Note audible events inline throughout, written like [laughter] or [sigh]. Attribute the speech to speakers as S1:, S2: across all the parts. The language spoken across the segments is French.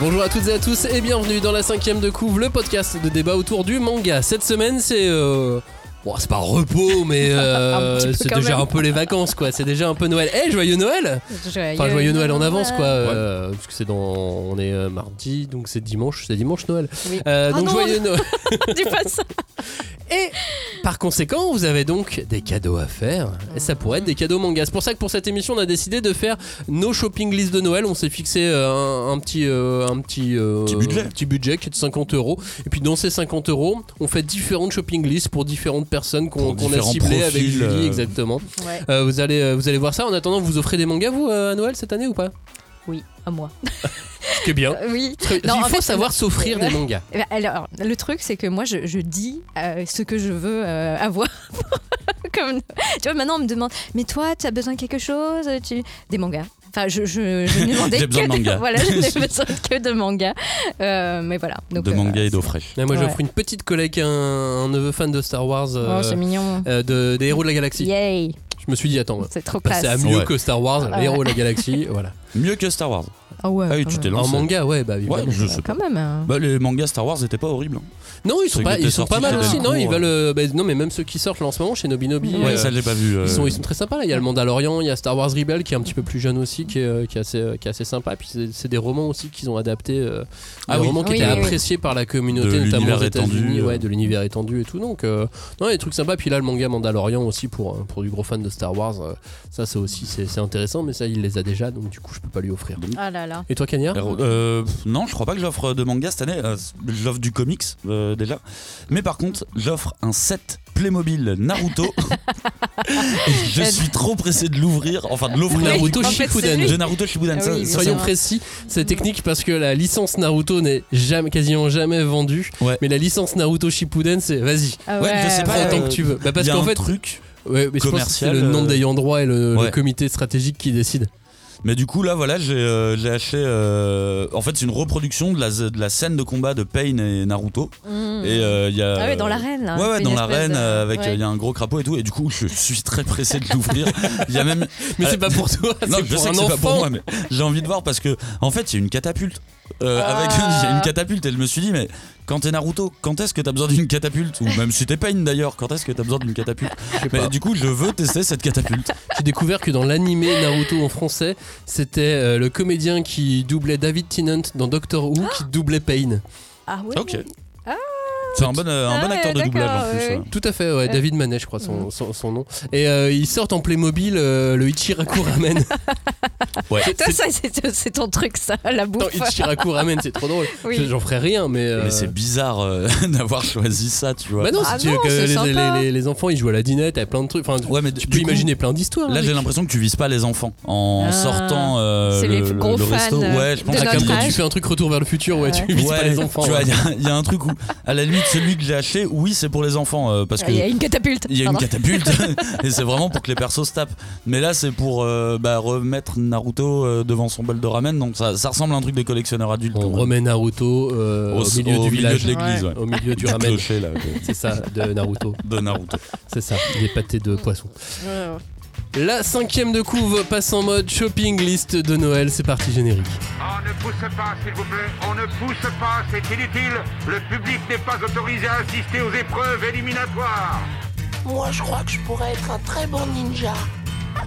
S1: Bonjour à toutes et à tous et bienvenue dans la cinquième de couvre, le podcast de débat autour du manga. Cette semaine, c'est euh, bon, c'est pas repos,
S2: [laughs]
S1: mais euh,
S2: Un petit peu
S1: c'est
S2: quand
S1: déjà
S2: même.
S1: un peu les vacances, quoi. C'est déjà un peu Noël. Eh, joyeux Noël Enfin, joyeux Noël en avance, quoi. euh, parce que c'est dans, on est euh, mardi, donc c'est dimanche, c'est dimanche Noël.
S2: Oui.
S1: Euh,
S2: Ah
S1: donc
S2: non.
S1: joyeux Noël.
S2: [laughs]
S3: Euh.
S2: Dis pas ça.
S1: Et par conséquent, vous avez donc des cadeaux à faire. Et ça pourrait être des cadeaux manga. C'est pour ça que pour cette émission, on a décidé de faire nos shopping list de Noël. On s'est fixé euh, un, un petit, euh, un petit, euh,
S3: Petit budget.
S1: petit budget qui est de 50 euros. Et puis dans ces 50 euros, on fait différentes shopping lists pour différentes personnes qu'on
S3: Pour
S1: qu'on a
S3: différents
S1: ciblées avec
S3: profils,
S1: Julie,
S3: euh.
S1: exactement. Euh, vous allez, euh, vous allez voir ça. En attendant, vous offrez des mangas vous euh, à Noël cette année ou pas
S2: Oui, à moi.
S1: C'est bien.
S2: Euh, Oui. Non,
S1: Il
S2: en
S1: faut
S2: fait,
S1: savoir s'offrir des
S2: Ouais.
S1: mangas.
S2: Eh ben, Alors, le truc, c'est que moi, je, je dis euh, ce que je veux euh, avoir. [laughs] Comme, tu vois, maintenant, on me demande Mais toi, tu as besoin de quelque chose tu... Des mangas. Enfin, je, je, je n'ai demandé
S3: [laughs] J'ai besoin
S2: que
S3: de mangas.
S2: [laughs] voilà, je n'ai
S3: [laughs]
S2: besoin que de mangas. Euh, mais voilà. Donc,
S3: de
S2: euh,
S3: manga et d'eau fraîche.
S1: Ouais, moi,
S2: Ouais.
S1: j'offre une petite collègue à un, un neveu fan de Star Wars. euh,
S2: Oh, c'est mignon.
S1: euh, de, des héros de la galaxie.
S2: Yay.
S1: Je me suis dit, attends,
S2: C'est trop
S3: Bah,
S1: passer à
S2: classe.
S1: mieux
S3: Ouais.
S1: que Star Wars,
S2: Ah
S1: les héros de la
S3: [laughs]
S1: galaxie, voilà.
S3: Mieux que Star Wars.
S2: Ah ouais.
S3: Ah oui,
S2: quand
S3: tu t'es
S2: même.
S1: En
S3: lancé.
S1: manga, ouais, bah
S3: Ouais,
S1: évidemment.
S3: je sais pas.
S2: Quand même. hein.
S3: Bah, les mangas Star Wars n'étaient pas horribles. hein.
S1: Non, ils sont
S3: Ceux
S1: pas,
S3: qui étaient
S1: ils sont pas
S3: sortis
S1: mal
S2: chez
S1: aussi, non, ils
S3: Delcourt,
S1: veulent. euh, bah, non, mais même ceux qui sortent là en ce moment chez Nobinobi.
S2: Ouais,
S3: Ouais,
S1: euh,
S3: ça, je l'ai pas vu. euh.
S1: Ils sont, ils sont très sympas là. Il y a le Mandalorian, il y a Star Wars Rebel qui est un petit peu plus jeune aussi, qui est, euh, qui est assez, euh, qui est assez sympa. Puis c'est- c'est des romans aussi qu'ils ont adaptés, euh,
S3: Ah
S1: des
S3: oui.
S1: romans qui
S2: Oui,
S1: étaient
S2: oui, oui.
S1: appréciés par la communauté,
S3: De
S1: notamment aux
S3: l'univers
S1: États-Unis,
S3: étendu, euh.
S1: ouais, de l'univers étendu et tout. Donc, euh, non, il y a des trucs sympas. Puis là, le manga Mandalorian aussi pour euh, pour du gros fan de Star Wars, euh, ça c'est aussi c'est c'est intéressant. Mais ça, il les a déjà, donc du coup, je peux pas lui offrir.
S2: Ah là là.
S1: Et toi, Cagnard
S3: Euh, pff, non, je crois pas que j'offre de manga cette année. Euh, j'offre du comics euh, déjà. Mais par contre, j'offre un set Playmobil
S1: [laughs]
S3: Naruto. Et je suis trop pressé de l'ouvrir, enfin de l'offrir.
S1: Naruto
S2: en fait,
S1: Shippuden.
S2: c'est lui.
S3: De Naruto Shippuden.
S2: Ah
S3: ça,
S2: oui,
S3: ça,
S1: Soyons
S2: sûr.
S1: précis, c'est technique parce que la licence Naruto n'est jamais, quasiment jamais vendue.
S3: Ouais.
S1: Mais la licence Naruto Shippuden, c'est vas-y,
S2: Ah
S3: Ouais, je sais pas,
S1: prends
S3: euh,
S1: tant que tu veux. Bah,
S3: il
S1: parce
S3: y a
S1: qu'en
S3: un
S1: fait,
S3: truc.
S1: ouais, mais je pense que c'est
S3: commercial,
S1: le nombre
S3: euh,
S1: d'ayant droit et le, le
S3: ouais.
S1: comité stratégique qui décide.
S3: Mais du coup, là, voilà, j'ai euh, j'ai acheté. euh, en fait, c'est une reproduction de la, de la scène de combat de Pain et Naruto.
S2: Mmh.
S3: Et euh, il y a.
S2: Ah ouais, dans l'arène là.
S3: Ouais, ouais,
S2: Une
S3: dans
S2: espèce
S3: l'arène,
S2: de-
S3: euh, avec euh, il
S2: Ouais.
S3: y a un gros crapaud et tout, et du coup, je suis très pressé de
S2: [laughs]
S3: l'ouvrir. Il y a même.
S1: Mais
S3: Ah,
S1: c'est pas
S3: [laughs]
S1: pour toi,
S3: Non,
S1: c'est
S3: je
S1: pour
S3: sais
S1: un
S3: que c'est pas pour
S1: enfant.
S3: moi, mais j'ai envie de voir parce que, en fait, il y a une catapulte. Euh,
S2: Ah.
S3: Avec [laughs] il y a une catapulte, et je me suis dit, mais quand t'es Naruto, quand est-ce que t'as besoin d'une catapulte Ou même si t'es Pain d'ailleurs, quand est-ce que t'as besoin
S2: [laughs]
S3: d'une catapulte
S2: Bah.
S3: Mais du coup, je veux tester cette catapulte.
S1: J'ai découvert que dans l'animé Naruto en français, c'était euh, le comédien qui doublait David Tennant dans Doctor Who qui doublait Pain.
S2: Ah ouais.
S3: Ok.
S2: Ah.
S3: C'est un bon, euh, un
S2: Ah
S3: bon
S2: ouais,
S3: acteur de doublage en
S2: d'accord,
S3: plus. hein.
S2: ouais.
S3: ouais.
S1: Tout à fait, ouais,
S2: Euh.
S1: David Manet, je crois, son, son- son nom. Et euh, ils sortent en Playmobil euh, le Ichiraku Ramen.
S2: Toi, ça, c'est c'est ton truc, ça, la
S1: Non,
S2: bouffe.
S1: Ichiraku Ramen, c'est trop drôle.
S2: Oui.
S1: Je- J'en ferai rien, mais. euh,
S3: Mais c'est bizarre euh, [laughs] d'avoir choisi ça, tu vois.
S1: Bah non,
S2: Ah
S1: c'est
S2: non,
S1: que
S2: c'est
S1: les,
S2: sympa.
S1: les- les- les enfants ils jouent à la dinette, à plein de trucs. Enfin, tu-
S3: ouais, mais
S1: tu peux imaginer plein d'histoires.
S3: Là,
S1: hein.
S3: j'ai l'impression que tu vises pas les enfants en
S2: Ah,
S3: sortant euh,
S2: c'est
S3: le,
S2: les
S3: le-
S2: gros
S3: le
S2: fans,
S3: resto.
S2: euh,
S3: Ouais, je
S2: de
S3: pense
S1: Ah,
S2: notre
S1: comme
S3: qu'il-
S1: quand
S2: âge.
S1: tu fais un truc retour vers le futur, ouais, tu
S2: Ouais.
S1: vises
S3: Ouais,
S1: pas les enfants. hein.
S3: Tu vois,
S1: ouais.
S3: il y a- il y, a un truc où, à la limite, celui que j'ai acheté, oui, c'est pour les enfants euh, parce
S2: Ah,
S3: que.
S2: Il y a une catapulte.
S3: Il y a une
S2: Pardon. [laughs]
S3: catapulte et c'est vraiment pour que les persos se tapent. Mais là, c'est pour euh, bah, remettre Naruto euh, devant son bol de ramen. Donc ça, ça ressemble à un truc de collectionneur adulte.
S1: On
S3: ouais.
S1: remet Naruto euh, au,
S3: au,
S1: milieu
S3: au
S1: du
S3: milieu
S1: village,
S3: de l'église, ouais.
S1: au milieu du
S3: Du
S1: ramen.
S3: clocher, là, de-
S1: C'est ça, de Naruto.
S3: de Naruto.
S1: C'est ça, les pâtés de poisson.
S2: Ouais.
S1: La cinquième de couve passe en mode shopping list de Noël, c'est parti générique.
S4: On Ah, ne pousse pas, s'il vous plaît. On ne pousse pas, c'est inutile. Le public n'est pas autorisé à assister aux épreuves éliminatoires.
S5: Moi, je crois que je pourrais être un très bon ninja.
S6: À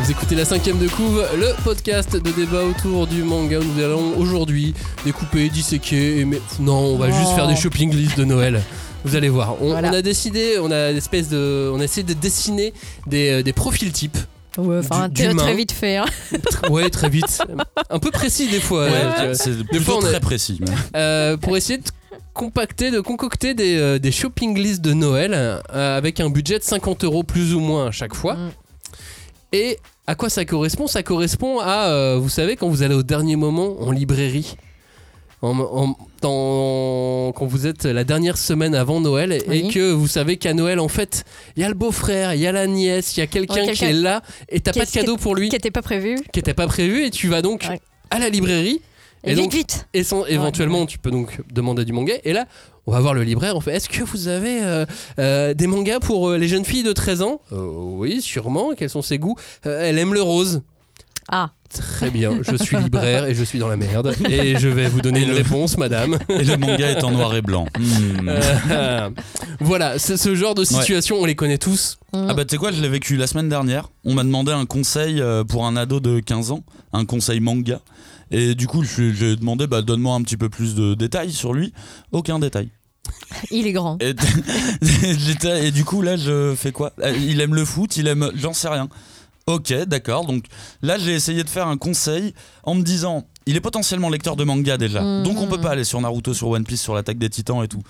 S1: Vous écoutez la cinquième de couve, le podcast de débat autour du manga où nous allons aujourd'hui découper, disséquer, et mais non, on va
S2: Oh.
S1: juste faire des shopping lists de Noël. Vous allez voir, on,
S2: Voilà.
S1: on a décidé, on a une espèce de, on a essayé de dessiner des, euh, des profils types.
S2: Ouais, enfin,
S1: Du-
S2: très,
S1: d'humain.
S2: très vite fait. hein.
S1: Tr- ouais, très vite, un peu précis des fois.
S3: Ouais,
S1: euh, tu vois.
S3: c'est plutôt
S1: fois, on est-
S3: très précis. mais-
S1: Euh, pour essayer de compacter, de concocter des, euh, des shopping lists de Noël euh, avec un budget de 50 euros plus ou moins à chaque fois.
S2: Mm.
S1: Et à quoi ça correspond Ça correspond à, euh, vous savez, quand vous allez au dernier moment en librairie. En, en- dans- quand vous êtes la dernière semaine avant Noël et- et
S2: Oui.
S1: que vous savez qu'à Noël, en fait, il y a le beau-frère, il y a la nièce, il y a quelqu'un
S2: Ouais,
S1: qui
S2: quelqu'un
S1: est là et t'as
S2: qui
S1: pas de
S2: est-
S1: cadeau pour lui
S2: qui n'était pas prévu.
S1: qui était pas prévu et tu vas donc
S2: Ouais.
S1: à la librairie
S2: Et,
S1: Et
S2: vite,
S1: donc-
S2: vite.
S1: et sans- éventuellement tu peux donc demander du manga et là on va voir le libraire on fait est-ce que vous avez euh, euh, des mangas pour euh, les jeunes filles de 13 ans Euh, oui sûrement quels sont ses goûts Euh, elle aime le rose
S2: Ah.
S1: Très bien, je suis libraire et je suis dans la merde et je vais vous donner
S3: Et
S1: une
S3: le-
S1: réponse,
S3: [laughs]
S1: madame.
S3: Et le manga est en noir et blanc. Hmm.
S1: Euh, voilà, c'est ce genre de situation, on les connaît tous.
S3: Ah bah tu sais quoi, je l'ai vécu la semaine dernière. On m'a demandé un conseil euh, pour un ado de 15 ans, un conseil manga. Et du coup, je- j'ai demandé, bah donne-moi un petit peu plus de détails sur lui. Aucun détail.
S2: Il est grand.
S3: Et, [laughs] j'étais- et du coup, là, je fais quoi Euh, Il aime le foot, il aime... J'en sais rien. Ok, d'accord. Donc là, j'ai essayé de faire un conseil en me disant, il est potentiellement lecteur de manga déjà.
S2: Mhm.
S3: Donc on peut pas aller sur Naruto, sur One Piece, sur l'attaque des titans et tout.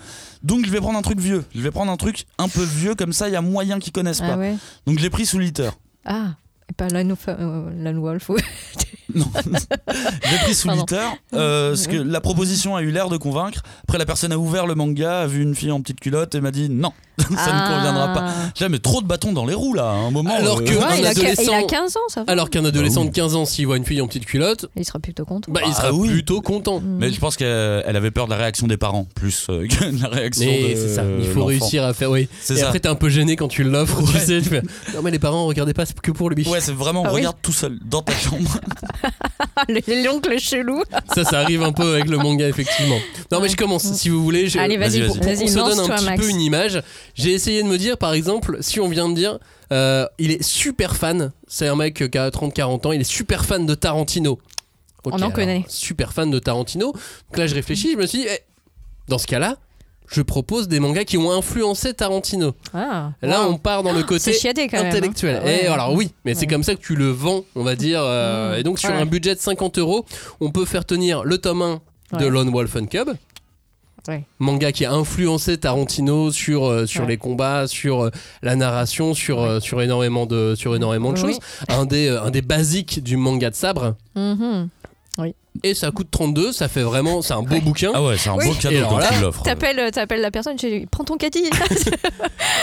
S3: Donc je vais prendre un truc vieux. Je vais prendre un truc un peu vieux, comme ça, il y a moyen qu'ils connaissent pas.
S2: Ah ouais.
S3: Donc j'ai pris sous Litter.
S2: Ah. Et pas Lone Wolf. euh, Lone Wolf, oui.
S3: Non. J'ai pris sous
S2: Pardon. [laughs]
S3: Litter, euh, parce que la proposition a eu l'air de convaincre. Après, la personne a ouvert le manga, a vu une fille en petite culotte et m'a dit non, [laughs] ça ne conviendra pas.
S2: Ah.
S3: Là, mais trop de bâtons dans les roues là, à un moment. euh.
S1: Alors que-
S2: Ouais,
S1: Un
S2: il, a,
S1: adolescent-
S2: il a 15 ans, ça va.
S1: Alors qu'un adolescent
S3: Bah oui.
S1: de 15 ans, s'il voit une fille en petite culotte,
S2: Il sera plutôt content.
S1: bah, il
S3: Bah
S1: sera
S3: oui.
S1: plutôt content.
S3: Mais je pense qu'elle elle avait peur de la réaction des parents, plus euh, que de la réaction
S1: Mais
S3: de
S1: c'est ça, il faut
S3: l'enfant.
S1: réussir à faire. Oui.
S3: C'est
S1: Et
S3: ça.
S1: après, t'es un peu gêné quand tu l'offres, tu
S3: Ouais.
S1: sais. tu fais, non, mais les parents, regardez pas, c'est que pour lui.
S3: Ouais, c'est vraiment,
S2: Ah oui.
S3: regarde tout seul, dans ta
S2: [laughs]
S3: chambre.
S2: Ah, le- l'oncle chelou.
S1: Ça, ça arrive un peu avec le manga, effectivement. Non, mais je commence, si vous voulez. Je...
S2: Allez, vas-y,
S3: vas-y,
S1: Pour
S2: vas-y,
S3: vas-y.
S1: qu'on se donne un
S2: lance-toi,
S1: petit
S2: Max.
S1: peu une image, j'ai essayé de me dire, par exemple, si on vient de dire, euh, il est super fan, c'est un mec qui a 30-40 ans, il est super fan de Tarantino. Ok,
S2: On en
S1: alors,
S2: connaît.
S1: Super fan de Tarantino. Donc là, je réfléchis, je me suis dit, eh, dans ce cas-là, je propose des mangas qui ont influencé Tarantino.
S2: Ah,
S1: Là,
S2: wow.
S1: on part dans le
S2: C'est
S1: côté
S2: chiadé quand même. hein.
S1: intellectuel.
S2: Ah ouais.
S1: Et alors oui, mais
S2: Ouais.
S1: c'est comme ça que tu le vends, on va dire. euh,
S2: Mmh.
S1: Et donc sur
S2: Ouais.
S1: un budget de 50 euros, on peut faire tenir le tome 1 de
S2: Ouais.
S1: Lone Wolf and Cub.
S2: Ouais.
S1: Manga qui a influencé Tarantino sur, euh, sur
S2: Ouais.
S1: les combats, sur euh, la narration, sur, euh, sur énormément de, sur énormément de
S2: Oui.
S1: choses. Un des, euh, un des basiques du manga de sabre.
S2: Mhm.
S1: Et ça coûte 32, ça fait vraiment. C'est un beau bouquin.
S3: Ah ouais, c'est un
S2: Oui.
S3: beau
S1: Et
S3: cadeau
S1: alors
S3: quand
S1: là,
S3: tu l'offres.
S2: T'appelles, euh, t'appelles la personne, tu dis prends
S1: [laughs]
S2: ton caddie.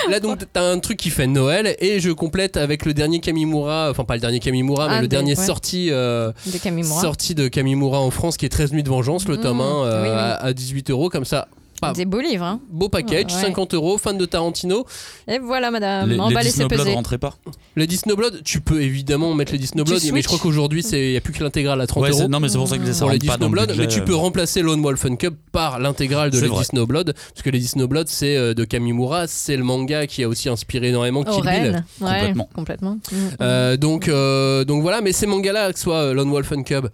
S1: Là donc t'as un truc qui fait Noël et je complète avec le dernier Kamimura, enfin pas le dernier Kamimura, mais
S2: Ah,
S1: le
S2: des-
S1: dernier
S2: ouais.
S1: sorti euh,
S2: De Camille Morin.
S1: sorti de Kamimura en France qui est 13 nuits de vengeance, le
S2: Mmh,
S1: tome 1 euh,
S2: oui, oui.
S1: à- à 18 euros comme ça. pas-
S2: Des beaux livres. Hein.
S1: Beau package,
S2: Ouais.
S1: 50 euros, fan de Tarantino.
S2: Et voilà, madame.
S3: Les,
S2: on
S3: les
S2: va laisser
S3: Disney Blood
S2: peser.
S3: rentraient pas.
S1: Les Disneybloods, tu peux évidemment mettre les Disneybloods, mais
S2: switches.
S1: je crois qu'aujourd'hui il n'y a plus que l'intégrale à 30
S3: Ouais, c'est-
S1: euros.
S3: non, mais c'est pour ça que ça
S1: Pour les
S3: rentre pas dans le
S1: Disneybloods, mais
S3: budget. euh.
S1: tu peux remplacer Lone Wolf and Cub par l'intégrale de
S3: C'est
S1: les
S3: vrai.
S1: Disneybloods, parce que les Disneybloods c'est euh, de Kamimura, c'est le manga qui a aussi inspiré énormément Kill Bill.
S2: Oren. Ouais,
S3: Complètement.
S2: complètement.
S1: Euh, donc, euh, donc voilà, mais ces mangas-là, que ce soit euh, Lone Wolf and Cub,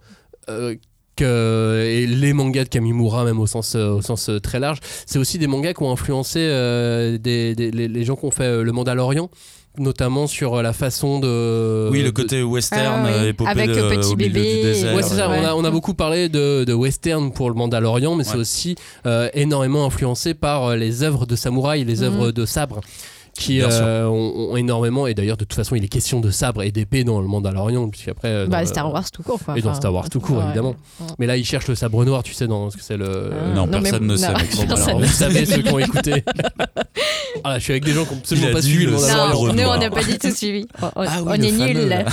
S1: euh, que, et les mangas de Kamimura, même au sens, euh, au sens euh, très large, c'est aussi des mangas qui ont influencé euh, des, des- les, les gens qui ont fait euh, le Mandalorian, notamment sur euh, la façon de.
S3: Oui, le
S1: de-
S3: côté western,
S2: Ah oui.
S3: euh, épopée
S2: Avec
S3: de-
S2: le petit
S3: au milieu du
S2: bébé.
S3: désert.
S1: euh, Ouais, c'est ça,
S2: Ouais.
S1: on a, on a beaucoup parlé de, de western pour le Mandalorian, mais c'est
S3: Ouais.
S1: aussi euh, énormément influencé par euh, les œuvres de samouraï,
S2: Mhm.
S1: les œuvres de sabre, qui
S3: Bien sûr.
S1: euh, ont, ont énormément, et d'ailleurs de toute façon il est question de sabre et d'épée dans le Mandalorian, puisqu'après... euh, dans
S2: Bah,
S1: le-
S2: Star Wars tout court. Quoi.
S1: Et dans
S2: Enfin,
S1: Star Wars tout court,
S2: ouais.
S1: évidemment. Mais là, il cherche le sabre noir, tu sais, dans ce que c'est le.
S2: Ah.
S3: Euh, Non,
S2: Non, mais-
S3: personne
S2: non,
S3: ne sait. mec. Bon,
S2: personne [laughs]
S1: Alors,
S3: alors,
S1: vous savez ceux qui ont écouté. Ah, je suis avec des gens qui ont absolument
S3: Il a
S1: pas
S3: dit
S1: suivi le
S3: le
S1: Mandalorian.
S3: sabre
S2: Non, nous, on
S3: noir.
S2: n'a pas du tout suivi. On, on-
S3: [laughs] Ah oui,
S2: on
S3: le
S2: est
S3: fameux,
S2: nuls.
S3: là.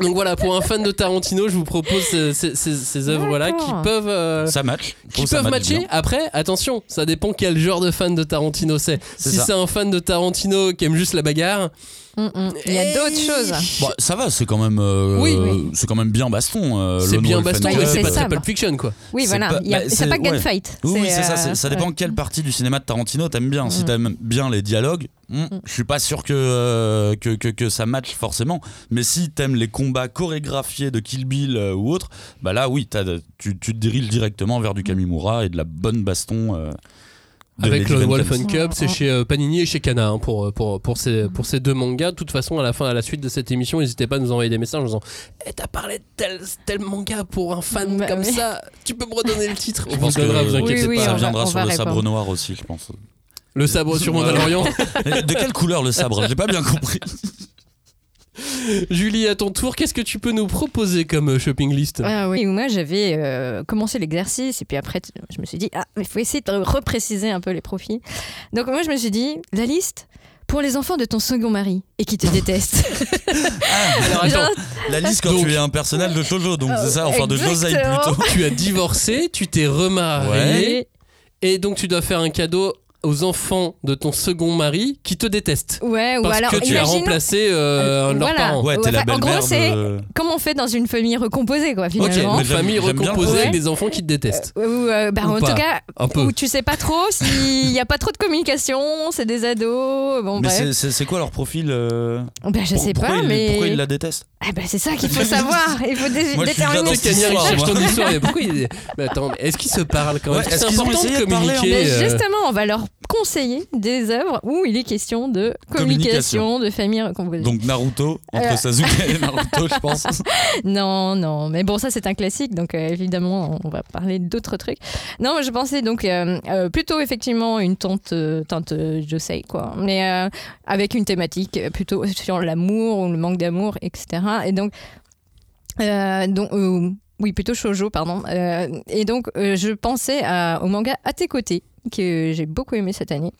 S1: Donc voilà, pour un fan de Tarantino, je vous propose ces, ces- ces- ces œuvres-là qui
S2: D'accord.
S1: peuvent. euh,
S3: Ça match. Je
S1: qui
S3: trouve ça
S1: peuvent
S3: match
S1: matcher.
S3: bien.
S1: Après, attention, ça dépend quel genre de fan de Tarantino c'est.
S3: C'est
S1: Si
S3: ça.
S1: c'est un fan de Tarantino qui aime juste la bagarre,
S2: Mm, mm. Il
S3: Eh
S2: y a d'autres choses.
S3: Bon, ça va, c'est quand même, euh,
S1: Oui,
S2: oui.
S3: c'est quand même bien baston. euh,
S1: c'est
S3: Lone
S1: bien
S3: Wolf and euh,
S1: baston,
S2: Bah,
S3: Cub.
S1: mais c'est
S2: c'est
S1: pas
S2: ça.
S1: Pulp Fiction quoi.
S2: Oui,
S3: C'est
S2: voilà.
S3: pas-
S2: Il y a-
S3: bah,
S2: c'est
S3: c'est-
S2: pas gunfight.
S3: Oui, oui,
S2: C'est,
S3: c'est ça.
S2: euh,
S3: c'est- Ça dépend
S2: ouais. Mm.
S3: quelle partie du cinéma de Tarantino t'aimes bien. Si t'aimes bien les dialogues, hmm, je suis pas sûr que, euh, que, que, que ça matche forcément. Mais si t'aimes les combats chorégraphiés de Kill Bill euh, ou autre, bah là, oui, t'as de- tu, tu te diriges directement
S2: Mm.
S3: vers du Kamimura et de la bonne baston. euh, de
S1: Avec
S3: Lady
S1: Lone
S3: Vengeance.
S1: Wolf and Cub,
S2: Ouais,
S1: c'est
S2: ouais.
S1: chez euh, Panini et chez Kana hein, pour, euh, pour, pour, ces, pour ces deux mangas. De toute façon, à la fin, à la suite de cette émission, n'hésitez pas à nous envoyer des messages en disant Eh, T'as parlé de tel, tel manga pour un fan
S2: Bah,
S1: comme
S2: mais-
S1: ça, tu peux me redonner le titre
S3: [laughs] Je
S1: On vous
S3: pense que
S1: le donnera, vous inquiétez
S2: Oui, oui,
S1: pas.
S2: on
S3: ça
S2: va-
S3: viendra
S2: on
S3: sur
S2: va
S3: le
S2: répondre.
S3: sabre noir aussi, je pense. [laughs]
S1: Le sabre sur Mandalorian.
S3: de quelle couleur le sabre J'ai pas bien compris.
S1: Julie, à ton tour, qu'est-ce que tu peux nous proposer comme euh, shopping list
S2: Ah oui. Et moi, j'avais euh, commencé l'exercice et puis après, t- je me suis dit, ah, il faut essayer de repréciser un peu les profils. Donc moi, je me suis dit, la liste pour les enfants de ton second mari et qui
S3: [laughs]
S2: te déteste.
S1: Alors attends,
S3: La liste quand
S1: Donc-
S3: tu es un personnage de Jojo, donc c'est ça, enfin de Josei
S2: Exactement. [laughs]
S3: plutôt.
S1: tu as divorcé, tu t'es remarié
S3: Eh
S1: et donc tu dois faire un cadeau aux enfants de ton second mari qui te détestent.
S2: Ouais, ou
S1: Parce
S2: alors
S1: que tu as
S2: imaginons-
S1: remplacé euh, un de leurs
S2: Voilà.
S1: parents.
S3: Ouais, t'es la euh.
S2: Enfin, en gros,
S3: belle-mère
S2: c'est-
S3: de...
S2: Comme on fait dans une famille recomposée, quoi,
S1: Ok,
S2: finalement.
S1: une
S3: mais j'aime-
S1: famille
S3: j'aime bien
S1: recomposée
S2: le
S1: avec
S2: projet.
S1: des enfants qui te détestent.
S2: Ou, euh, bah,
S1: Ou
S2: en
S1: pas.
S2: tout cas,
S1: Un peu.
S2: où tu sais pas trop s'il n'y a pas trop de communication, c'est des ados, bon
S3: Mais
S2: bref.
S3: c'est- c'est c'est quoi leur profil euh,
S2: Bah, je
S3: pour-
S2: sais
S3: pourquoi
S2: pas,
S3: ils-
S2: mais.
S3: Pourquoi ils la détestent
S2: Ah bah, c'est ça qu'il
S3: [laughs]
S2: faut savoir. Il faut dé-
S3: Moi, je suis déjà
S2: déterminer.
S3: dans
S1: Tu
S3: cette
S1: sais, Cagnard, il
S3: histoire,
S1: cherche
S3: moi.
S1: ton histoire, mais pourquoi il- Mais attends, mais est-ce qu'ils se parlent quand même
S3: Ouais,
S1: Parce que
S3: est-ce
S1: C'est
S3: qu'ils ont
S1: important
S3: essayé
S1: de
S3: de parler en
S1: communiquer.
S2: Mais
S1: euh,
S2: Bah, justement, on va leur conseiller des œuvres où il est question de communication, de famille recomposée.
S3: Donc Naruto, entre
S2: Euh.
S3: Sasuke
S2: [laughs]
S3: et Naruto, je pense.
S2: Non, non, mais bon, ça c'est un classique, donc euh, évidemment, on va parler d'autres trucs. Non, moi, je pensais donc euh, euh, plutôt effectivement une tante, euh, tante euh, Josei, quoi, mais euh, avec une thématique euh, plutôt sur l'amour ou le manque d'amour, etc. Et donc, euh, donc euh, oui, plutôt shoujo, pardon. Euh, et donc, euh, je pensais à- au manga À tes côtés que j'ai beaucoup aimé cette année.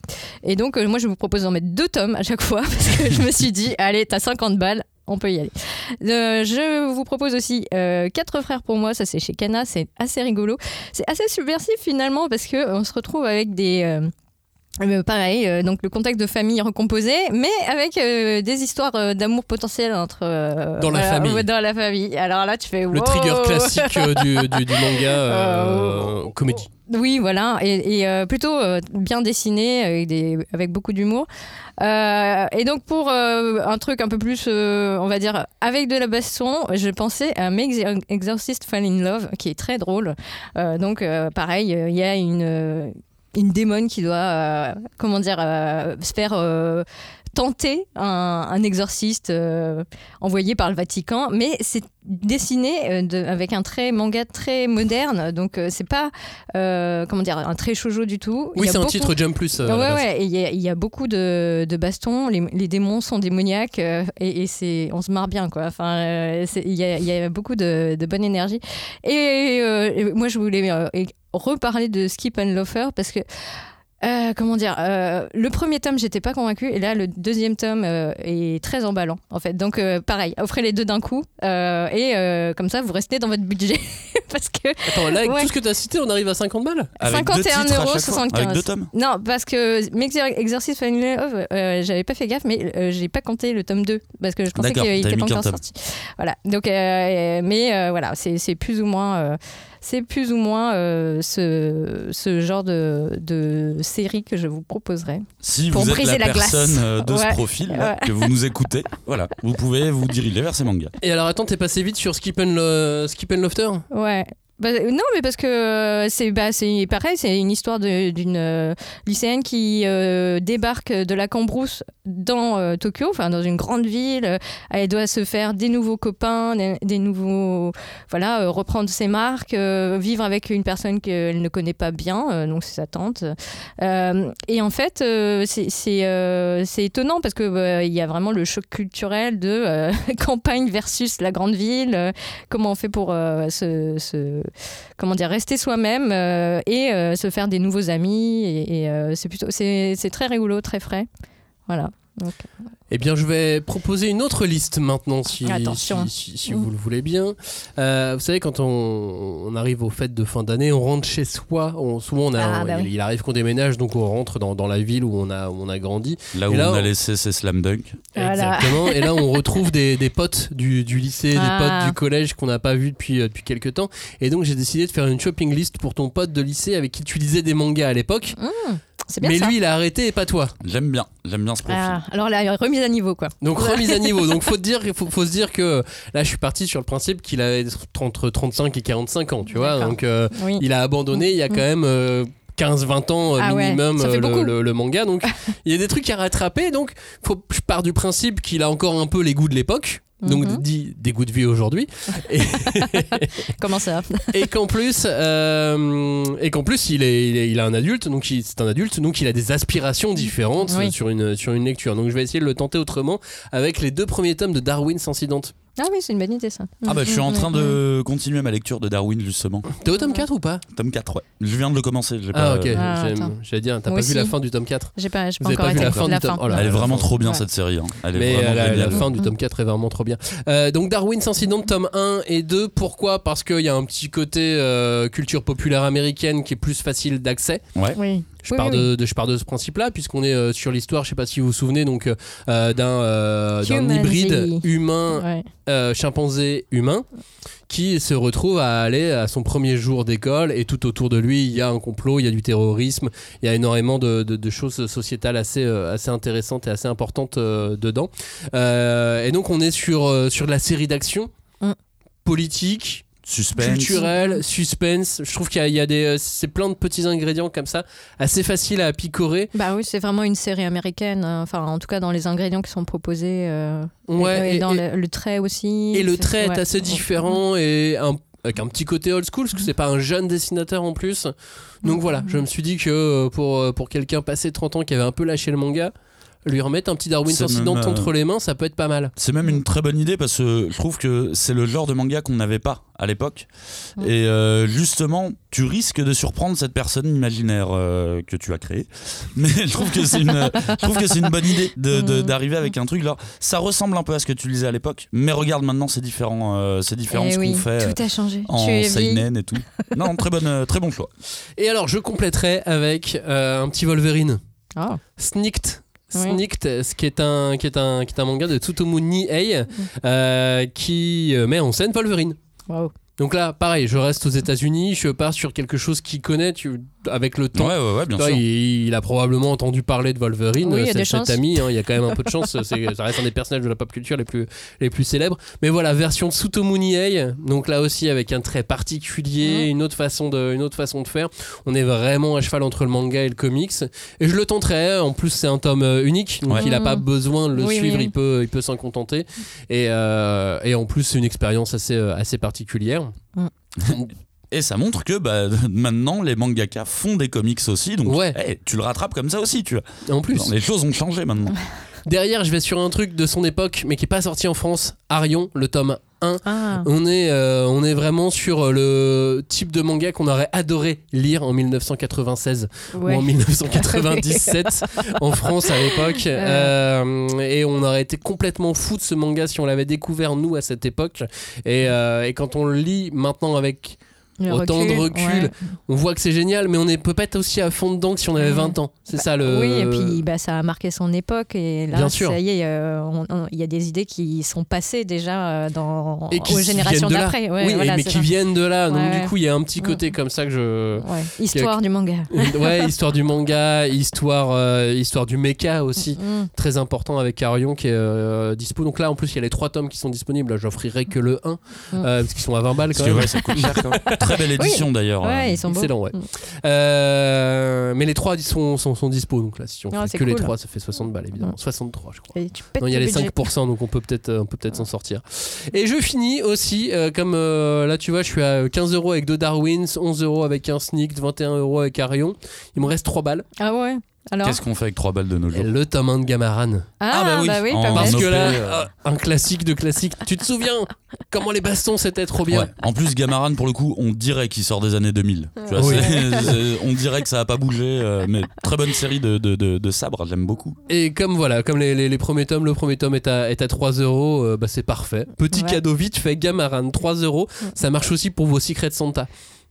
S2: Et donc, euh, moi, je vous propose d'en mettre deux tomes à chaque fois, [laughs] parce que je me suis dit, allez, t'as 50 balles, on peut y aller. Euh, je vous propose aussi euh, Quatre frères pour moi, ça c'est chez Cana, c'est assez rigolo. C'est assez subversif finalement parce que on se retrouve avec des... euh, euh, pareil, euh, donc le contexte de famille recomposé, mais avec euh, des histoires euh, d'amour potentiel entre euh,
S1: Dans la
S2: voilà,
S1: famille.
S2: ouais, [laughs] Dans la famille. Alors là, tu fais
S1: Le
S2: wow.
S1: trigger classique euh, du, du- du manga euh,
S2: [laughs] Euh,
S1: comédie.
S2: Oui, voilà, et, et, euh, plutôt euh, bien dessiné avec, des, avec beaucoup d'humour. Euh, et donc pour euh, un truc un peu plus, euh, on va dire, avec de la baston, je pensais à Make the Exorcist Fall in Love, qui est très drôle. Euh, donc euh, pareil, euh, il y a une, euh, une démon qui doit, euh, comment dire, euh, se faire... euh, tenter un, un exorciste euh, envoyé par le Vatican, mais c'est dessiné euh, de- avec un trait manga très moderne, donc euh, c'est pas euh, comment dire un trait shoujo du tout. Il
S1: Oui,
S2: y a
S1: c'est un
S2: beaucoup-
S1: titre Jump Plus. euh, à
S2: Ouais,
S1: la base.
S2: ouais, et il y, a- il y a beaucoup de, de bastons, les, les démons sont démoniaques euh, et, et c'est, on se marre bien, quoi. Enfin, euh, c'est- il y, a- il y a beaucoup de, de bonne énergie. Et, euh, et moi, je voulais euh, et- reparler de Skip and Loafer parce que. euh, comment dire euh, Le premier tome, j'étais pas convaincue, et là, le deuxième tome euh, est très emballant, en fait. Donc, euh, pareil, offrez les deux d'un coup, euh, et euh, comme ça, vous restez dans votre budget. [laughs] parce que
S1: Attends, là, avec
S2: Ouais.
S1: tout ce que t'as cité, on arrive à 50 balles
S3: Avec deux
S2: 51
S3: titres à
S2: euros
S3: chaque fois,
S2: 75.
S3: Avec deux tomes
S2: Non, parce que Mixer Exercice Family Love, euh, j'avais pas fait gaffe, mais euh, j'ai pas compté le tome 2 parce que je pensais
S3: D'accord,
S2: qu'il
S3: t'avais
S2: était
S3: mis
S2: pas
S3: qu'un
S2: encore
S3: tome.
S2: sorti. Voilà. Donc, euh, mais euh, voilà, c'est c'est plus ou moins, euh, c'est plus ou moins euh, ce, ce genre de, de série que je vous proposerai.
S3: Si
S2: Pour
S3: vous êtes
S2: briser
S3: la,
S2: la glace.
S3: personne euh, de ce
S2: Ouais.
S3: profil là,
S2: Ouais.
S3: que vous nous écoutez, voilà, vous pouvez vous diriger vers ces mangas.
S1: Et alors, attends, t'es passé vite sur Skip and, Lo- Skip and Lofter
S2: Ouais. Bah, euh, non, mais parce que euh, c'est bah, c'est pareil, c'est une histoire de- d'une euh, lycéenne qui euh, débarque de la cambrousse dans euh, Tokyo, enfin dans une grande ville. Elle doit se faire des nouveaux copains, des, des nouveaux. Voilà, euh, reprendre ses marques, euh, vivre avec une personne qu'elle ne connaît pas bien, euh, donc c'est sa tante. Euh, et en fait, euh, c'est c'est, euh, c'est étonnant parce qu'il y a vraiment le choc culturel de euh, [laughs] campagne versus la grande ville comment on fait pour euh, se, se- comment dire rester soi-même euh, et euh, se faire des nouveaux amis et, et, euh, c'est plutôt c'est c'est très rigolo très frais voilà donc
S1: Eh bien, je vais proposer une autre liste maintenant, si,
S2: Attention.
S1: si, si- si vous le voulez bien. Euh, vous savez, quand on, on arrive aux fêtes de fin d'année, on rentre chez soi. On, souvent, on a,
S2: Ah,
S1: on-
S2: bah
S1: il,
S2: oui.
S1: il arrive qu'on déménage, donc on rentre dans, dans la ville où on a, où on a grandi.
S3: Là où
S1: Et là,
S3: on
S1: on-
S3: a laissé ces slam dunk.
S2: Voilà.
S1: Exactement. Et là, on retrouve des, des potes du, du lycée, des
S2: Ah.
S1: potes du collège qu'on n'a pas vu depuis, euh, depuis quelques temps. Et donc, j'ai décidé de faire une shopping list pour ton pote de lycée avec qui tu lisais des mangas à l'époque.
S2: c'est bien
S1: Mais
S2: ça
S1: lui, il a arrêté et pas toi.
S3: J'aime bien, j'aime bien ce profil.
S2: Ah, alors la remise à niveau quoi
S1: Donc remise à niveau. Donc
S2: [laughs]
S1: faut te dire, faut, faut se dire que là je suis parti sur le principe qu'il avait entre 35 et 45 ans, tu vois.
S2: D'accord.
S1: Donc euh,
S2: oui
S1: il a abandonné il y a quand même 15-20 ans euh,
S2: Ah ouais,
S1: minimum
S2: ça fait
S1: euh, le,
S2: beaucoup.
S1: le- le manga.
S2: [laughs]
S1: Donc il y a des trucs à rattraper. Donc faut, je pars du principe qu'il a encore un peu les goûts de l'époque. donc
S2: Mhm.
S1: dit des goûts de vie aujourd'hui, et,
S2: Comment ça
S1: [laughs] et qu'en plus, euh, et qu'en plus il est, il est- il a un adulte, donc il- c'est un adulte, donc il a des aspirations différentes
S2: Oui.
S1: euh, sur une sur une lecture. Donc je vais essayer de le tenter autrement avec les deux premiers tomes de Darwin sans Sidente.
S2: Ah oui, c'est une bonne idée ça. Mm-hmm.
S3: Ah bah je
S2: Mm,
S3: suis en train de continuer ma lecture de Darwin justement.
S1: T'es au tome 4 ou pas
S3: Tome 4, ouais. Je viens de le commencer. j'ai
S1: Ah
S3: pas-
S1: ok,
S2: Ah,
S1: J'aime-
S2: attends.
S1: j'allais dire, t'as
S2: Moi
S1: pas vu la
S2: aussi.
S1: fin du tome 4
S2: J'ai pas, j'ai
S1: Vous
S2: pas
S1: avez
S2: encore
S1: pas vu
S2: été
S1: la fin du tome Oh là
S3: Elle est
S1: la
S3: vraiment
S1: fin.
S3: trop bien
S2: Bah, Ouais.
S3: cette série. hein. Elle est
S1: Mais
S3: vraiment
S1: euh, la, la
S3: géniale.
S1: fin du tome 4 est vraiment trop bien. Euh, donc Darwin sans Sidon, tome 1 et 2. Pourquoi Parce qu'il y a un petit côté euh, culture populaire américaine qui est plus facile d'accès.
S2: Oui.
S1: Je,
S2: Oui,
S1: pars
S2: oui,
S1: de, de- je pars de ce principe-là, puisqu'on est euh, sur l'histoire, je sais pas si vous vous souvenez, donc euh, d'un euh, d'un
S2: Humanzy.
S1: hybride humain,
S2: Ouais.
S1: euh, chimpanzé, humain, qui se retrouve à aller à son premier jour d'école, et tout autour de lui, il y a un complot, il y a du terrorisme, il y a énormément de, de- de choses sociétales assez, euh, assez intéressantes et assez importantes euh, dedans. Euh, et donc on est sur, euh, sur de la série d'actions
S2: Mm.
S1: politique
S3: Suspense.
S1: culturel, suspense. Je trouve qu'il y a, il y a des, euh, c'est plein de petits ingrédients comme ça, assez facile à picorer.
S2: Bah oui, c'est vraiment une série américaine. hein. Enfin, en tout cas, dans les ingrédients qui sont proposés. euh,
S1: Ouais.
S2: et,
S1: et,
S2: dans
S1: et-
S2: le, le trait aussi.
S1: et le
S2: C'est-
S1: trait
S2: ouais. Eh
S1: est assez différent et un- avec un petit côté old school, parce que c'est pas un jeune dessinateur en plus. Donc voilà, je me suis dit que euh, pour, euh, pour quelqu'un passé 30 ans qui avait un peu lâché le manga, lui remettre un petit Darwin
S3: C'est
S1: sans
S3: même,
S1: Sidente
S3: euh,
S1: entre les mains, ça peut être pas mal.
S3: C'est même une très bonne idée parce que je trouve que c'est le genre de manga qu'on n'avait pas à l'époque.
S2: Mm.
S3: Et euh, justement, tu risques de surprendre cette personne imaginaire euh, que tu as créée. [laughs] Mais je trouve que c'est une, je trouve que c'est une bonne idée de- de-
S2: Mm.
S3: d'arriver avec un truc. Là, ça ressemble un peu à ce que tu lisais à l'époque, mais regarde maintenant, c'est différent, euh, c'est différent
S2: Eh
S3: ce
S2: oui,
S3: qu'on fait. euh,
S1: euh,
S2: Tout a changé. tu
S3: En
S2: es vieille.
S3: seinen et tout. Non, très, bonne, euh, très bon choix.
S1: Et alors, je compléterai avec euh, un petit Wolverine.
S2: Ah.
S1: Snicked.
S2: Ouais.
S1: Snicked, ce qui est un qui est un qui est un manga de Tsutomu Nihei euh, qui euh, met en scène Wolverine.
S2: Wow.
S1: Donc là, pareil, je reste aux États-Unis, je pars sur quelque chose qu'il connaît tu, avec le temps.
S3: Ouais, ouais, ouais, bien
S1: Toi,
S3: sûr.
S1: il, il a probablement entendu parler de Wolverine,
S2: Oui, il y a
S1: c'est
S2: des
S1: cet
S2: chances.
S1: ami, hein, il y a quand même un peu de chance, c'est- ça reste un des personnages de la pop culture les plus, les plus célèbres. Mais voilà, version de Tsutomu Nihei, donc là aussi avec un trait particulier,
S2: Mhm.
S1: une, autre façon de, une autre façon de faire. On est vraiment à cheval entre le manga et le comics. Et je le tenterai, hein. en plus c'est un tome euh, unique, donc
S3: Ouais.
S1: il n'a
S2: Mhm.
S1: pas besoin de le
S2: Oui,
S1: suivre,
S2: oui, oui.
S1: il peut, il peut s'en contenter. Et, euh, et en plus c'est une expérience assez, euh, assez particulière.
S3: Et ça montre que bah, [laughs] maintenant, les mangaka font des comics aussi. Donc,
S1: Ouais.
S3: hey, tu le rattrapes comme ça aussi. Tu vois.
S1: En plus...
S3: Non, les choses ont changé maintenant.
S1: Derrière, je vais sur un truc de son époque, mais qui n'est pas sorti en France. Arion, le tome 1.
S2: Ah.
S1: On est, euh, on est vraiment sur le type de manga qu'on aurait adoré lire en 1996
S2: Ouais.
S1: ou en 1997
S2: [laughs]
S1: en France à l'époque. Euh, et on aurait été complètement fou de ce manga si on l'avait découvert nous à cette époque. Et, euh, et quand on le lit maintenant avec...
S2: Le
S1: Autant de recul.
S2: ouais.
S1: On voit que c'est génial, mais on ne peut pas être aussi à fond dedans que si on avait
S2: Ouais. Bah,
S1: 20 ans. C'est ça le...
S2: Oui, et puis bah, ça a marqué son époque. Et là,
S1: euh, Bien sûr.
S2: ça y est, euh, on- on- il y a des idées qui sont passées déjà euh, dans,
S1: Et qui
S2: aux
S1: viennent
S2: générations
S1: de là.
S2: d'après. Ouais,
S1: oui, et-
S2: voilà,
S1: mais
S2: c'est
S1: qui
S2: ça.
S1: viennent de là. Donc,
S2: Ouais,
S1: du
S2: ouais.
S1: coup, il y a un petit côté comme ça que je. [laughs]
S2: Ouais. Histoire du manga.
S1: ouais, histoire du manga, histoire, euh, histoire du mecha aussi.
S2: Mm.
S1: Très important avec Arion qui est euh, dispo. Donc là, en plus, il y a les trois tomes qui sont disponibles. Là, J'offrirai que le 1,
S2: Mm.
S1: euh, parce qu'ils sont à 20 balles
S3: Parce
S1: quand
S3: que
S1: même.
S3: ouais, ça coûte cher quand même. Très belle édition d'ailleurs. euh,
S2: Ouais, ils sont beaux.
S1: Oh, Excellent, ouais.
S2: Mm.
S1: Euh, mais les trois sont, sont, sont dispo. Donc là, si on
S2: Ah,
S1: fait que
S2: c'est
S1: les
S2: cool. Mm.
S1: trois, ça fait 60 balles évidemment. 63, je crois.
S2: Et tu pètes
S1: Non, il y a
S2: le
S1: les
S2: budget. Ah.
S1: 5%, donc on peut peut-être peut peut s'en sortir. Et je finis aussi, euh, comme euh, là tu vois, je suis à 15 euros avec deux Darwins, 11 euros avec un Snick, 21 euros avec Arion. Il me reste 3 balles.
S2: Ah ouais. Alors.
S3: Qu'est-ce qu'on fait avec 3 balles de nos
S1: Et
S3: jours
S1: le tome 1 de Gamaran.
S2: Ah,
S3: bah oui.
S2: oui,
S3: En-
S2: pas
S1: Parce
S2: mal.
S3: OP,
S1: que là,
S3: euh.
S1: euh, un classique de classique. Tu te souviens [laughs] comment les bastons c'était trop bien
S3: Ouais. En plus, Gamaran, pour le coup, on dirait qu'il sort des années 2000. Tu vois,
S1: Oui.
S3: c'est- c'est- on dirait que ça a pas bougé. euh, mais très bonne série de, de, de, de sabres, j'aime beaucoup.
S1: Et comme voilà, comme les, les- les premiers tomes, le premier tome est à, est à 3 euros, euh, bah c'est parfait. Petit
S2: Ouais. Mm.
S1: cadeau vite fait, Gamaran, 3 euros. Ça marche aussi pour vos Secrets Santa.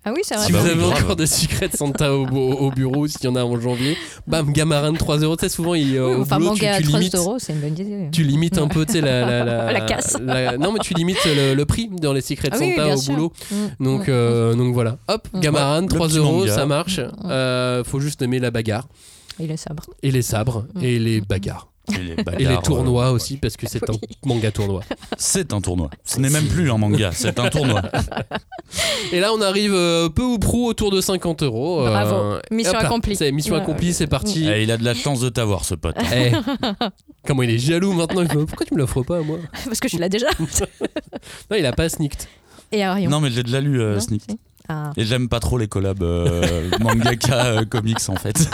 S2: Ah oui, c'est vrai.
S1: Si
S3: bah
S1: vous
S3: oui,
S1: avez
S3: grave.
S1: encore des secrets de Santa au, au, au bureau, s'il y en a en janvier, bam, Gamaran 3 euros. Tu sais, souvent, il, euh,
S2: Oui,
S1: au
S2: enfin,
S1: boulot,
S2: manga à
S1: tu, tu
S2: 3
S1: limites,
S2: euros, c'est une bonne idée.
S1: tu limites un peu tu sais, la, la,
S2: [laughs] La casse.
S1: la- non, mais tu limites le, le prix dans les secrets de
S2: Ah oui, oui,
S1: Santa
S2: bien
S1: au
S2: sûr.
S1: boulot.
S2: Mm.
S1: Donc, euh, donc voilà, hop, Gamaran,
S3: Ouais, le
S1: 3
S3: petit
S1: euros,
S3: manga.
S1: ça
S2: Mm.
S1: marche. Euh, faut juste aimer la bagarre
S2: Il est sabre. [laughs]
S1: et les sabres
S2: Mm.
S1: et les bagarres.
S3: Et les, bagarres,
S1: Et les
S3: euh,
S1: tournois aussi, parce que c'est un manga
S2: [laughs]
S1: tournoi.
S3: C'est un tournoi. Ce n'est même plus un manga, c'est un
S1: [laughs]
S3: tournoi.
S1: Et là, on arrive euh, peu ou prou autour de 50 euros. euh,
S2: Bravo. Mission
S1: hop là,
S2: accomplie.
S1: C'est mission
S2: Ouais, Mm.
S1: accomplie,
S2: ouais.
S1: c'est parti.
S3: Eh, il a de la chance de t'avoir, ce pote.
S1: Eh, Comment il est jaloux maintenant il fait, Pourquoi tu me l'offres pas, moi
S2: Parce que je suis
S1: [laughs]
S2: là déjà.
S1: Non, il a pas snicked.
S2: Et Arion.
S3: Non, mais j'ai déjà lu euh,
S2: Non,
S3: Sneak.
S2: si. Ah.
S3: Et j'aime pas trop les
S2: [laughs]
S3: collabs euh, mangaka euh, comics en fait.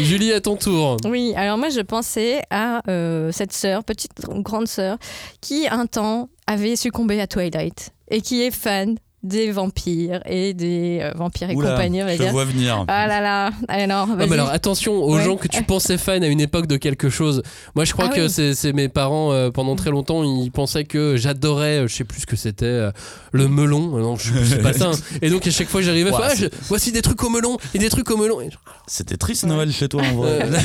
S1: Julie, à ton tour.
S2: Oui, alors moi je pensais à euh, cette sœur, petite ou grande sœur, qui un temps avait succombé à Twilight et qui est fan des vampires et des euh, vampires et
S3: Oula,
S2: compagnie, on va
S3: je te
S2: dire.
S3: vois venir.
S2: Ah là là, alors
S1: Non,
S2: vas-y.
S1: mais alors attention aux
S2: Ouais.
S1: gens que tu pensais fans à une époque de quelque chose. Moi, je crois
S2: Ah
S1: que
S2: oui.
S1: c'est c'est mes parents euh, pendant très longtemps, ils pensaient que j'adorais, euh, je sais plus ce que c'était, euh, le melon. Euh, Non, je sais pas ça. hein.
S2: [laughs]
S1: Et donc à chaque fois, j'arrivais, à
S3: Ouah,
S1: faire, ah, je- voici des trucs au melon et des trucs au melon. Et je-
S3: C'était triste Noël chez toi en vrai. [laughs]
S1: Euh,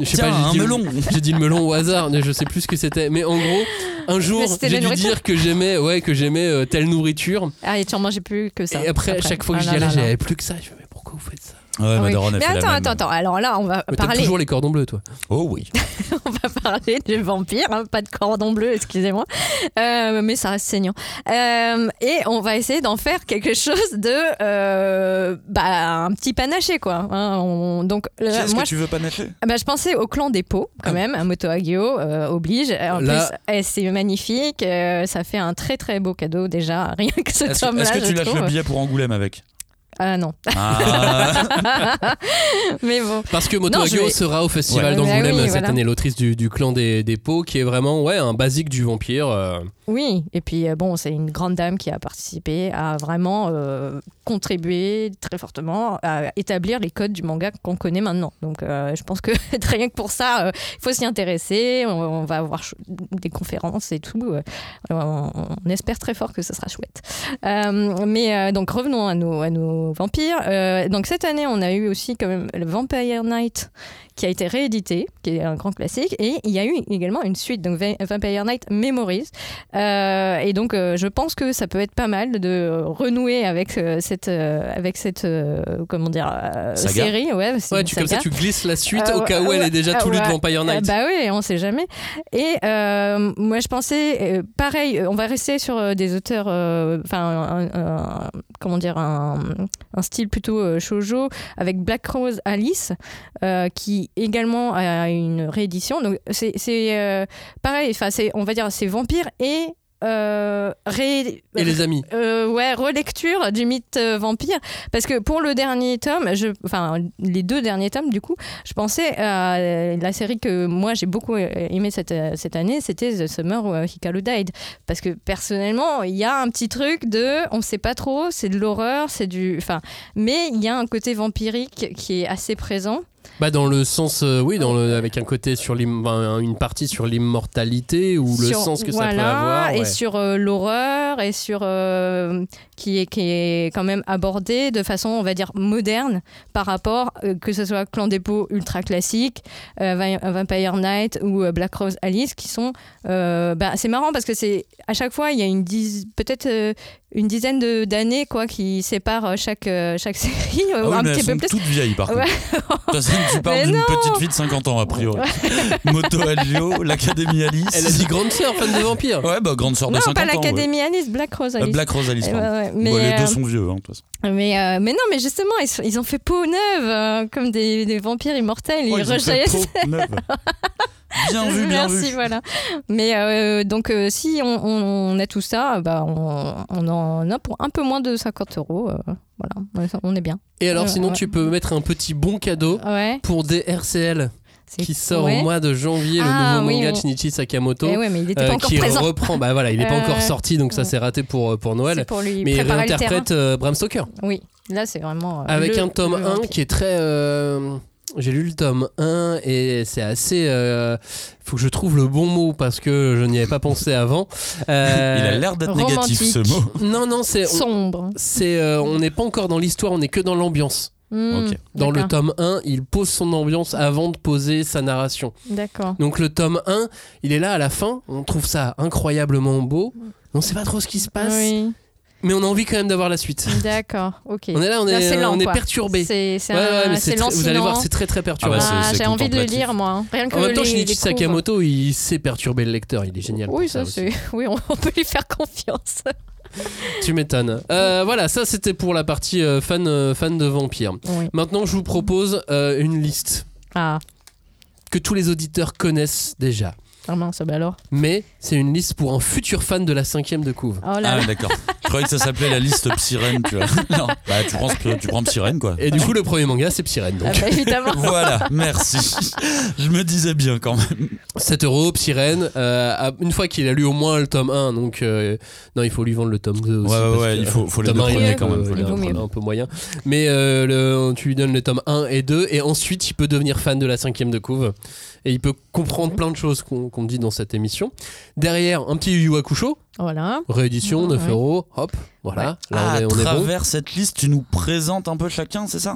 S1: je sais
S3: Tiens,
S1: pas, j'ai
S3: un
S1: dit-
S3: melon.
S1: [laughs] J'ai dit le melon au hasard, mais je sais plus ce que c'était. Mais en gros, un jour,
S2: Mais c'était de
S1: j'ai
S2: la
S1: dû
S2: nourriture.
S1: dire que j'aimais, ouais, que j'aimais euh, telle nourriture.
S2: Ah, et tu en mangeais plus que ça.
S1: Et après, à chaque fois que
S2: Ah
S1: j'y
S2: là
S1: allais,
S2: là là.
S1: j'avais plus que ça. Je me mais pourquoi vous faites ça
S3: Ouais,
S2: Ah
S3: ma
S2: oui.
S3: daronne a
S2: Mais
S3: fait la
S2: attends,
S3: même.
S2: attends, Euh, attends. Alors là, on va
S1: Mais t'aimes
S2: parler.
S1: toujours les cordons bleus, toi.
S3: Oh oui.
S2: [laughs] on va parler du vampire, hein, pas de cordon bleu, excusez-moi, Euh, mais ça reste saignant. Euh, et on va essayer d'en faire quelque chose de euh, bah, un petit panaché, quoi. hein. On- donc, euh,
S3: Qu'est-ce
S2: moi,
S3: que tu Ah. veux pas nager
S2: [laughs] je, bah, je pensais au clan des pots, quand même, un moto agio euh, oblige. En
S1: Là-
S2: plus, eh, c'est magnifique, euh, ça fait un très très beau cadeau déjà, [laughs] rien que cet
S3: Est-ce que,
S2: homme-là.
S3: est-ce que
S2: je
S3: tu lâches
S2: trouve.
S3: le billet pour
S2: [laughs]
S3: Angoulême avec
S2: Ah non,
S3: Ah,
S2: mais bon.
S1: Parce que Moto
S2: Non, je
S1: Hagio
S2: vais-
S1: sera au festival
S2: Ouais.
S1: d'Angoulême
S2: Bah oui,
S1: cette
S2: voilà.
S1: année, l'autrice du, du clan des, des pots, qui est vraiment ouais, un basique du vampire. euh.
S2: Oui, et puis euh, bon, c'est une grande dame qui a participé à vraiment euh, contribuer très fortement à établir les codes du manga qu'on connaît maintenant. Donc euh, je pense que [laughs] rien que pour ça, euh, il faut s'y intéresser. On, on va avoir chou- des conférences et tout. Euh, on, on espère très fort que ce sera chouette. Euh, mais euh, donc revenons à nos, à nos vampires. Euh, donc cette année, on a eu aussi quand même le Vampire Night qui a été réédité, qui est un grand classique. Et il y a eu également une suite, donc Va- Vampire Night Memories. Euh, et donc, euh, je pense que ça peut être pas mal de euh, renouer avec euh, cette, euh, avec cette, euh, comment dire, euh,
S3: Saga.
S2: série. Ouais, c'est
S1: Ouais,
S2: une
S1: tu, comme ça,
S2: saga.
S1: tu glisses la suite
S2: Ah
S1: au cas où
S2: ouais,
S1: elle est déjà
S2: ah
S1: toulouse de
S2: ouais.
S1: Vampire
S2: Ah
S1: Night.
S2: bah oui, on sait jamais. Et euh, moi, je pensais, euh, pareil, euh, on va rester sur euh, des auteurs, euh, enfin, un- un- comment dire, un, un style plutôt euh, shoujo, avec Black Rose Alice, euh, qui également a une réédition. Donc, c'est c'est, euh, pareil, enfin, c'est- on va dire, c'est vampire et. Euh, ré-
S1: Et les amis.
S2: euh, ouais, relecture du mythe euh, vampire. Parce que pour le dernier tome, je, enfin, les deux derniers tomes, du coup, je pensais à euh, la série que moi j'ai beaucoup euh, aimé cette, euh, cette année, c'était The Summer Where Hikaru Died. Parce que personnellement, il y a un petit truc de. On sait pas trop, c'est de l'horreur, c'est du. Enfin, mais il y a un côté vampirique qui est assez présent.
S1: Bah, dans le sens, euh, oui, dans le, avec un côté sur l'im- ben, une partie sur l'immortalité ou le
S2: Sur-
S1: sens que ça peut
S2: voilà,
S1: avoir. ouais.
S2: Et sur euh, l'horreur, et sur. euh, qui, est, qui est quand même abordé de façon, on va dire, moderne par rapport, euh, que ce soit Clan Dépôt ultra classique, euh, Vi- Vampire Night ou euh, Black Rose Alice, qui sont. euh, bah, c'est marrant parce que c'est. À chaque fois, il y a une diz- peut-être. euh, une dizaine de- d'années quoi qui séparent euh, chaque, euh, chaque [laughs] série
S3: Ah
S2: euh,
S3: oui,
S2: un
S3: mais
S2: petit
S3: elles
S2: peu
S3: sont
S2: plus
S3: toutes vieilles par
S2: Ouais.
S3: contre. De toute façon,
S2: [laughs]
S3: tu
S2: Mais
S3: parles d'une
S2: non.
S3: petite fille de 50 ans
S2: [laughs]
S3: a priori. Moto Algio, l'Académie Alice.
S1: Elle a dit grande sœur, fan de
S2: [laughs]
S1: vampire.
S3: Ouais, bah grande sœur de
S2: non
S3: 50
S2: pas
S3: ans. ouais.
S2: l'académie Alice Black Rose
S3: Euh,
S2: Alice
S3: Black Rose Alice.
S2: Eh
S3: pardon.
S2: ouais, ouais,
S3: Bon,
S2: mais,
S3: les deux
S2: euh,
S3: sont vieux, hein, de toute façon.
S2: Mais, euh, mais non, mais justement, ils, sont- ils ont fait peau neuve, euh, comme des, des vampires immortels.
S3: Oh,
S2: ils
S3: ils ont fait
S2: rejaillissent.
S1: [laughs]
S3: peau neuve. Bien vu, bien
S2: Merci,
S3: vu.
S2: voilà. Mais euh, donc, euh, si on, on- on a tout ça, bah, on, on en a pour un peu moins de 50 euros. euh, voilà, on est- on est bien.
S1: Et alors,
S2: Euh,
S1: sinon,
S2: ouais.
S1: tu peux mettre un petit bon cadeau
S2: Ouais.
S1: pour DRCL
S2: c'est-
S1: qui sort
S2: ouais.
S1: au mois de janvier,
S2: Ah,
S1: le nouveau
S2: oui,
S1: manga
S2: on-
S1: Shinichi Sakamoto.
S2: Eh ouais, mais il n'était pas
S1: euh,
S2: encore
S1: qui
S2: présent.
S1: reprend, bah voilà, il n'est pas
S2: Euh,
S1: encore sorti donc ça
S2: ouais.
S1: c'est raté pour, euh, pour Noël.
S2: C'est pour lui
S1: Mais il
S2: préparer le terrain.
S1: réinterprète euh, Bram Stoker.
S2: Oui, là, c'est vraiment. euh,
S1: Avec
S2: le-
S1: un tome
S2: le
S1: 1
S2: vampire.
S1: qui est très. euh, J'ai lu le tome 1 et c'est assez. euh, faut que je trouve le bon mot parce que je n'y avais pas pensé
S2: [laughs]
S1: avant. Euh,
S3: Il a l'air d'être négatif ce
S2: romantique.
S3: mot.
S1: Non, non, c'est. on-
S2: sombre.
S1: C'est euh, on n'est pas encore dans l'histoire, on est que dans l'ambiance.
S2: Hmm,
S3: Ok.
S1: Dans le
S2: d'accord,
S1: tome 1, il pose son ambiance avant de poser sa narration.
S2: D'accord.
S1: Donc le tome 1, il est là à la fin, on trouve ça incroyablement beau. On sait pas trop ce qui se passe.
S2: Oui.
S1: mais on a envie quand même d'avoir la suite.
S2: D'accord, ok.
S1: On est là, on
S2: Là,
S1: est, euh,
S2: c'est lent,
S1: on est
S2: quoi.
S1: perturbé.
S2: C'est c'est
S1: Ouais, ouais,
S2: un-
S1: mais
S2: c'est
S1: c'est très- vous allez voir,
S2: lancinant.
S1: c'est très très perturbant.
S3: Ah bah,
S2: Ah,
S3: c'est- c'est
S2: J'ai envie de le
S3: contemplatif.
S2: lire, moi. hein. Rien que
S1: en même temps,
S2: les-
S1: Shinichi
S2: les cours.
S1: Sakamoto, il sait perturber le lecteur, il est génial.
S2: Oui,
S1: pour
S2: ça,
S1: aussi.
S2: c'est. [laughs] Oui, on on peut lui faire confiance.
S1: Tu m'étonnes. Euh, voilà, ça c'était pour la partie euh, fan, euh, fan de vampires.
S2: Oui.
S1: Maintenant, je vous propose euh, une liste
S2: Ah,
S1: que tous les auditeurs connaissent déjà.
S2: ah mince, bah alors.
S1: Mais c'est une liste pour un futur fan de la cinquième de couve.
S2: Oh là
S3: Ah,
S2: là.
S3: ouais, d'accord. Je croyais que ça s'appelait la liste Psyrène,
S1: [laughs]
S3: tu vois. Non, bah, tu, prends, tu prends Psyrène, quoi.
S1: Et du coup, le premier manga, c'est Psyrene.
S2: Ah
S1: Donc.
S2: bah, évidemment.
S3: Voilà, merci. Je me disais bien quand même.
S1: 7 euros, Psyrene. euh, à- une fois qu'il a lu au moins le tome 1, donc euh, non, il faut lui vendre le tome 2 aussi.
S3: Ouais, ouais,
S1: parce
S3: ouais,
S1: que euh,
S3: il faut- faut les
S1: tome
S3: deux
S1: 1, il est
S3: premiers
S1: un
S3: quand
S1: peu-
S3: même, faut
S1: il
S3: les
S1: est
S2: deux
S1: un peu-
S2: premiers.
S1: un peu moyen. Mais euh, le- tu lui donnes le tome 1 et 2, et ensuite il peut devenir fan de la cinquième de couve. Et il peut comprendre plein de choses qu'on qu'on dit dans cette émission. Derrière, un petit Yu Yu Hakusho,
S2: [laughs] Voilà.
S1: réédition, 9
S2: Ah, Ouais.
S1: euros, hop, voilà. Là,
S3: à
S1: on est, on est bon.
S3: Ah, travers cette liste, tu nous présentes un peu chacun, c'est ça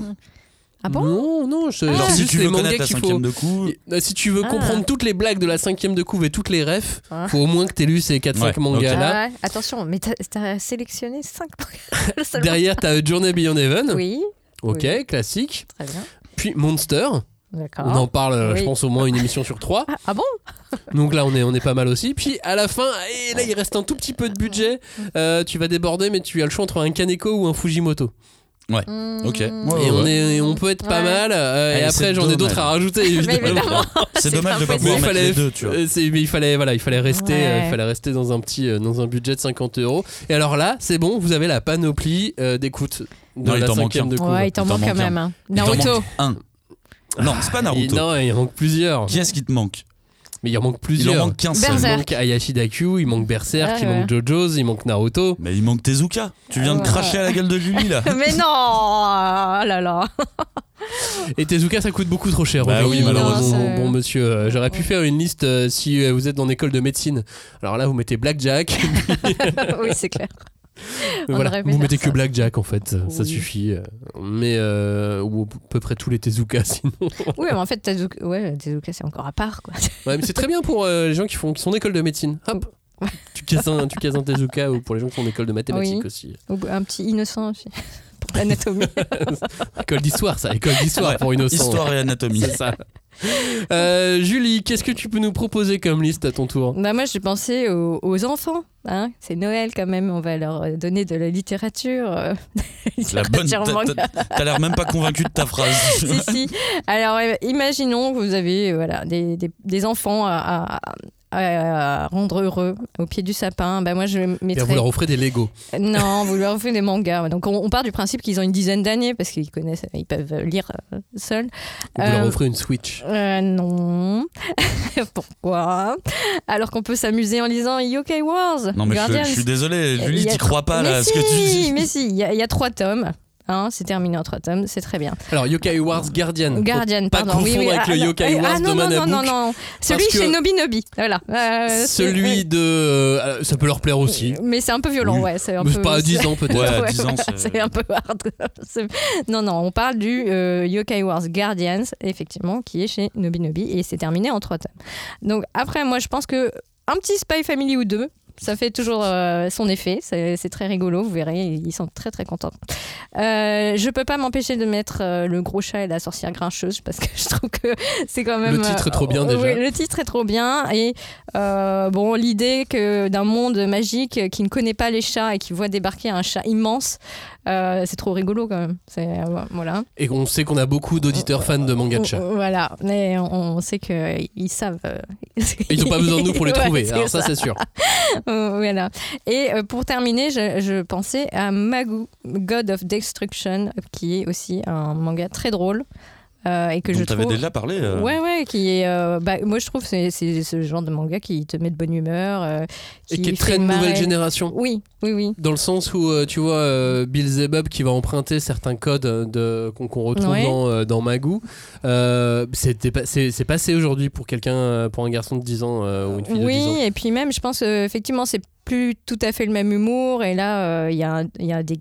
S2: Ah bon
S1: Non, non, c'est
S3: Genre,
S1: c'est
S3: si
S1: juste
S3: tu
S1: les
S3: veux
S1: mangas
S3: connaître la
S1: qu'il faut- hein.
S3: cinquième de coup,
S1: Et- bah, Si tu veux
S2: Ah.
S1: comprendre toutes les blagues de la cinquième de couve et toutes les refs,
S2: Ah.
S1: faut au moins que t'aies lu ces 4-5
S3: Ouais,
S1: mangas
S3: ok.
S1: là.
S2: Ah ouais, Attention, mais t'as- t'as sélectionné [laughs] 5
S1: Derrière, t'as A Journey Beyond Heaven.
S2: Oui,
S1: Ok,
S2: oui.
S1: classique.
S2: très bien.
S1: Puis Monster.
S2: D'accord.
S1: On en parle, euh, je
S2: Ah. Oui.
S1: pense, au moins une émission sur trois.
S2: Ah, ah bon
S1: Donc là, on est, on est pas mal aussi. Puis à la fin, et là, il reste un tout petit peu de budget.
S2: Ah.
S1: Euh, tu vas déborder, mais tu as le choix entre un Kaneko ou un Fujimoto.
S2: Mmh.
S3: ok. Ouais,
S1: et,
S3: ouais,
S1: on
S3: ouais.
S1: est, et on peut être pas
S2: Ouais.
S1: mal. euh, et
S3: Ah,
S1: après,
S3: c'est
S1: j'en ai d'autres
S3: dommage.
S1: à rajouter,
S2: [laughs] [laughs] Mais
S1: évidemment.
S2: évidemment.
S3: C'est
S2: C'est
S3: dommage de pas
S2: impossible.
S3: pouvoir
S1: Il
S3: mettre
S1: fallait-
S3: les deux, tu vois.
S1: Euh, c'est- mais il fallait, voilà, il fallait rester,
S2: Ouais.
S1: euh, il fallait rester dans un petit, euh, dans un budget de 50 euros. Et alors là, c'est bon, vous avez la panoplie euh, d'écoute de
S3: Non, il
S1: la
S3: t'en manque
S1: cinquième
S3: un.
S1: de couve.
S2: Ouais, il t'en
S3: Il t'en
S2: manque quand
S3: manque un.
S2: même. hein.
S3: Il t'en
S2: Naruto.
S3: manque Un. Non, c'est pas
S1: Il-
S3: Naruto.
S1: non, il en manque plusieurs.
S3: Qui est-ce qui te manque
S1: Mais il en manque
S3: Il
S1: plusieurs.
S3: en manque qu'un seul.
S2: Berserk.
S1: Il manque Hayashi Daku, il manque Berserk,
S2: Ouais,
S1: il
S2: ouais.
S1: manque JoJo's, il manque Naruto.
S3: Mais il manque Tezuka. Tu viens de
S2: Ouais.
S3: cracher à la gueule de Julie
S2: [laughs]
S3: là.
S2: Mais non Ah là [laughs] là
S1: Et Tezuka, ça coûte beaucoup trop cher.
S3: Bah
S1: aujourd'hui,
S3: oui,
S1: malheureusement,
S2: non, ça-
S1: bon monsieur, euh, j'aurais pu faire une liste euh, si euh, vous êtes en école de médecine. Alors là, vous mettez Blackjack.
S2: Oui, c'est clair. On
S1: voilà.
S2: aurait pu
S1: Vous
S2: faire
S1: mettez que
S2: ça.
S1: Blackjack en fait, ça
S2: Oui.
S1: suffit. euh, Mais euh, ou à peu près tous les Tezuka [laughs] sinon.
S2: Oui, mais en fait, Tezuka, ouais, Tezuka c'est encore à part, [laughs] quoi.
S1: Ouais, mais c'est très bien pour euh, les gens qui font qui sont d'école de médecine. Hop. Tu cases, un, tu cases un Tezuka ou pour les gens qui font d'école de mathématiques
S2: Oui.
S1: aussi.
S2: Ou Un petit innocent aussi, pour l'anatomie.
S1: École d'histoire, ça. École d'histoire pour innocents.
S3: Histoire et anatomie.
S1: C'est ça. Euh, Julie, qu'est-ce que tu peux nous proposer comme liste à ton tour
S2: bah, moi, j'ai pensé aux, aux enfants. hein. C'est Noël quand même, on va leur donner de la littérature. euh, [laughs]
S3: La bonne.
S2: littérature
S3: t'as-
S2: manga.
S3: t'as- T'as l'air même pas convaincu de ta phrase.
S2: [laughs] si, si. Alors, euh, imaginons que vous avez euh, voilà, des, des- des enfants à, à- à rendre heureux au pied du sapin. Bah, moi, je
S1: Bien,
S2: mettrais...
S1: Vous leur offrez des Lego.
S2: Non, vous leur offrez des mangas. Donc, on, on part du principe qu'ils ont une dizaine d'années, parce qu'ils connaissent, ils peuvent lire euh, seuls.
S1: Ou Vous leur
S2: Euh,
S1: offrez une Switch.
S2: Euh, non. [laughs] Pourquoi Alors qu'on peut s'amuser en lisant Yokai Wars.
S3: Non mais je,
S2: Guardians.
S3: je suis désolé,
S2: Il
S3: Julie,
S2: y a
S3: t'y
S2: trois-
S3: crois pas
S2: mais
S3: là, à
S2: si,
S3: ce que tu dis.
S2: Mais si, il y, a- il y a trois tomes. Hein, c'est terminé en trois tomes, c'est très bien.
S1: Alors, Yokai Wars Guardian.
S2: Guardian,
S1: pas
S2: pardon. oui,
S1: confondre
S2: oui,
S1: avec
S2: ah,
S1: le
S2: non.
S1: Yokai
S2: Ah,
S1: Wars de
S2: non, non, non,
S1: Manabook.
S2: non, non. Celui
S1: Parce que-
S2: chez Nobi Nobi. Voilà. Euh, c'est-
S1: Celui de. euh, ça peut leur plaire aussi.
S2: Mais c'est un peu violent,
S3: Oui.
S2: ouais. C'est un
S1: Mais
S2: peu.
S1: pas à 10 ans peut-être.
S3: Ouais,
S2: [laughs]
S3: à
S2: Ouais,
S3: 10 ans,
S2: voilà,
S3: c'est-
S2: c'est un peu hard. [laughs] C'est- non, non, on parle du euh, Yokai Wars Guardians, effectivement, qui est chez Nobi Nobi et c'est terminé en trois tomes. Donc après, moi, je pense que un petit Spy Family ou deux, ça fait toujours euh, son effet. C'est c'est très rigolo, vous verrez, ils sont très très contents. Euh, je peux pas m'empêcher de mettre euh, le gros chat et la sorcière grincheuse parce que [laughs] je trouve que c'est quand même
S1: Le titre est trop bien, déjà.
S2: oui, le titre est trop bien et euh, bon l'idée que d'un monde magique qui ne connaît pas les chats et qui voit débarquer un chat immense, euh, c'est trop rigolo quand même. C'est euh, voilà.
S1: Et on sait qu'on a beaucoup
S2: Ah.
S1: d'auditeurs fans de manga de chat.
S2: Voilà, mais on sait que ils savent. euh, [laughs]
S1: Et Ils n'ont pas besoin de nous pour les
S2: Ouais,
S1: trouver.
S2: c'est
S1: Alors, ça,
S2: ça.
S1: c'est sûr.
S2: Euh, [laughs] voilà. Et euh, pour terminer, je, je pensais à Magu, God of Destruction, qui est aussi un manga très drôle euh, et que
S3: Dont
S2: je
S3: t'avais
S2: trouve.
S3: déjà parlé. euh,
S2: Ouais, ouais, qui est. euh, bah, moi, je trouve que c'est c'est ce genre de manga qui te met de bonne humeur. euh,
S1: Et qui
S2: fait
S1: est très une
S2: marrer.
S1: nouvelle génération.
S2: Oui, oui, oui.
S1: Dans le sens où euh, tu vois euh, Beelzebub qui va emprunter certains codes euh, de, qu'on, qu'on retrouve
S2: Ouais.
S1: dans, euh, dans Magoo. Euh, c'était pas- c'est, c'est passé aujourd'hui pour quelqu'un, euh, pour un garçon de 10 ans euh, ou une fille de 10
S2: Oui,
S1: ans.
S2: et puis même, je pense, euh, effectivement, c'est plus tout à fait le même humour. Et là, euh, il y, a un- il y a des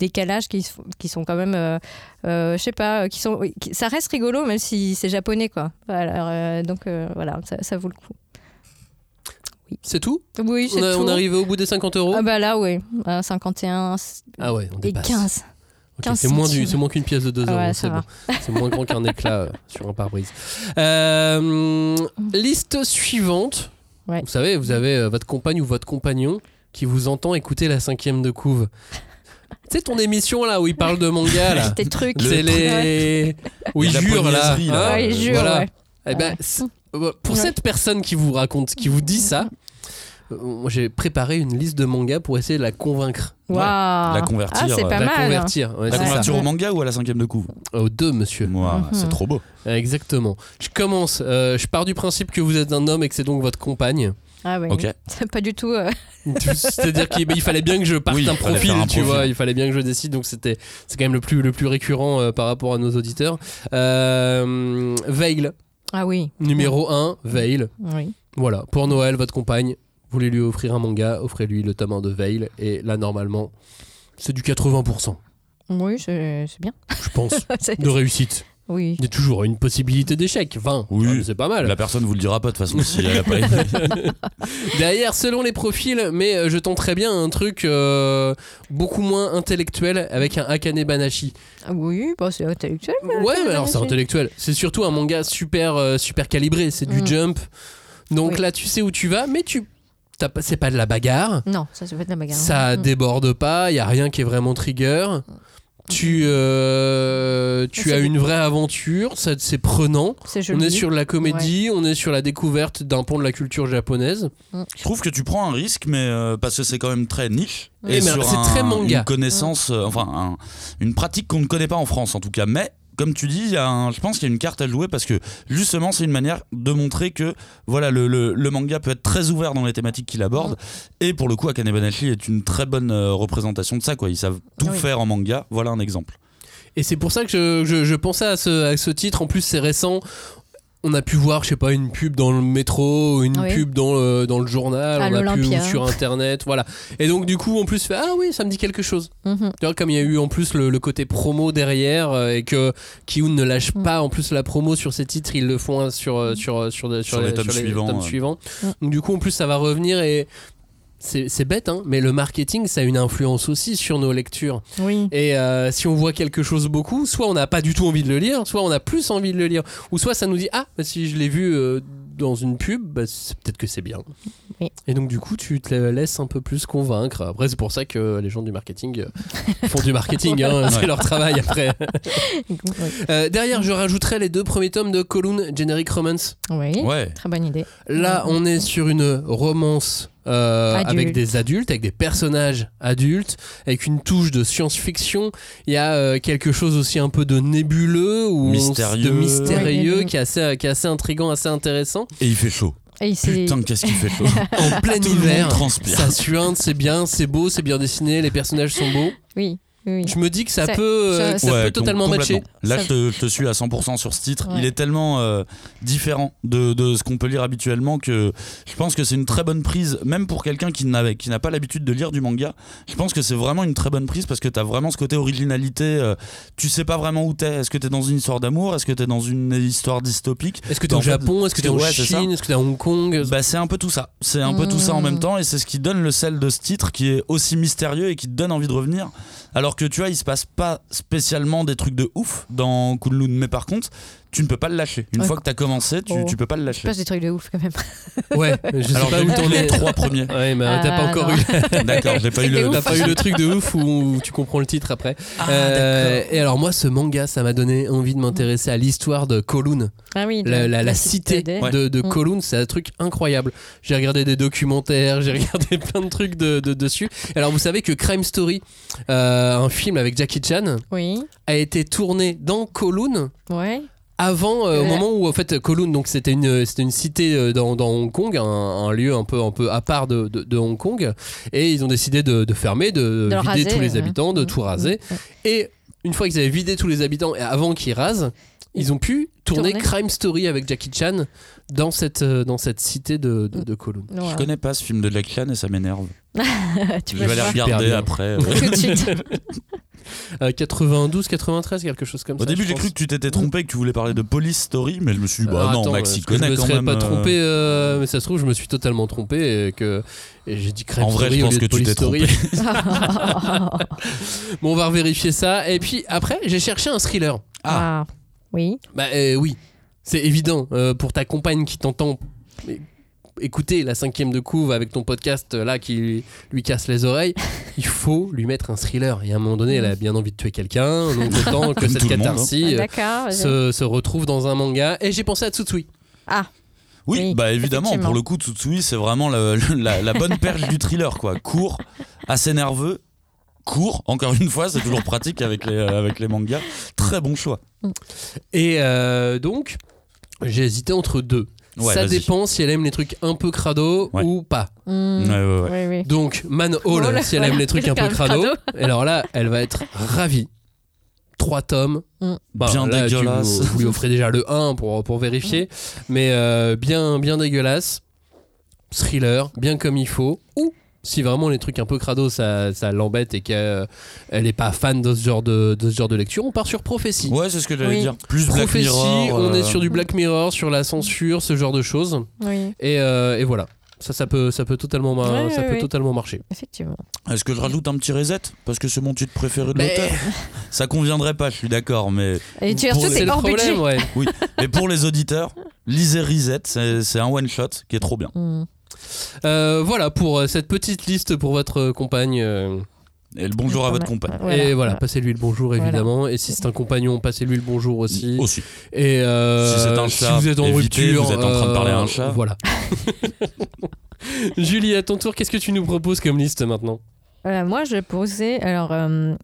S2: décalages qui, se font- qui sont quand même, euh, euh, je sais pas, euh, qui sont, qui- ça reste rigolo même si c'est japonais quoi. Voilà, alors, euh, donc euh, voilà, ça, ça vaut le coup.
S1: C'est tout
S2: Oui, c'est
S1: on, a-
S2: tout.
S1: on est arrivé au bout des 50 euros
S2: Ah bah là, oui. À 51
S1: Ah ouais, on
S2: et
S1: dépasse.
S2: 15.
S1: Ok,
S2: 15
S1: c'est moins du-
S2: centimes.
S1: c'est moins qu'une pièce de 2
S2: Ah
S1: euros.
S2: ouais, ça
S1: c'est
S2: va.
S1: bon. C'est moins grand qu'un éclat
S2: [laughs]
S1: euh, sur un pare-brise. Euh, liste suivante.
S2: Ouais.
S1: Vous savez, vous avez euh, votre compagne ou votre compagnon qui vous entend écouter la cinquième de
S2: [laughs]
S1: couve. tu sais ton émission là où il parle de manga
S2: [laughs]
S1: là. [laughs]
S2: C'était truc.
S1: C'est les où il
S3: La
S1: jure là.
S3: pognaiserie, là.
S1: hein
S2: Ouais, il jure,
S1: Voilà.
S2: ouais.
S1: Eh ben,
S2: Ouais.
S1: c'est- euh, pour
S2: Ouais.
S1: cette personne qui vous raconte, qui vous dit ça, euh, moi j'ai préparé une liste de mangas pour essayer de la convaincre,
S2: Waouh.
S3: La convertir,
S2: Ah, c'est pas
S1: de la
S2: mal.
S1: convertir. Ouais,
S3: La
S1: c'est ça.
S2: ça.
S3: convertir
S2: Mhm.
S3: au manga ou à la cinquième de couve
S1: Aux deux, monsieur.
S3: Moi, c'est trop beau.
S1: Euh, Exactement. Je commence. euh, je pars du principe que vous êtes un homme et que c'est donc votre compagne. [laughs]
S2: Ah ouais.
S3: Ok.
S2: C'est [laughs] pas du tout. euh,
S1: C'est-à-dire qu'il mais il fallait bien que je parte
S3: Oui, il
S1: un
S3: fallait
S1: profil,
S3: faire
S1: tu
S3: un profil.
S1: vois. Il fallait bien que je décide. Donc c'était, c'est quand même le plus, le plus récurrent euh, par rapport à nos auditeurs. Euh, Veil,
S2: Ah oui.
S1: numéro 1, Veil.
S2: Oui.
S1: Voilà, pour Noël, votre compagne, vous voulez lui offrir un manga, offrez-lui le tome 1 de Veil, et là, normalement, c'est du 80%,
S2: Oui, c'est c'est bien. [laughs]
S1: je pense,
S2: C'est-
S1: de réussite.
S2: Oui.
S1: Il y a toujours une possibilité d'échec, 20,
S3: Oui.
S1: Ah, c'est pas mal.
S3: La personne vous le dira pas de toute façon si elle
S2: [laughs]
S3: a pas aimé.
S1: Derrière, selon les profils, mais euh, je tenterais bien un truc euh, beaucoup moins intellectuel avec un Akane Banashi.
S2: Ah oui, bah, c'est intellectuel.
S1: Ouais, mais alors c'est
S2: Banashi.
S1: intellectuel. C'est surtout un manga super, euh, super calibré, c'est du
S2: Mm.
S1: jump. Donc
S2: Oui.
S1: là, tu sais où tu vas, mais tu... t'as pas- C'est pas de la bagarre.
S2: Non, ça, c'est pas de la bagarre.
S1: Ça
S2: Mm.
S1: déborde pas, il y a rien qui est vraiment trigger. Tu, euh, tu
S2: C'est
S1: as
S2: des-
S1: une vraie aventure, ça- c'est prenant.
S2: C'est
S1: On
S2: joli.
S1: est sur de la comédie, on est sur la découverte d'un pont de la culture japonaise.
S3: Je trouve que tu prends un risque, mais euh, parce que c'est quand même très niche.
S1: Oui, mais
S3: sur
S1: c'est
S3: un-
S1: très manga.
S3: Une connaissance, euh, enfin, un- une pratique qu'on ne connaît pas en France en tout cas. Mais comme tu dis, il y a un- je pense qu'il y a une carte à jouer parce que justement, c'est une manière de montrer que voilà, le, le- le manga peut être très ouvert dans les thématiques qu'il aborde. Et pour le coup, Akane Banashi est une très bonne euh, représentation de ça. Quoi. Ils savent tout
S2: Oui.
S3: faire en manga. Voilà un exemple.
S1: Et c'est pour ça que je, je- je pensais à ce, à ce titre. En plus, c'est récent. On a pu voir, je sais pas, une pub dans le métro, une
S2: Oui.
S1: pub dans le, dans le journal,
S2: À
S1: on a pu
S2: l'Olympia.
S1: ou sur internet, voilà. Et donc du coup, en plus, fait, ah oui, ça me dit quelque chose.
S2: Mhm.
S1: Tu vois, comme il y a eu en plus le, le côté promo derrière euh, et que Kiun ne lâche
S2: Mm.
S1: pas en plus la promo sur ses titres, ils le font hein, sur, euh, sur, euh, sur, de-
S3: Sur les tomes suivants,
S1: tomes
S3: ouais.
S1: suivants.
S2: Mm.
S1: Donc, du coup, en plus, ça va revenir et. C'est c'est bête, hein, mais le marketing, ça a une influence aussi sur nos lectures.
S2: Oui.
S1: Et euh, si on voit quelque chose beaucoup, soit on n'a pas du tout envie de le lire, soit on a plus envie de le lire, ou soit ça nous dit ah bah, si je l'ai vu euh, dans une pub, bah, c'est- peut-être que c'est bien.
S2: Oui.
S1: Et donc du coup, tu te la- laisses un peu plus convaincre. Après, c'est pour ça que les gens du marketing euh, font du marketing, hein, c'est
S3: Ouais.
S1: leur travail après.
S2: Oui.
S1: Euh, derrière, je rajouterai les deux premiers tomes de Column Generic Romance.
S2: Oui.
S3: Ouais.
S2: Très bonne idée.
S1: Là, on est sur une romance euh,
S2: Mm. Adulte.
S1: avec des adultes, avec des personnages adultes, avec une touche de science-fiction. Il y a euh, quelque chose aussi un peu de nébuleux ou
S3: Mystérieux.
S1: de mystérieux
S2: Ouais.
S1: qui est assez, euh, qui est assez intriguant, assez
S2: [laughs]
S1: intéressant.
S3: Et il fait chaud.
S2: Et il s'est-
S3: Putain, qu'est-ce qu'il fait
S1: [laughs]
S3: chaud.
S1: En plein
S3: Tout le
S1: hiver,
S3: monde transpire.
S1: ça suinte, c'est bien, c'est beau, c'est bien dessiné, les personnages sont beaux.
S2: Oui. Oui.
S1: Je me dis que ça
S2: Ça-
S1: peut, euh,
S2: ça-
S1: que ça
S3: Ouais,
S1: peut totalement
S3: com-
S1: matcher.
S3: complètement. Là,
S2: Ça-
S3: je te, je te suis à 100% sur ce titre.
S2: Ouais.
S3: Il est tellement euh, différent de, de ce qu'on peut lire habituellement que je pense que c'est une très bonne prise, même pour quelqu'un qui n'avait- qui n'a pas l'habitude de lire du manga. Je pense que c'est vraiment une très bonne prise parce que tu as vraiment ce côté originalité. euh, tu sais pas vraiment où t'es. Est-ce que t'es dans une histoire d'amour Est-ce que t'es dans une histoire dystopique
S1: Est-ce que t'es au
S3: En fait,
S1: Japon Est-ce que t'es en
S3: ouais, c'est ça.
S1: Chine Est-ce que t'es à Hong Kong
S3: bah, c'est un peu tout ça. C'est un peu tout ça en
S1: Mmh.
S3: même temps et c'est ce qui donne le sel de ce titre qui est aussi mystérieux et qui te donne envie de revenir. Alors que tu vois, il se passe pas spécialement des trucs de ouf dans Kunlun, mais par contre, tu ne peux pas le lâcher. Une
S2: Ouais.
S3: fois que t'as commencé, tu,
S2: Oh.
S3: tu peux pas le
S2: Je
S3: lâcher.
S2: passe des trucs de ouf quand même.
S1: Ouais, je sais
S3: Alors
S1: pas
S3: j'ai
S1: où
S3: lu
S1: t'en
S3: les
S1: es. [laughs]
S3: trois premiers.
S1: Ouais, mais t'as pas
S2: Ah,
S1: encore
S2: non.
S1: eu
S3: D'accord, j'ai pas eu
S2: C'était
S3: le.
S2: ouf. Ah,
S1: T'as pas eu le truc de ouf où tu comprends le titre après. Euh, et alors moi, ce manga, ça m'a donné envie de m'intéresser à l'histoire de Kowloon,
S2: [laughs] Ah oui.
S1: la, la- la cité
S2: citadelle. Mm.
S1: de, de Kowloon, c'est un truc incroyable. J'ai regardé des documentaires, j'ai [laughs] regardé plein de trucs de, de- dessus. Et alors vous savez que Crime Story, euh, un film avec Jackie Chan,
S2: Oui.
S1: a été tourné dans Kowloon
S2: Ouais.
S1: avant euh, au
S2: Ouais.
S1: moment où en fait Kowloon donc c'était une c'était une cité euh, dans, dans Hong Kong un, un lieu un peu un peu à part de, de, de Hong Kong et ils ont décidé de, de fermer de,
S2: De le
S1: vider
S2: raser,
S1: tous les
S2: ouais.
S1: habitants de
S2: Mmh,
S1: tout raser
S2: mmh,
S1: et une fois qu'ils avaient vidé tous les habitants et avant qu'ils rasent ils ont pu tourner
S2: Tourner.
S1: Crime Story avec Jackie Chan dans cette euh, dans cette cité de de, de Kowloon
S3: Je
S2: Ouais.
S3: connais pas ce film de Jackie Chan et ça m'énerve.
S2: [laughs] tu
S3: Je
S2: vas le
S3: vais aller
S2: voir
S1: Super
S3: regarder
S1: bien. [laughs]
S3: après.
S2: tout de suite.
S1: euh, 92, 93, quelque chose comme
S3: Au
S1: ça.
S3: début,
S1: je
S3: j'ai
S1: pense.
S3: cru que tu t'étais trompé, que tu voulais parler de Police Story, mais je me suis dit, bah
S1: Ah,
S3: non,
S1: attends,
S3: Max,
S1: parce
S3: il
S1: que je
S3: connaît
S1: me
S3: quand
S1: serais
S3: même.
S1: pas
S3: euh,
S1: trompé, euh, mais ça se trouve, je me suis totalement trompé et que et j'ai dit Crème
S3: En vrai,
S1: Story
S3: je
S1: au
S3: pense
S1: lieu
S3: que
S1: de
S3: tu
S1: Police
S3: t'es
S1: Story.
S3: trompé.
S2: Oh,
S1: bon, on va vérifier ça. Et puis après, j'ai cherché un thriller.
S2: Ah. Oui.
S1: Bah euh, oui, c'est évident. euh, pour ta compagne qui t'entend é- écouter la cinquième de couve avec ton podcast euh, là qui lui casse les oreilles, il faut lui mettre un thriller. Et à un moment donné, elle a bien envie de tuer quelqu'un. Donc autant que
S3: Comme
S1: cette
S3: tout le monde, hein.
S1: catharsis euh,
S2: Ah, D'accord.
S1: se, se retrouve dans un manga. Et j'ai pensé à Tsutsui.
S2: Ah.
S3: Oui,
S2: Oui,
S3: bah évidemment,
S2: effectivement.
S3: pour le coup, Tsutsui, c'est vraiment la, la- la bonne perche du thriller, quoi. Court, assez nerveux, court, encore une fois, c'est toujours pratique avec les, euh, avec les mangas. Très bon choix.
S1: Et euh, donc, j'ai hésité entre deux.
S3: Ouais,
S1: Ça
S3: vas-y.
S1: dépend si elle aime les trucs un peu crado
S3: Ouais.
S1: ou pas.
S2: Hmm.
S1: Mm.
S3: Ouais, ouais, ouais.
S2: Oui, oui.
S1: Donc, Man Hall,
S2: Hall,
S1: si elle aime
S2: voilà,
S1: les trucs un peu
S2: quelqu'un de
S1: crado.
S2: crado.
S1: Et alors là, elle va être ravie. Trois tomes. Bah,
S2: Mm.
S3: Bien
S1: là, tu
S3: dégueulasse.
S1: vous, vous lui offrez déjà le 1 pour, pour vérifier.
S2: Mm.
S1: Mais euh, bien, bien dégueulasse. Thriller, bien comme il faut. Ou si vraiment les trucs un peu crado, ça, ça l'embête et qu'elle n'est pas fan de ce, genre de, de ce genre de lecture, on part sur Prophétie.
S3: Ouais, c'est ce que j'allais
S2: Oui.
S3: dire. Plus Black
S1: Prophétie,
S3: Mirror,
S1: on
S3: euh,
S1: est sur du Black Mirror, sur la censure, ce genre de choses.
S2: Oui,
S1: Et, euh, et voilà. Ça, ça peut, ça peut totalement, mar-
S2: Ouais,
S1: ça
S2: ouais,
S1: peut
S2: ouais.
S1: totalement marcher.
S2: effectivement.
S3: Est-ce que je rajoute un petit reset Parce que c'est mon titre préféré de
S1: Mais- [laughs]
S3: l'auteur. Ça conviendrait pas, je suis d'accord, mais
S2: Et tu as
S3: Pour
S2: tout,
S3: les-
S2: c'est
S1: le
S2: hors budget.
S1: problème, ouais.
S2: [laughs]
S3: oui. Mais pour les auditeurs, lisez Reset, c'est c'est un one shot qui est trop bien.
S2: Hmm.
S1: Euh, voilà pour euh, cette petite liste pour votre euh, compagne. euh,
S3: Et le bonjour à votre compagne.
S1: et voilà, passez-lui le bonjour
S2: Voilà.
S1: évidemment. Et si c'est un compagnon, passez-lui le bonjour aussi.
S3: Aussi.
S1: Et euh,
S3: Si c'est un
S1: si
S3: chat,
S1: vous êtes en
S3: évitez,
S1: rupture,
S3: vous êtes en train de
S1: euh,
S3: parler à un chat. [laughs]
S1: Voilà. Julie, à ton tour, qu'est-ce que tu nous proposes comme liste maintenant
S2: Voilà, Euh, moi, je posais. Alors, euh,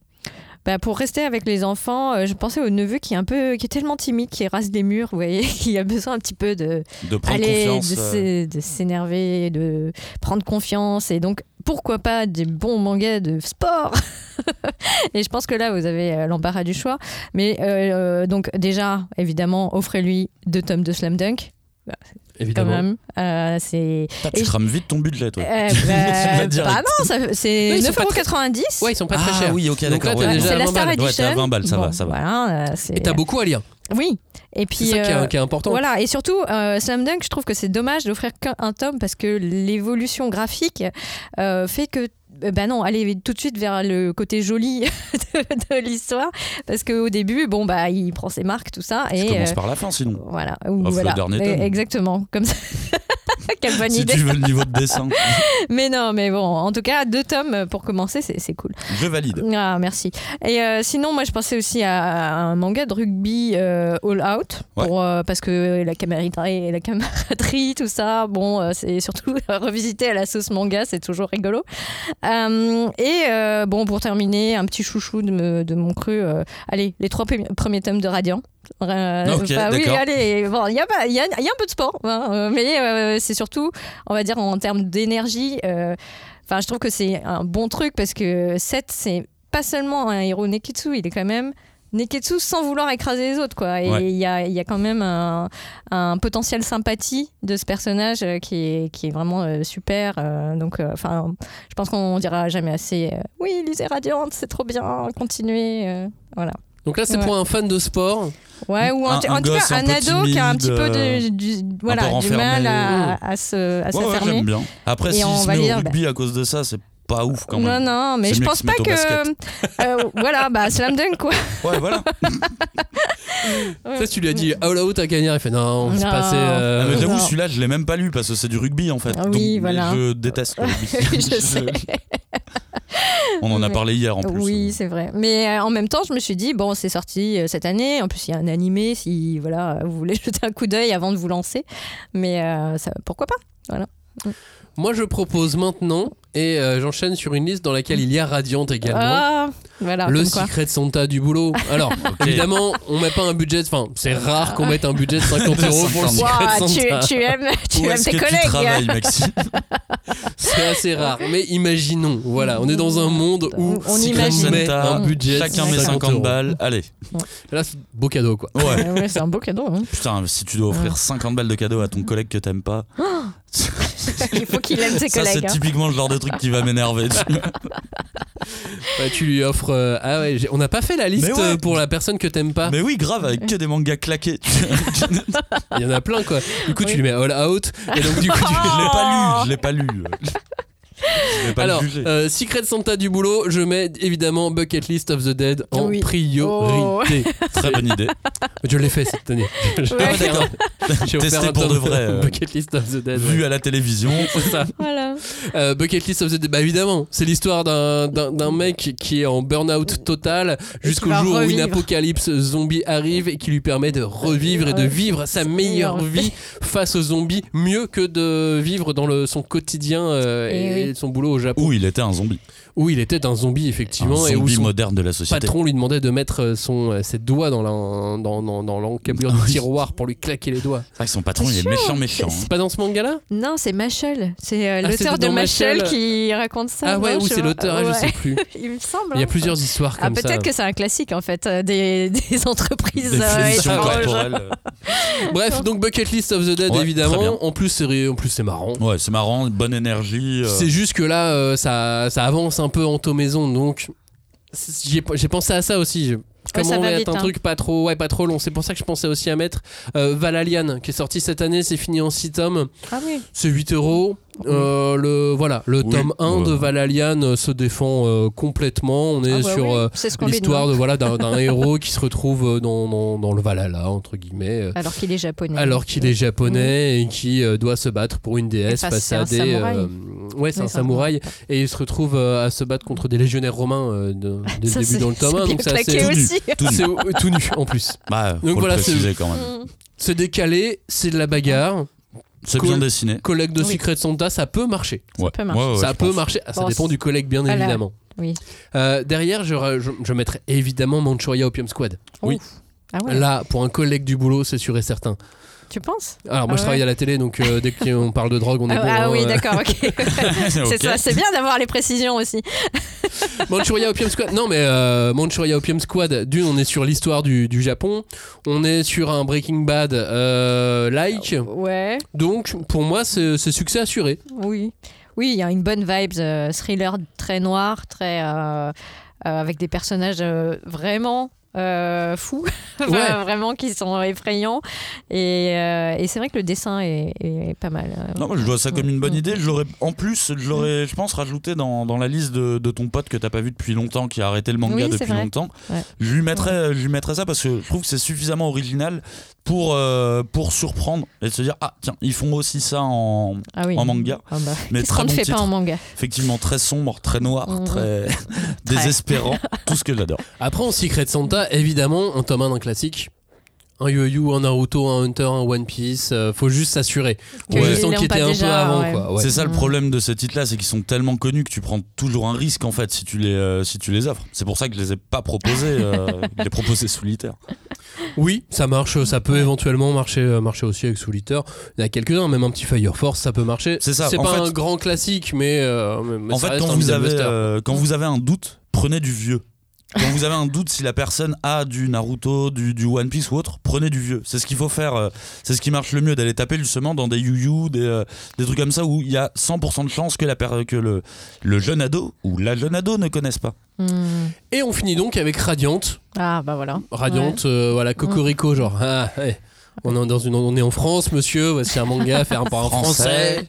S2: bah, pour rester avec les enfants, euh, je pensais au neveu qui est un peu, qui est tellement timide, qui rase des murs, vous voyez, [laughs] qui a besoin un petit peu de,
S3: De prendre
S2: aller,
S3: confiance.
S2: de
S3: euh,
S2: s'é- de s'énerver, de prendre confiance, et donc pourquoi pas des bons mangas de sport. [laughs] et je pense que là, vous avez euh, l'embarras du choix. Mais euh, euh, donc déjà, évidemment, offrez-lui deux tomes de Slam Dunk, quand
S1: Évidemment.
S2: même. Euh, c'est
S3: Putain, [laughs] tu
S2: Et-
S3: crames vite ton budget, toi. [laughs]
S2: euh,
S3: vas
S2: bah,
S3: direct.
S2: bah non, ça-
S1: Non,
S2: c'est
S1: ils sont pas
S2: 9,90€.
S1: Ouais, ils sont pas
S3: ah
S1: très chers.
S3: oui, ok,
S1: Donc
S3: d'accord.
S1: là, t'as
S3: ouais,
S1: déjà
S2: c'est la
S1: 20
S2: Star
S1: balles.
S3: Ouais, t'es à
S2: Edition.
S3: 20 balles, ça
S2: Bon,
S3: va, ça va.
S2: voilà, euh, c'est-
S1: Et t'as beaucoup à lire.
S2: Oui. Et
S1: C'est
S2: puis
S1: ça qui
S2: euh,
S1: est, qui est important.
S2: Voilà, et surtout, euh, Slam Dunk, je trouve que c'est dommage d'offrir qu'un un tome parce que l'évolution graphique euh, fait que. euh, Bah non, aller tout de suite vers le côté joli [laughs] de, de l'histoire parce qu'au début, bon bah il prend ses marques, tout ça
S3: Je
S2: et
S3: commence
S2: euh,
S3: par la fin, sinon.
S2: voilà. Ou
S3: Offre le
S2: voilà.
S3: dernier
S2: Mais
S3: tome.
S2: Exactement, comme ça. [laughs] Quelle bonne
S3: Si
S2: idée.
S3: tu veux le niveau
S2: [laughs]
S3: de dessin,
S2: Mais non, mais bon, en tout cas, deux tomes pour commencer, c'est c'est cool.
S3: je valide.
S2: Ah, merci. Et euh, sinon, moi, je pensais aussi à, à un manga de rugby euh, All Out,
S3: Ouais.
S2: pour, euh, parce que la camaraderie, la [laughs] camaraderie tout ça, bon, euh, c'est surtout [laughs] revisité à la sauce manga, c'est toujours rigolo. Euh, et euh, bon, pour terminer, un petit chouchou de, me- de mon cru, euh, allez, les trois premi- premiers tomes de Radiant. Euh,
S3: Ok,
S2: bah oui,
S3: d'accord.
S2: allez, bon, il y, a pas- il y a- il y a un peu de sport, hein, euh, mais euh, c'est surtout, on va dire, en termes d'énergie. euh, Enfin, je trouve que c'est un bon truc parce que 7, c'est pas seulement un héros Neketsu, il est quand même Neketsu sans vouloir écraser les autres. Quoi. Et il
S3: Ouais.
S2: y, a, il y a quand même un, un potentiel sympathie de ce personnage euh, qui est, qui est vraiment euh, super. euh, donc, euh, enfin, je pense qu'on dira jamais assez euh, Oui, lisez Radiante, c'est trop bien, continuez. euh, voilà.
S1: Donc là, c'est
S2: Ouais.
S1: pour un fan de sport.
S2: Ouais, ou en,
S3: Un-
S2: t-
S3: un
S2: en tout
S3: gosse
S2: cas,
S3: un
S2: un,
S3: peu
S2: ado qui a un petit
S3: timide,
S2: peu
S3: euh,
S2: de, du, voilà, du
S3: renfermé.
S2: mal à, à se, à
S3: Ouais, ouais,
S2: s'affermer.
S3: j'aime bien. Après,
S2: Et
S3: s'il
S2: on
S3: se
S2: va
S3: met
S2: lire,
S3: au rugby à cause de ça, c'est pas ouf quand
S2: non,
S3: même.
S2: non, mais
S3: C'est
S2: je
S3: mieux
S2: pense
S3: qu'ils
S2: pas
S3: se
S2: que.
S3: mettent
S2: Euh, voilà, bah, slam dunk, quoi. [laughs]
S3: Ouais, voilà.
S1: Ça, tu lui as dit All Out à gagner. Il fait non, c'est
S2: Mm. Non.
S1: passé.
S3: Ah,
S1: euh,
S3: mais J'avoue,
S2: non.
S3: celui-là, je l'ai même pas lu parce que c'est du rugby en fait.
S2: Ah
S3: Donc,
S2: oui,
S3: mais
S2: voilà.
S3: Je déteste le rugby.
S2: [laughs]
S3: [laughs]
S2: Je sais.
S3: On en a
S2: Mais-
S3: parlé hier [laughs] en plus.
S2: Oui, c'est vrai. Mais euh, en même temps, je me suis dit, bon, c'est sorti euh, cette année. En plus, il y a un animé si voilà, vous voulez [laughs] jeter un coup d'œil avant de vous lancer. Mais euh, ça, pourquoi pas
S1: Moi, je propose maintenant et euh, j'enchaîne sur une liste dans laquelle il y a Radiant également.
S2: Ah, voilà,
S1: le
S2: comme quoi.
S1: secret de Santa du boulot.
S3: [laughs]
S1: Alors, évidemment, on met pas un budget. Enfin, c'est rare qu'on mette un budget de 50 euros pour le secret
S2: Ouah,
S1: de
S2: tu,
S1: Santa.
S2: tu aimes, tu
S3: Où
S2: aimes
S3: est-ce
S2: tes
S3: que
S2: collègues. hein.
S3: tu
S2: [laughs]
S3: travailles, Maxime
S1: C'est assez rare. Mais imaginons, voilà, on est dans un monde où
S2: On
S1: si
S2: imagine.
S1: on met
S3: Santa,
S1: un budget, de
S3: Chacun met 50
S1: euros.
S3: balles. Allez.
S1: Là, c'est beau cadeau quoi.
S3: Ouais.
S2: Euh, Ouais, ouais, c'est un beau cadeau. hein.
S3: Putain, si tu dois
S2: Ah.
S3: offrir 50 balles de cadeau à ton collègue que t'aimes pas.
S2: [laughs] Il faut qu'il aime ses
S3: Ça, c'est
S2: collègues.
S1: [laughs]
S2: hein.
S3: typiquement le genre de truc qui va m'énerver.
S1: Bah, tu lui offres. euh, Ah ouais, j'ai- on n'a pas fait la liste
S3: Mais ouais.
S1: euh, pour la personne que t'aimes pas.
S3: Mais oui, grave, avec que des
S1: [laughs]
S3: mangas claqués. je l'ai
S1: Il y en a plein quoi. Du coup, tu lui mets All Out. Et donc, du coup, tu-
S3: pas lu, je l'ai pas
S2: Oh.
S3: lu. Je l'ai pas
S1: Alors,
S3: jugé.
S1: euh, Secret Santa du boulot, je mets évidemment Bucket List of the Dead en
S2: Oui. Oh.
S1: priorité.
S3: Très bonne idée.
S1: [laughs]
S3: Ah,
S1: Je l'ai fait cette
S2: [laughs]
S1: année. J'ai
S2: Ouais.
S1: offert
S3: [laughs]
S1: un- j'ai
S3: Testé
S1: offert un
S3: pour
S1: tome [laughs]
S3: de vrai, euh,
S1: Bucket List of the Dead.
S3: Vu
S1: ouais.
S3: à la télévision.
S1: C'est ça.
S2: Voilà.
S1: Euh, Bucket List of the Dead, bah évidemment, c'est l'histoire d'un- d'un d'un mec qui est en burn-out total jusqu'au
S2: qui va
S1: jour où une
S2: revivre.
S1: apocalypse zombie arrive et qui lui permet de revivre et de
S2: Ouais.
S1: vivre sa meilleure
S2: énorme.
S1: vie face aux zombies, mieux que de vivre dans le, son quotidien euh,
S2: Eh
S1: et,
S2: oui.
S1: son boulot au Japon,
S3: Où il était un zombie.
S1: où il était un zombie
S3: Un
S1: effectivement et où
S3: zombie
S1: son
S3: moderne de la société.
S1: patron lui demandait de mettre euh, son, euh, ses doigts dans l'en- dans- dans- dans l'encablure [laughs] du
S3: Oui.
S1: tiroir pour lui claquer les doigts.
S3: C'est vrai que son patron, il est méchant, méchant. hein.
S1: Ah
S2: [laughs]
S1: C'est pas dans ce manga-là
S2: Non, c'est Machel. C'est euh,
S1: Ah,
S2: l'auteur
S1: c'était
S2: de
S1: dans
S2: Machel
S1: Machel.
S2: qui raconte ça.
S1: Ah
S2: non,
S1: ouais,
S2: je
S1: ou
S2: sais
S1: c'est
S2: pas.
S1: l'auteur, ah, je
S2: Ouais.
S1: sais
S2: [laughs]
S1: plus.
S2: Il me semble.
S1: Il y
S2: hein.
S1: a plusieurs histoires
S2: Ah,
S1: comme ça.
S2: peut-être que c'est un classique en fait euh, des, [laughs] des entreprises
S3: Des
S2: euh,
S3: finitions
S2: étranges.
S3: corporelles.
S1: Bref, donc Bucket List of the Dead,
S3: Ouais, très bien.
S1: évidemment. En plus, c'est en plus, c'est marrant.
S3: Ouais, c'est marrant, bonne énergie. euh,
S1: C'est juste que là, euh, ça, ça avance un peu en maison, donc c'est- j'y ai- j'ai pensé à ça aussi. Je- Comment
S2: ça va
S1: mettre
S2: vite,
S1: un
S2: hein.
S1: truc pas trop, ouais, pas trop long. C'est pour ça que je pensais aussi à mettre euh, Valalian, qui est sorti cette année. C'est fini en 6 tomes.
S2: Ah oui.
S1: C'est 8 euros. Euh, le voilà, le
S3: Oui,
S1: tome 1 de
S3: ouais.
S1: Valalian euh, se défend euh, complètement. On est
S2: Ah bah
S1: sur
S2: oui,
S1: euh,
S2: c'est ce qu'on lui
S1: l'histoire
S2: demande.
S1: de voilà d'un
S2: [laughs]
S1: d'un héros qui se retrouve euh, dans, dans, dans le Valhalla entre guillemets. euh,
S2: Alors qu'il est japonais.
S1: alors qu'il est japonais et qui euh, doit se battre pour une déesse
S2: Enfin,
S1: face
S2: c'est
S1: à
S2: un
S1: des
S2: samouraï.
S1: ouais c'est
S2: Oui,
S1: un
S2: c'est un samouraï.
S1: samouraï et il se retrouve euh, à se battre contre des légionnaires romains euh, de- dès
S2: Ça,
S1: le début
S2: c'est-
S1: dans le tome
S2: [laughs] c'est
S1: 1 donc
S2: bien
S1: c'est assez
S2: claqué
S1: tout nu.
S2: aussi.
S3: tout nu.
S1: C'est euh, tout nu en plus
S3: Bah, faut
S1: voilà,
S3: le
S1: c'est-
S3: préciser quand même.
S2: Mm.
S1: c'est décalé c'est de la bagarre
S3: C'est
S1: Cool.
S3: bien dessiné.
S1: collègue de
S2: Oui.
S1: Secret Santa ça peut marcher
S3: Ouais.
S2: peut marcher.
S3: Ouais, ouais,
S1: ça
S3: je
S1: peut
S3: pense.
S1: marcher Ah, ça
S2: Bon,
S1: dépend
S2: c'est-
S1: du collègue bien
S2: Voilà.
S1: évidemment
S2: Oui.
S1: Euh, derrière je, ra- je, je mettrais évidemment Manchuria Opium Squad
S3: Oui.
S2: Ouf. Ah ouais.
S1: là pour un collègue du boulot c'est sûr et certain
S2: Tu penses
S1: alors moi
S2: Ah
S1: je travaille
S2: ouais.
S1: à la télé donc euh, dès qu'on parle de
S2: [laughs]
S1: drogue on est
S2: Ah,
S1: bon
S2: ah
S1: hein,
S2: oui,
S1: euh, [laughs]
S2: d'accord, ok.
S3: C'est
S2: C'est
S3: [laughs] ok.
S2: ça, c'est bien d'avoir les précisions aussi.
S1: Manchuria Opium Squad. Non, mais euh, Manchuria Opium Squad, d'une, on est sur l'histoire du, du Japon. On est sur un Breaking Bad euh, like.
S2: Ouais,
S1: Donc, pour moi, c'est c'est succès assuré.
S2: oui. Oui, il y a une bonne vibe, euh, thriller très noir, très. euh, euh, avec des personnages euh, vraiment. euh, fous, [laughs] Enfin,
S1: Ouais.
S2: vraiment qui sont effrayants et, euh, et c'est vrai que le dessin est, est pas mal. euh,
S3: Non, moi, je vois ça comme une bonne idée. Je l'aurais, en plus, je l'aurais, je pense, rajouté dans, dans la liste de, de ton pote que t'as pas vu depuis longtemps, qui a arrêté le manga
S2: Oui, c'est
S3: depuis
S2: vrai.
S3: longtemps.
S2: Ouais.
S3: Je lui mettrais, je lui mettrais ça parce que je trouve que c'est suffisamment original pour euh, pour surprendre et de se dire ah tiens ils font aussi ça en
S2: ah oui.
S3: en manga.
S2: Ah bah,
S3: Mais
S2: Qu'est-ce
S3: très
S2: qu'on ne
S3: bon
S2: fait
S3: titre.
S2: pas en manga
S3: effectivement très sombre, très noir,
S2: Mhm. [laughs]
S3: très [laughs] désespérant, tout ce que j'adore.
S1: Après, en Secret Santa, évidemment, un tome 1 d'un classique. Un Yu-Yu, un Naruto, un Hunter, un One Piece. euh, faut juste s'assurer. Faut
S2: Que
S1: juste
S2: ils l'ont
S1: enquêter
S2: pas
S1: un peu
S2: déjà,
S1: avant,
S2: ouais. Mhm.
S1: quoi. Ouais.
S3: C'est ça le problème de ces titres-là, c'est qu'ils sont tellement connus que tu prends toujours un risque en fait si tu les euh, si tu les offres. C'est pour ça que je les ai pas proposés, euh, je les proposés solitaires.
S1: Oui, ça marche. Ça peut éventuellement marcher, euh, marcher aussi avec Souliter. Il y en a quelques-uns, même un petit Fire Force, ça peut marcher.
S3: C'est ça,
S1: C'est
S3: en
S1: pas
S3: fait-
S1: un grand classique, mais. euh, mais
S3: En
S1: ça
S3: fait,
S1: reste
S3: quand
S1: un
S3: vous,
S1: middle
S3: avez,
S1: buster.
S3: euh, quand vous avez un doute, prenez du vieux. Quand vous avez un doute si la personne a du Naruto, du, du One Piece ou autre, prenez du vieux. C'est ce qu'il faut faire. euh, C'est ce qui marche le mieux d'aller taper justement dans des yu-yu, des, euh, des trucs comme ça où il y a 100% de chance que, la per- que le, le jeune ado ou la jeune ado ne connaisse pas.
S2: Hmm.
S3: euh,
S1: Et on finit donc avec Radiante.
S2: Ah bah voilà.
S1: Radiante, euh, voilà, Cocorico, genre. Ah, ouais. On est, dans une, on est en France, monsieur. Voici un manga fait par un français.
S2: Ouais.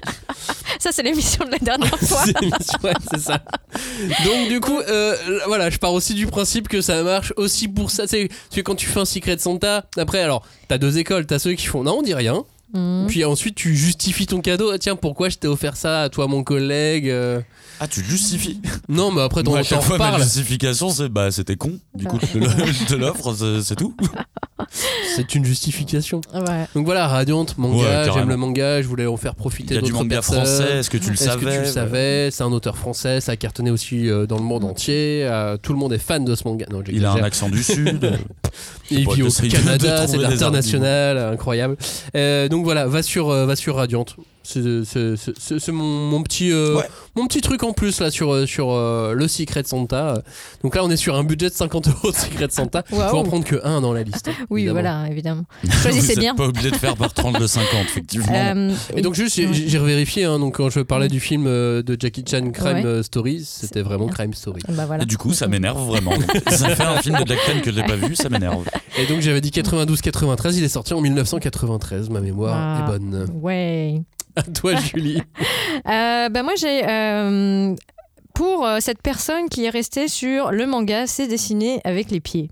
S2: Ça c'est l'émission de la
S3: [laughs]
S2: dernière fois.
S1: [laughs] C'est l'émission, ouais, c'est ça. Donc, du coup, euh, voilà, je pars aussi du principe que ça marche aussi pour ça. C'est parce que quand tu fais un Secret Santa, après, alors, t'as deux écoles. T'as ceux qui font, non, on dit rien.
S2: Hmm.
S1: Puis ensuite, tu justifies ton cadeau. Ah, tiens, pourquoi je t'ai offert ça à toi, mon collègue euh.
S3: Ah, tu justifies
S1: Non, mais après, t'en
S3: Moi, à
S1: t'en
S3: chaque fois, ma
S1: reparles.
S3: justification, c'est bah c'était con. Du coup, je te le- je te l'offre, c'est- c'est tout.
S1: C'est une justification.
S2: Ouais.
S1: Donc voilà, Radiante, manga,
S3: Ouais,
S1: j'aime
S3: carrément.
S1: le manga, je voulais en faire
S3: Il
S1: profiter
S3: y a
S1: d'autres
S3: du manga
S1: personnes.
S3: français, est-ce que tu le
S1: Est-ce
S3: savais
S1: que tu le savais C'est un auteur français, ça a cartonné aussi euh, dans le monde entier. euh, tout le monde est fan de ce manga. Non,
S3: Mmh. Il a un
S1: j'exagère.
S3: accent
S1: [laughs]
S3: du Sud.
S1: Il
S3: Faut
S1: vit au
S3: essayer de- de
S1: Canada, c'est
S3: trouver
S1: de
S3: des
S1: l'international, incroyable. Euh, donc voilà, va sur, euh, va sur Radiante. C'est c'est- c'est- c'est- c'est mon, mon petit, euh,
S3: Ouais.
S1: mon petit truc en plus là sur, euh, sur euh, le Secret Santa. Donc là, on est sur un budget de 50 euros de Secret Santa. Il faut en
S2: Waouh.
S1: prendre que un dans la liste. hein,
S2: [laughs] Oui,
S1: évidemment.
S2: voilà, évidemment.
S3: Vous [laughs]
S2: Choisissez
S3: êtes
S2: bien.
S3: pas obligé de faire par 30 le 50, effectivement.
S2: Euh,
S1: Et donc juste, j'ai- j'ai revérifié. hein, donc quand je parlais du film euh, de Jackie Chan, Crime
S2: Mm. Ouais.
S1: euh, Story, c'était vraiment Crime Story.
S2: bah voilà.
S3: Et du coup, ça m'énerve vraiment. ça fait un film de Jack Chan que j'ai pas vu, ça m'énerve.
S1: Et donc j'avais dit 92-93. Il est sorti en 1993. Ma mémoire
S2: Ah.
S1: est
S3: euh,
S1: bonne. [laughs]
S2: Ouais.
S1: À toi, Julie.
S2: Euh, bah moi j'ai euh, pour euh, cette personne qui est restée sur le manga, c'est dessiné avec les pieds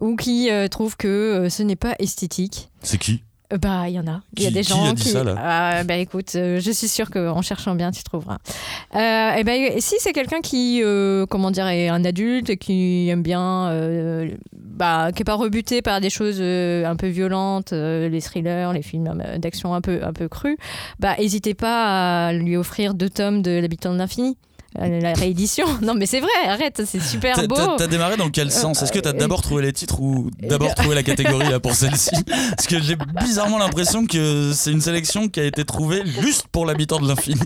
S2: ou qui euh, trouve que euh, ce n'est pas esthétique.
S3: C'est qui
S2: Euh, Bah, il y en a. Il y a
S3: Qui-
S2: des
S3: qui
S2: gens
S3: a dit
S2: qui.
S3: ça, là
S2: Ah, bah, écoute, euh, je suis sûre qu'en cherchant bien, tu trouveras. Euh, et ben, et si c'est quelqu'un qui, euh, comment dire, est un adulte et qui aime bien, euh, bah, qui est pas rebuté par des choses euh, un peu violentes, euh, les thrillers, les films euh, d'action un peu, un peu crus, bah, hésitez pas à lui offrir deux tomes de L'habitant de l'infini. Euh, La réédition. [laughs] Non, mais c'est vrai, arrête, c'est super
S3: T'as-
S2: beau. Euh,
S3: T'as t'as démarré dans quel sens Est-ce que t'as d'abord trouvé les titres ou
S2: [laughs]
S3: d'abord trouvé la catégorie là pour celle-ci Parce que j'ai bizarrement l'impression que c'est une sélection qui a été trouvée juste pour l'habitant de l'infini.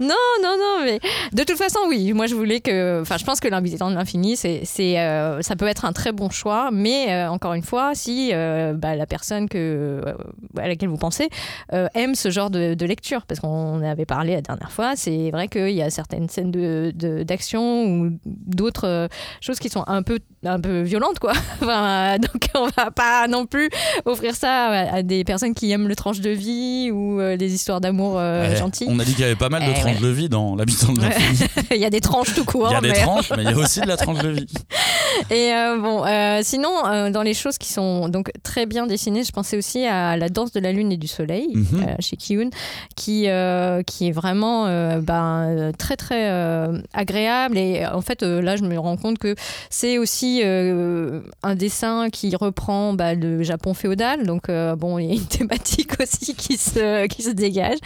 S2: non, non, mais de toute façon, oui. Moi, je voulais que. Enfin, je pense que l'invitant de l'infini, c'est, c'est, euh, ça peut être un très bon choix, mais euh, encore une fois, si euh, bah, la personne que, euh, à laquelle vous pensez euh, aime ce genre de, de lecture, parce qu'on avait parlé la dernière fois, c'est vrai qu'il y a certaines scènes de, de- d'action ou d'autres euh, choses qui sont un peu, un peu violentes, quoi. [laughs] Enfin, euh, donc, on va pas non plus offrir ça à, à des personnes qui aiment le tranche de vie ou euh, les histoires d'amour euh,
S3: Ouais,
S2: gentilles.
S3: On a dit qu'il y avait pas mal de
S2: Eh
S3: tranches de vie dans l'habitant de l'infini.
S2: [laughs] Il y a des tranches tout court.
S3: Il y a des
S2: mais-
S3: tranches, mais il y a aussi de la tranche de vie.
S2: [laughs] Et euh, bon, euh, sinon, euh, dans les choses qui sont donc très bien dessinées, je pensais aussi à La danse de la lune et du soleil
S3: Mhm.
S2: euh, chez Kiun, qui, euh, qui est vraiment euh, ben, euh, très très euh, agréable. Et euh, en fait, euh, là, je me rends compte que c'est aussi euh, un dessin qui reprend bah, le Japon féodal. Donc, euh, bon, il y a une [laughs] thématique aussi qui se, qui se dégage.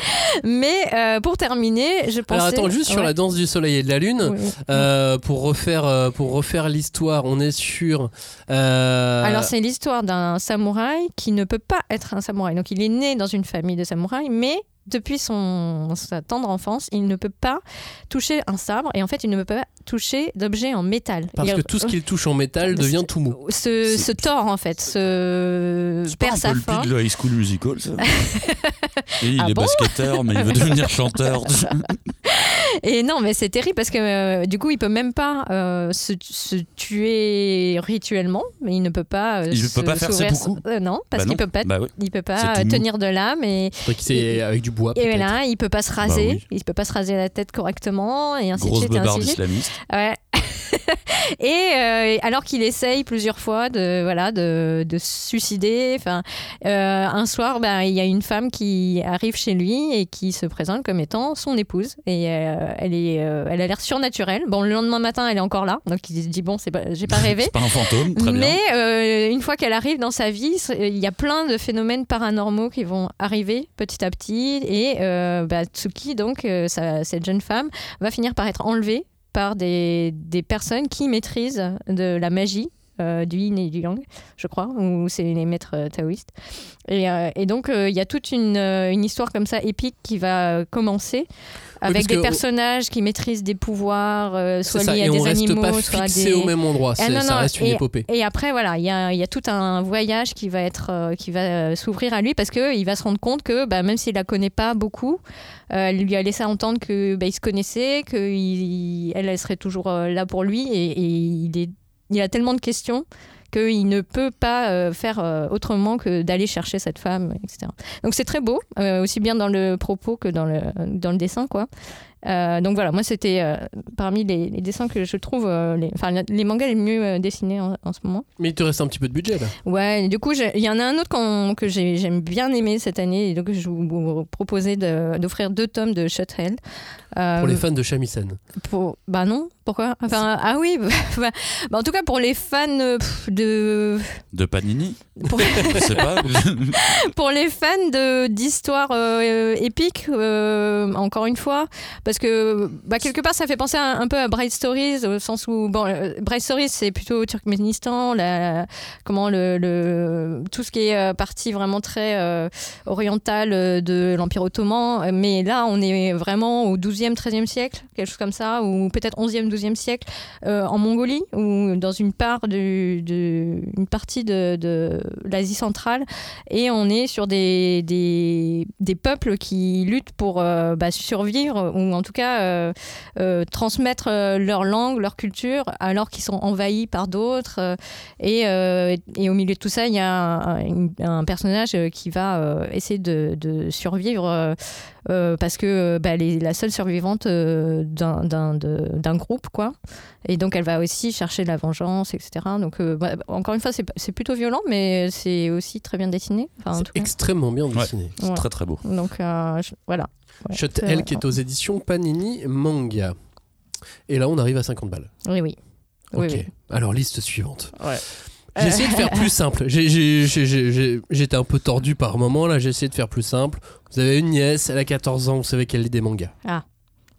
S2: Mais euh, pour terminer, je pensais.
S1: Alors attends, juste sur
S2: Ouais.
S1: la danse du soleil et de la lune.
S2: Oui, oui.
S1: Euh, pour refaire euh, pour refaire l'histoire, on est sur. euh,
S2: Alors c'est l'histoire d'un samouraï qui ne peut pas être un samouraï. Donc il est né dans une famille de samouraïs, mais depuis son, sa tendre enfance, il ne peut pas toucher un sabre et en fait il ne peut pas toucher d'objets en métal.
S1: parce
S2: Il-
S1: que tout ce qu'il touche en métal devient tout mou.
S2: se, se tord en fait, se
S3: C'est pas
S2: perd
S3: un
S2: sa
S3: peu le
S2: forme.
S3: pic de High School Musical,
S2: [laughs]
S3: ça Et il
S2: Ah
S3: est
S2: bon
S3: basketteur, mais il
S2: [laughs]
S3: veut devenir chanteur.
S2: Et non, mais c'est terrible parce que euh, du coup, il peut même pas euh, se, se tuer rituellement, mais il ne peut pas. euh,
S3: Il
S2: se-
S3: peut pas faire
S2: s'ouvrir-
S3: seppuku
S2: Euh, non, parce
S3: Bah
S2: qu'il
S3: non.
S2: peut pas.
S3: Bah oui.
S2: Il peut
S3: C'est
S2: pas
S3: tout mou.
S2: tenir de l'âme et
S1: Donc c'est avec du bois.
S2: Et
S1: peut-être.
S2: là, il peut pas se raser,
S3: Ah, Bah oui.
S2: il peut pas se raser la tête correctement, et ainsi de
S3: Grosse
S2: suite, et ainsi
S3: beubare
S2: de suite.
S3: islamiste.
S2: Ouais. [laughs] et euh, alors qu'il essaye plusieurs fois de voilà de, de se suicider, enfin euh, un soir, ben, il y a une femme qui arrive chez lui et qui se présente comme étant son épouse et euh, elle est, euh, elle a l'air surnaturelle. Bon, le lendemain matin, elle est encore là, donc il se dit bon, c'est pas, j'ai pas rêvé.
S3: [laughs] C'est pas un fantôme, très bien.
S2: Mais euh, une fois qu'elle arrive dans sa vie, c'est- il y a plein de phénomènes paranormaux qui vont arriver petit à petit. Et euh, bah, Tsuki, donc, euh, sa- cette jeune femme, va finir par être enlevée par des, des personnes qui maîtrisent de la magie. euh, du yin et du yang, je crois, ou c'est les maîtres euh, taoïstes. Et, euh, et donc, euh, il y a toute une, euh, une histoire comme ça épique qui va euh, commencer avec
S1: parce
S2: des
S1: que-
S2: personnages qui maîtrisent des pouvoirs, euh,
S1: C'est
S2: soit
S1: ça,
S2: liés
S1: et
S2: à
S1: on
S2: des
S1: reste
S2: animaux,
S1: pas
S2: soit à
S1: fixé
S2: des... Ah,
S1: au même endroit. c'est-
S2: non,
S1: ça
S2: non,
S1: reste une épopée.
S2: Et après, voilà, il y a, il y a tout un voyage qui va être, euh, qui va euh, s'ouvrir à lui parce que il va se rendre compte que, bah, même s'il la connaît pas beaucoup, euh, elle lui a laissé entendre que, bah, il se connaissait, que il- elle, elle serait toujours euh, là pour lui et, et il est, il a tellement de questions qu'il ne peut pas euh, faire euh, autrement que d'aller chercher cette femme, etc. Donc c'est très beau, euh, aussi bien dans le propos que dans le, dans le dessin, quoi. Euh, donc voilà, moi c'était euh, parmi les, les dessins que je trouve, euh, les, enfin les mangas les mieux euh, dessinés en, en ce moment.
S1: Mais il te reste un petit peu de budget là.
S2: Ouais, et du coup j'ai- il y en a un autre qu'on- que j'ai- j'aime bien aimé cette année, et donc je vous, vous proposais de- d'offrir deux tomes de Shut Hell. Euh,
S1: Pour les fans de Shamisen.
S2: pour- Bah non, pourquoi Enfin ah oui, [laughs] bah, bah, en tout cas pour les fans euh, pff, de
S3: De Panini
S2: pour,
S3: Je
S2: [laughs]
S3: sais pas.
S2: pour les fans de d'histoires euh, euh, épiques, euh, encore une fois, parce parce que bah, quelque part ça fait penser un, un peu à Bright Stories au sens où bon euh, Bright Stories c'est plutôt au Turkménistan la, comment le, le- tout ce qui est euh, partie vraiment très euh, orientale euh, de l'Empire ottoman mais là on est vraiment au 12e 13e siècle quelque chose comme ça ou peut-être 11e 12e siècle euh, en Mongolie ou dans une part du, du- une partie de, de l'Asie centrale et on est sur des, des, des peuples qui luttent pour euh, bah, survivre ou en tout cas euh, euh, transmettre euh, leur langue, leur culture, alors qu'ils sont envahis par d'autres. euh, et, euh, et au milieu de tout ça, il y a un, un- un personnage euh, qui va euh, essayer de, de survivre euh, euh, parce que euh, bah, elle est la seule survivante euh, d'un- d'un de- d'un groupe, quoi. Et donc elle va aussi chercher de la vengeance, etc. Donc euh, bah, encore une fois, c'est c'est plutôt violent, mais c'est aussi très bien dessiné. Enfin, en tout
S1: C'est
S2: cas.
S1: extrêmement bien
S3: Ouais.
S1: dessiné.
S3: C'est
S2: Ouais.
S3: très très beau.
S2: Donc euh, je- voilà. Ouais,
S1: Shot
S2: c'est-
S1: L qui est aux éditions Panini Manga. Et là, on arrive à 50 balles.
S2: Oui, oui. Oui,
S1: ok.
S2: oui.
S1: Alors, liste suivante.
S2: Ouais.
S1: J'ai essayé de faire plus simple. J'ai- j'ai- j'ai- j'ai- j'ai- J'étais un peu tordu par moment. Là, j'ai essayé de faire plus simple. Vous avez une nièce, elle a 14 ans, vous savez qu'elle lit des mangas.
S2: Ah.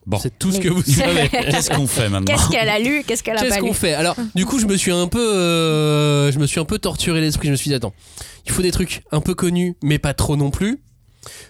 S3: Bon.
S1: C'est tout ce
S2: Mais-
S1: que vous savez.
S3: Qu'est-ce qu'on fait maintenant
S2: Qu'est-ce qu'elle a lu Qu'est-ce qu'elle a
S1: Qu'est-ce
S2: pas lu
S1: qu'on fait Alors, du coup, je me suis un peu, euh, je me suis un peu torturé l'esprit. Je me suis dit, attends, il faut des trucs un peu connus, mais pas trop non plus.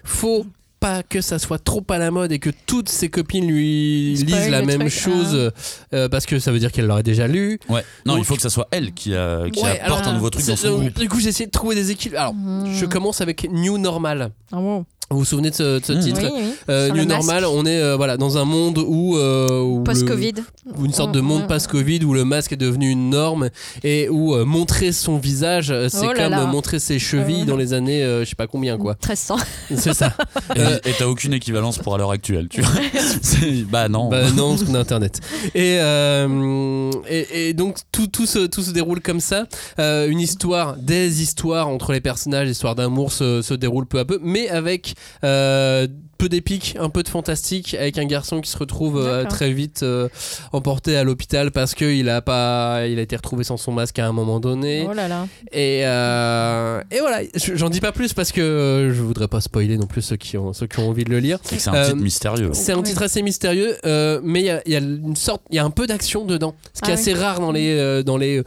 S1: Faut pas que ça soit trop à la mode et que toutes ses copines lui
S2: Spoil
S1: lisent la
S2: le
S1: même
S2: truc, hein.
S1: chose euh, parce que ça veut dire qu'elle l'aurait déjà lu.
S3: Ouais. Non,
S1: Donc-
S3: il faut que ça soit elle qui, euh, qui
S1: Ouais,
S3: apporte
S1: alors,
S3: un nouveau truc
S1: c'est-
S3: dans son
S1: donc,
S3: groupe.
S1: Du coup, j'ai essayé de trouver des équilibres. Alors,
S2: Mhm.
S1: je commence avec New Normal.
S2: Ah bon
S1: Vous vous souvenez de ce, de ce
S3: Mmh.
S1: titre
S2: Oui, oui.
S1: Euh,
S2: Sur le
S1: New
S2: masque.
S1: Normal, on est euh, voilà dans un monde où, euh, où le-
S2: Post-Covid.
S1: ou une sorte de
S2: Mm,
S1: monde
S2: mm.
S1: post-Covid où le masque est devenu une norme et où euh, montrer son visage, euh, c'est
S2: Oh là
S1: comme
S2: là.
S1: euh, montrer ses chevilles
S2: Euh.
S1: dans les années euh, je sais pas combien
S2: [laughs]
S1: quoi.
S2: 1300.
S1: C'est ça.
S3: Et-
S1: Euh,
S3: Et t'as aucune équivalence pour à l'heure actuelle,
S2: [laughs]
S3: tu vois. C'est- bah non.
S1: Bah non, parce qu'on a internet. Et, euh, et, et donc tout, tout, se, tout se déroule comme ça. Euh, une histoire, des histoires entre les personnages, l'histoire d'amour se, se déroule peu à peu, mais avec euh, peu d'épique, un peu de fantastique, avec un garçon qui se retrouve euh,
S2: D'accord.
S1: très vite euh, emporté à l'hôpital parce qu'il a, pas, il a été retrouvé sans son masque à un moment donné.
S2: Oh là là.
S1: Et, euh, et voilà, je- j'en dis pas plus parce que euh, je voudrais pas spoiler non plus ceux qui ont, ceux qui ont envie de le lire.
S3: Et que C'est un
S1: Euh,
S3: titre mystérieux.
S1: C'est un
S2: Oui.
S1: titre assez mystérieux, euh, mais il y a, il y a une sorte, il y a un peu d'action dedans, ce qui est
S2: Ah
S1: assez rare dans les, euh, dans les,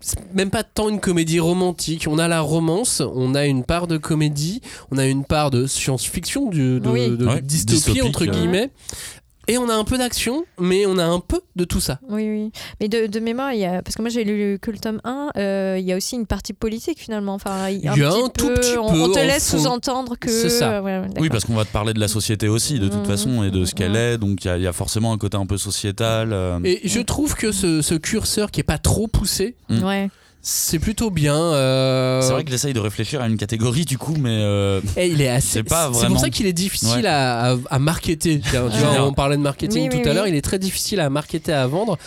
S1: c'est même pas tant une comédie romantique. On a la romance, on a une part de comédie, on a une part de science-fiction, du- de,
S2: Oui.
S1: de
S3: Ouais,
S1: dystopie entre
S3: dystopique, euh.
S1: guillemets, et on a un peu d'action, mais on a un peu de tout ça.
S2: Oui, oui. Mais de, de mémoire, il y a, parce que moi j'ai lu que le tome 1, euh, il y a aussi une partie politique finalement. Enfin, il y a un,
S1: Il y a un
S2: petit,
S1: tout
S2: peu,
S1: petit
S2: on,
S1: peu,
S2: on te
S1: en
S2: laisse
S1: fond.
S2: sous-entendre que.
S1: C'est ça.
S2: euh, ouais, ouais,
S3: Oui,
S2: d'accord.
S3: parce qu'on va te parler de la société aussi, de toute
S2: Mmh,
S3: façon, et de ce qu'elle
S2: mmh.
S3: est. Donc il y a- il y, a forcément un côté un peu sociétal. euh,
S1: Et
S2: Mm.
S1: je trouve que ce, ce curseur qui est pas trop poussé,
S3: Mm.
S2: Ouais.
S1: c'est plutôt bien. euh,
S3: C'est vrai que j'essaye de réfléchir à une catégorie du coup, mais euh,
S1: Et Eh, il est assez.
S3: C'est pas
S1: c'est pour
S3: vraiment-
S1: ça qu'il est difficile
S3: Ouais.
S1: à, à- à marketer. Tu vois,
S3: Génial.
S1: on parlait de marketing
S2: Oui,
S1: tout
S2: oui,
S1: à
S2: oui.
S1: l'heure. Il est très difficile à marketer, à vendre.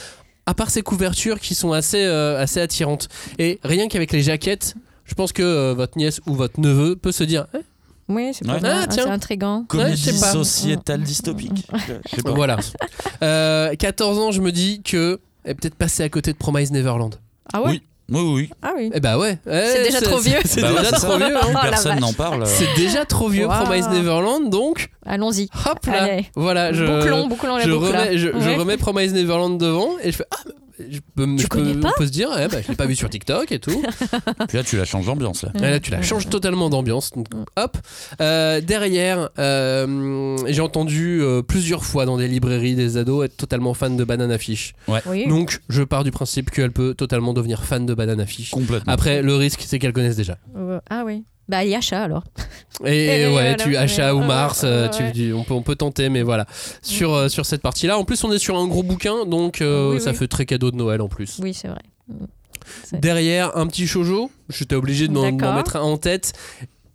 S1: À part ses couvertures qui sont assez, euh, assez attirantes. Et rien qu'avec les jaquettes, je pense que euh, votre nièce ou votre neveu peut se dire. eh,
S2: Oui, c'est
S3: Ouais.
S2: pas mal,
S1: Ah,
S2: hein,
S1: tiens.
S2: c'est intriguant.
S3: comédie
S1: je sais pas.
S3: sociétale dystopique. Je sais pas.
S1: voilà. [laughs] Euh, 14 ans, je me dis que. Elle est peut-être passée à côté de Promise Neverland.
S2: Ah ouais
S3: Oui, oui, oui.
S2: Ah oui.
S1: Eh bah ouais.
S2: C'est
S1: Eh,
S2: déjà trop vieux.
S1: C'est
S3: Bah ouais,
S1: déjà
S3: c'est
S1: trop
S3: ça.
S1: vieux. hein.
S3: Plus
S2: Oh, la
S3: personne
S2: vache.
S3: n'en parle. euh.
S1: C'est déjà trop vieux
S2: Wow.
S1: Promise Neverland. Donc,
S2: Allons-y.
S1: hop là.
S2: Allez.
S1: Voilà. ah, Je...
S2: Bouclons, bouclons la
S1: je
S2: boucle. là.
S1: remets, je, je
S2: Ouais.
S1: remets Promise Neverland devant et je fais ah je peux me-
S2: Tu
S1: je peux-
S2: connais pas
S1: on peut se dire eh ben, je l'ai pas vu sur TikTok et
S2: [laughs]
S1: tout
S3: Puis là, tu la changes d'ambiance là.
S1: et là tu la changes totalement d'ambiance donc hop Euh, derrière euh, j'ai entendu euh, plusieurs fois dans des librairies des ados être totalement fan de Banana Fish
S2: Oui.
S1: donc je pars du principe qu'elle peut totalement devenir fan de Banana Fish
S3: Complètement.
S1: après le risque c'est qu'elle connaisse déjà
S2: Euh, Ah oui. Bah, Yasha alors.
S1: Et,
S2: Et
S1: ouais,
S2: voilà,
S1: tu
S2: ouais.
S1: Achat ou Mars,
S2: Ouais,
S1: euh,
S2: ouais,
S1: tu-
S2: ouais.
S1: tu- on, peut, on peut tenter, mais voilà. Sur, euh, sur cette partie-là, en plus on est sur un gros bouquin, donc euh,
S2: Oui,
S1: ça
S2: oui.
S1: fait très cadeau de Noël en plus.
S2: Oui, c'est vrai. Ouais.
S1: Derrière, un petit shoujo, j'étais obligé de m'en-
S2: D'accord.
S1: m'en mettre un en tête.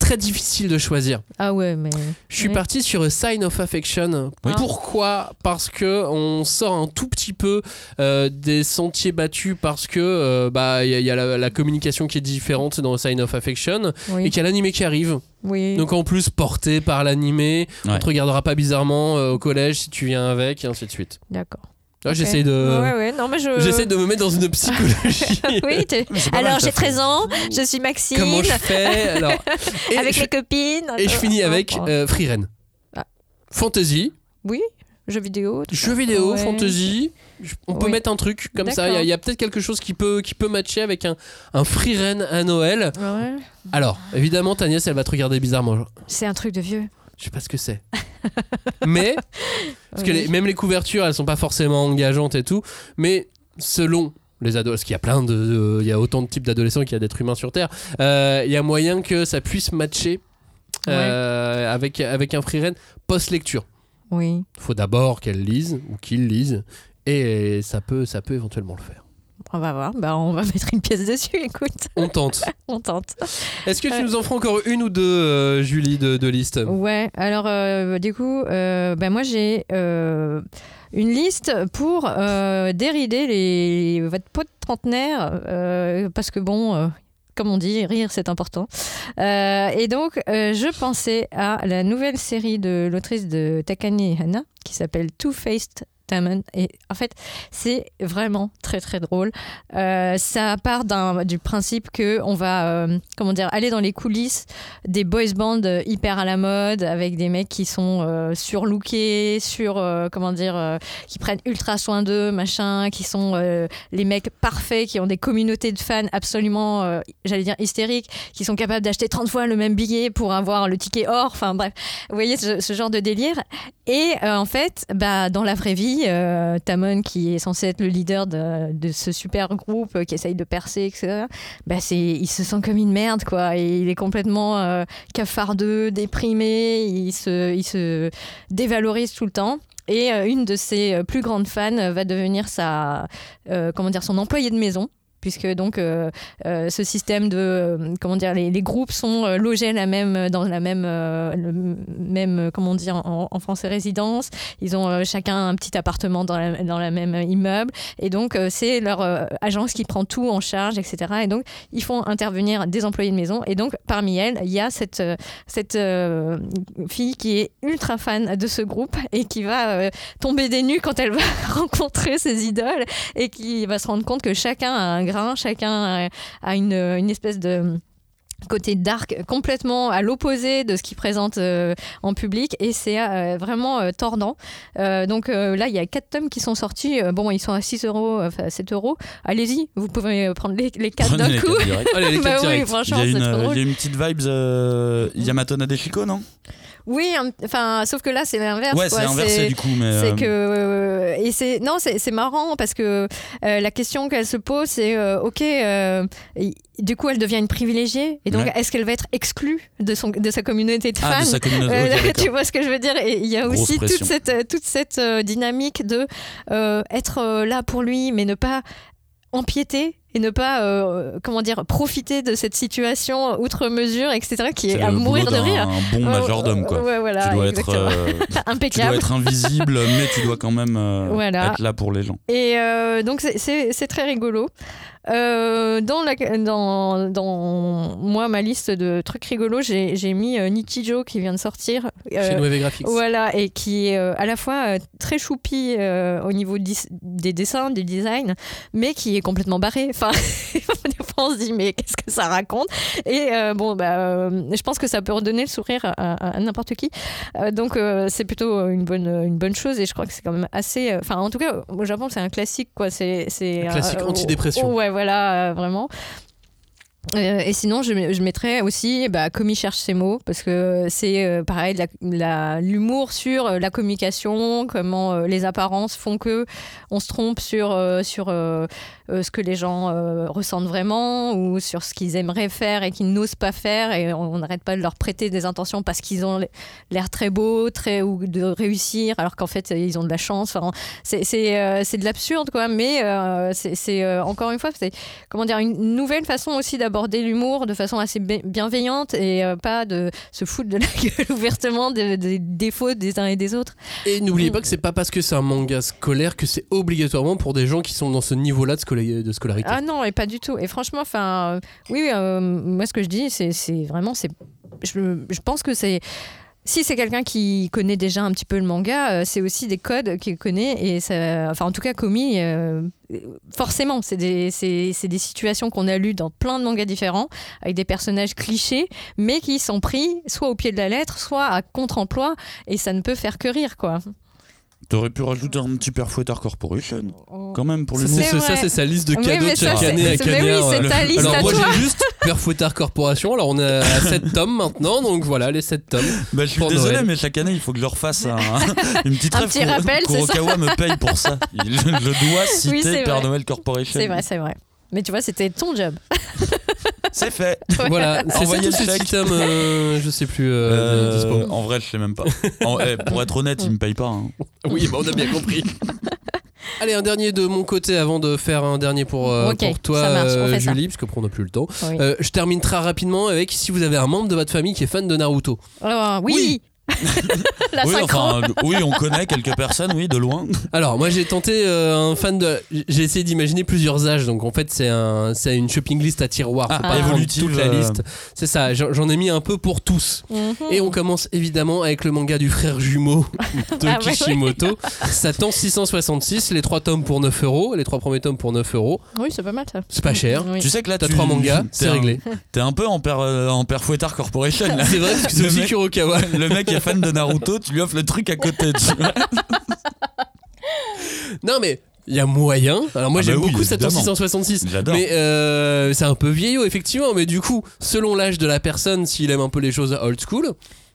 S1: Très difficile de choisir.
S2: Ah ouais, Ah. mais.
S1: Je suis
S2: Oui.
S1: parti sur A Sign of Affection.
S2: Oui.
S1: Pourquoi Parce que on sort un tout petit peu euh, des sentiers battus parce que euh, bah il y a, il y a la, la communication qui est différente dans A Sign of Affection et
S2: Oui.
S1: qu'il y a l'animé qui arrive.
S2: Oui.
S1: Donc en plus porté par l'animé, on
S3: Ouais.
S1: te regardera pas bizarrement euh, au collège si tu viens avec et ainsi de suite.
S2: D'accord.
S1: Là,
S2: Ok.
S1: j'essaie de
S2: Ouais, ouais, non, mais je.
S1: j'essaie de me mettre dans
S2: [laughs]
S1: une psychologie.
S2: Oui,
S1: [laughs]
S2: t'es-
S3: C'est pas mal,
S2: alors
S3: ça
S2: j'ai
S3: fait.
S2: 13 ans, je suis Maxine,
S1: Comment je fais alors et
S2: [laughs] avec
S1: je,
S2: mes copines. euh, hein,
S1: et je finis avec
S2: Oh.
S1: euh, Free Ren.
S2: Ah.
S1: Fantasy.
S2: Oui. Jeux vidéo tout ça.
S1: Jeux vidéo,
S2: Ouais.
S1: fantasy, je- on peut
S2: Oui.
S1: mettre un truc comme ça. Il y a- il y a, peut-être quelque chose qui peut, qui peut matcher avec un, un free run à Noël.
S2: Ouais.
S1: Alors, évidemment, ta nièce, elle va te regarder bizarrement. genre,
S2: C'est un truc de vieux.
S1: Je sais pas ce que
S2: [laughs]
S1: c'est. mais, parce que
S2: Oui.
S1: les- même les couvertures, elles sont pas forcément engageantes et tout. Mais selon les ados, parce qu'il y a plein de. de- Il y a autant de types d'adolescents qu'il y a d'êtres humains sur Terre, euh, il y a moyen que ça puisse matcher euh, avec, avec un free run post-lecture
S2: Oui.
S1: faut d'abord qu'elle lise ou qu'il lise et ça peut ça peut éventuellement le faire.
S2: On va voir. Bah, on va [laughs] mettre une pièce dessus. Écoute,
S1: On
S2: [laughs]
S1: tente.
S2: on tente.
S1: Est-ce que tu
S2: Ouais.
S1: nous en feras encore une ou deux euh, Julie de, de liste
S2: Ouais. Alors, euh, du coup, euh, bah, moi j'ai euh, une liste pour euh, dérider les votre pot de trentenaire euh, parce que bon. euh, comme on dit, rire c'est important. Euh, et donc, euh, je pensais à la nouvelle série de l'autrice de Takane et Hana qui s'appelle Two-Faced Diamond. Et en fait, c'est vraiment très très drôle. Euh, ça part d'un- du principe que on va, euh, comment dire, aller dans les coulisses des boys bands euh, hyper à la mode avec des mecs qui sont euh, surlookés, sur euh, comment dire, euh, qui prennent ultra soin d'eux, machin, qui sont euh, les mecs parfaits, qui ont des communautés de fans absolument, euh, j'allais dire hystériques, qui sont capables d'acheter 30 fois le même billet pour avoir le ticket or. Enfin bref, vous voyez ce, ce genre de délire. Et euh, en fait, bah, dans la vraie vie, euh, Tamon, qui est censé être le leader de, de ce super groupe euh, qui essaye de percer, etc., bah, c'est, il se sent comme une merde, quoi. Et il est complètement euh, cafardeux, déprimé, il se, il se dévalorise tout le temps. Et euh, une de ses euh, plus grandes fans euh, va devenir sa, euh, comment dire, son employée de maison. Puisque donc euh, euh, ce système de euh, comment dire les, les groupes sont euh, logés la même dans la même euh, le m- même euh, comment dire en, en français résidence ils ont euh, chacun un petit appartement dans la, dans la même immeuble et donc euh, c'est leur euh, agence qui prend tout en charge etc et donc ils font intervenir des employés de maison et donc parmi elles il y a cette euh, cette euh, fille qui est ultra fan de ce groupe et qui va euh, tomber des nues quand elle va [laughs] rencontrer ses idoles et qui va se rendre compte que chacun a un grain, chacun a- a une, une espèce de côté dark complètement à l'opposé de ce qu'il présente euh, en public et c'est euh, vraiment euh, tordant Euh, donc euh, là il y a quatre tomes qui sont sortis Euh, bon ils sont à 6 euros enfin 7 euros allez-y vous pouvez prendre les, les quatre
S3: Prenez
S2: d'un
S3: les
S2: coup [laughs]
S3: quatre directs.
S1: Allez, les
S2: Bah
S1: quatre
S2: oui,
S1: directs.
S3: Il y
S2: franchement
S3: a
S2: c'est
S3: une,
S2: trop
S3: euh,
S2: drôle
S3: il y a une petite vibes euh, Yamato Nadeshiko, non
S2: Oui, un- enfin, sauf que là, c'est l'inverse.
S3: Ouais,
S2: quoi.
S3: c'est inversé du coup, mais.
S2: c'est
S3: euh,
S2: que euh, et c'est non c'est c'est marrant parce que euh, la question qu'elle se pose c'est euh, ok euh, y- du coup elle devient une privilégiée et donc
S3: Ouais.
S2: est-ce qu'elle va être exclue de son de sa communauté de
S3: Ah,
S2: fans
S3: de sa communauté.
S2: Euh, [laughs]
S3: ok, d'accord.
S2: tu vois ce que je veux dire Et il y a
S3: Grosse
S2: aussi toute
S3: pression.
S2: cette, euh, toute cette euh, dynamique de euh, être euh, là pour lui, mais ne pas empiéter et ne pas, euh, comment dire, profiter de cette situation outre mesure, etc., qui est,
S3: C'est
S2: à
S3: le
S2: mourir de
S3: boulot
S2: rire. Oh, Euh,
S3: d'un bon majordome, quoi.
S2: Ouais, voilà,
S3: tu dois
S2: [laughs]
S3: être,
S2: exactement.
S3: euh, tu dois
S2: impeccable.
S3: être invisible, mais tu dois quand même euh,
S2: Voilà.
S3: être là pour les gens.
S2: Et euh, donc c'est- c'est c'est très rigolo. Euh, dans, la, dans, dans moi, ma liste de trucs rigolos, j'ai j'ai mis euh, Nikijo qui vient de sortir. Euh,
S1: Chez Noévé Graphics.
S2: Voilà, et qui est euh, à la fois euh, très choupi euh, au niveau dis- des dessins, du design, mais qui est complètement barré. Enfin, [laughs] des fois, on se dit, mais qu'est-ce que ça raconte [laughs] Et euh, bon, bah, euh, je pense que ça peut redonner le sourire à, à- à n'importe qui. Euh, donc, euh, c'est plutôt euh, une bonne, une bonne chose, et je crois que c'est quand même assez. euh, Enfin, en tout cas, au Japon, c'est un classique, quoi. C'est c'est, euh,
S1: Un classique antidépression.
S2: Ouais, voilà, euh, vraiment. Euh, et sinon, je, je mettrais aussi bah, Commis cherche ses mots, parce que c'est euh, pareil, de la- la- l'humour sur euh, la communication, comment euh, les apparences font que on se trompe sur, euh, sur euh, euh, ce que les gens euh, ressentent vraiment ou sur ce qu'ils aimeraient faire et qu'ils n'osent pas faire. Et on on n'arrête pas de leur prêter des intentions parce qu'ils ont l'air très beaux, très, ou de réussir, alors qu'en fait, ils ont de la chance. Enfin, c'est c'est, euh, c'est de l'absurde, quoi, mais euh, c'est c'est, euh, encore une fois, c'est comment dire, une nouvelle façon aussi d'aborder l'humour de façon assez bi- bienveillante et euh, pas de se foutre de la [laughs] gueule ouvertement des, des défauts des uns et des autres.
S1: Et n'oubliez pas que c'est pas parce que c'est un manga scolaire que c'est obligatoirement pour des gens qui sont dans ce niveau-là de, scola- de scolarité.
S2: Ah non, et pas du tout. Et franchement, enfin, euh, oui, euh, moi ce que je dis, c'est- c'est vraiment, c'est, je, je pense que c'est. Si c'est quelqu'un qui connaît déjà un petit peu le manga, euh, c'est aussi des codes qu'il connaît et ça, enfin en tout cas Komi, euh, forcément, c'est des, c'est- c'est des situations qu'on a lues dans plein de mangas différents avec des personnages clichés, mais qui sont pris soit au pied de la lettre, soit à contre-emploi et ça ne peut faire que rire quoi.
S3: T'aurais pu rajouter un petit perfouetter corporation quand même pour
S1: Ça,
S3: le euh,
S1: c'est-
S2: C'est
S1: ça,
S2: vrai.
S1: c'est sa liste de
S2: Oui,
S1: cadeaux
S2: mais
S1: de
S2: ça,
S1: chaque
S2: c'est-
S1: année à
S2: c'est- [laughs] mais oui,
S1: Cagnard.
S2: c'est ta liste
S1: Alors,
S2: à
S1: moi,
S2: toi.
S1: j'ai juste
S2: [laughs]
S1: Père Fouettard Corporation. Alors, on est à 7 tomes maintenant. Donc, voilà, les 7
S2: [laughs]
S1: tomes.
S3: Bah, je suis
S1: Pour
S3: désolé,
S1: Noël.
S3: mais chaque année, il faut que je leur fasse un, [laughs] une petite
S2: Un
S3: rêve.
S2: petit rappel, c'est ça
S3: Kurokawa me paye pour ça. Il- je dois
S2: Oui,
S3: citer
S2: c'est
S3: Père
S2: vrai.
S3: Noël Corporation.
S2: C'est vrai, c'est vrai. Mais tu vois, c'était ton job.
S3: C'est fait.
S1: Voilà, c'est ça
S3: Envoyez
S1: tout
S3: le
S1: ce
S3: chèque.
S1: petit tome, euh, je sais plus. euh,
S3: Euh,
S1: dispo.
S3: en vrai, je sais même pas. En- eh, pour être honnête, il me paye pas. hein.
S1: Oui, bah, on a bien compris. [laughs] Allez, un dernier de mon côté avant de faire un dernier pour, euh,
S2: Ok,
S1: pour toi,
S2: ça marche, on
S1: euh,
S2: fait ça.
S1: Julie, parce que après, on n'a plus le temps.
S2: Oui.
S1: Euh, je termine très rapidement avec si vous avez un membre de votre famille qui est fan de Naruto.
S2: Alors, Oh, oui, [laughs] La
S3: oui,
S2: synchro.
S3: enfin, oui, on connaît quelques personnes, oui,
S2: [laughs]
S3: de loin.
S1: Alors, moi, j'ai tenté euh, un fan de. J'ai essayé d'imaginer plusieurs âges. Donc, en fait, c'est un, c'est une shopping list à tiroir. Faut
S3: Ah,
S1: pas prendre
S3: évolutive,
S1: toute la
S3: euh.
S1: liste. C'est ça. J'en j'en ai mis un peu pour tous.
S2: Mhm.
S1: Et on commence évidemment avec le manga du frère
S2: [laughs]
S1: jumeau de
S2: Ah ouais,
S1: Kishimoto. Satan 666, les trois tomes pour 9 euros, les trois premiers tomes pour 9 euros.
S2: Oui, c'est pas mal ça.
S1: C'est pas cher.
S2: Oui.
S3: Tu sais que là,
S1: T'as
S3: tu-
S1: trois mangas,
S3: t'es
S1: c'est
S3: un-
S1: réglé.
S3: T'es un peu en père, euh, en père Fouettard Corporation. Là. [laughs]
S1: C'est vrai, parce que c'est
S3: Le
S1: aussi
S3: mec-
S1: Kurokawa.
S3: Le mec est fan de Naruto, tu lui offres le truc à côté. tu vois.
S1: Non mais il y a moyen. Alors moi
S3: Ah
S1: j'aime
S3: bah oui,
S1: beaucoup Satan
S3: évidemment.
S1: 666.
S3: J'adore.
S1: Mais euh, c'est un peu vieillot effectivement. Mais du coup, selon l'âge de la personne, s'il aime un peu les choses old school,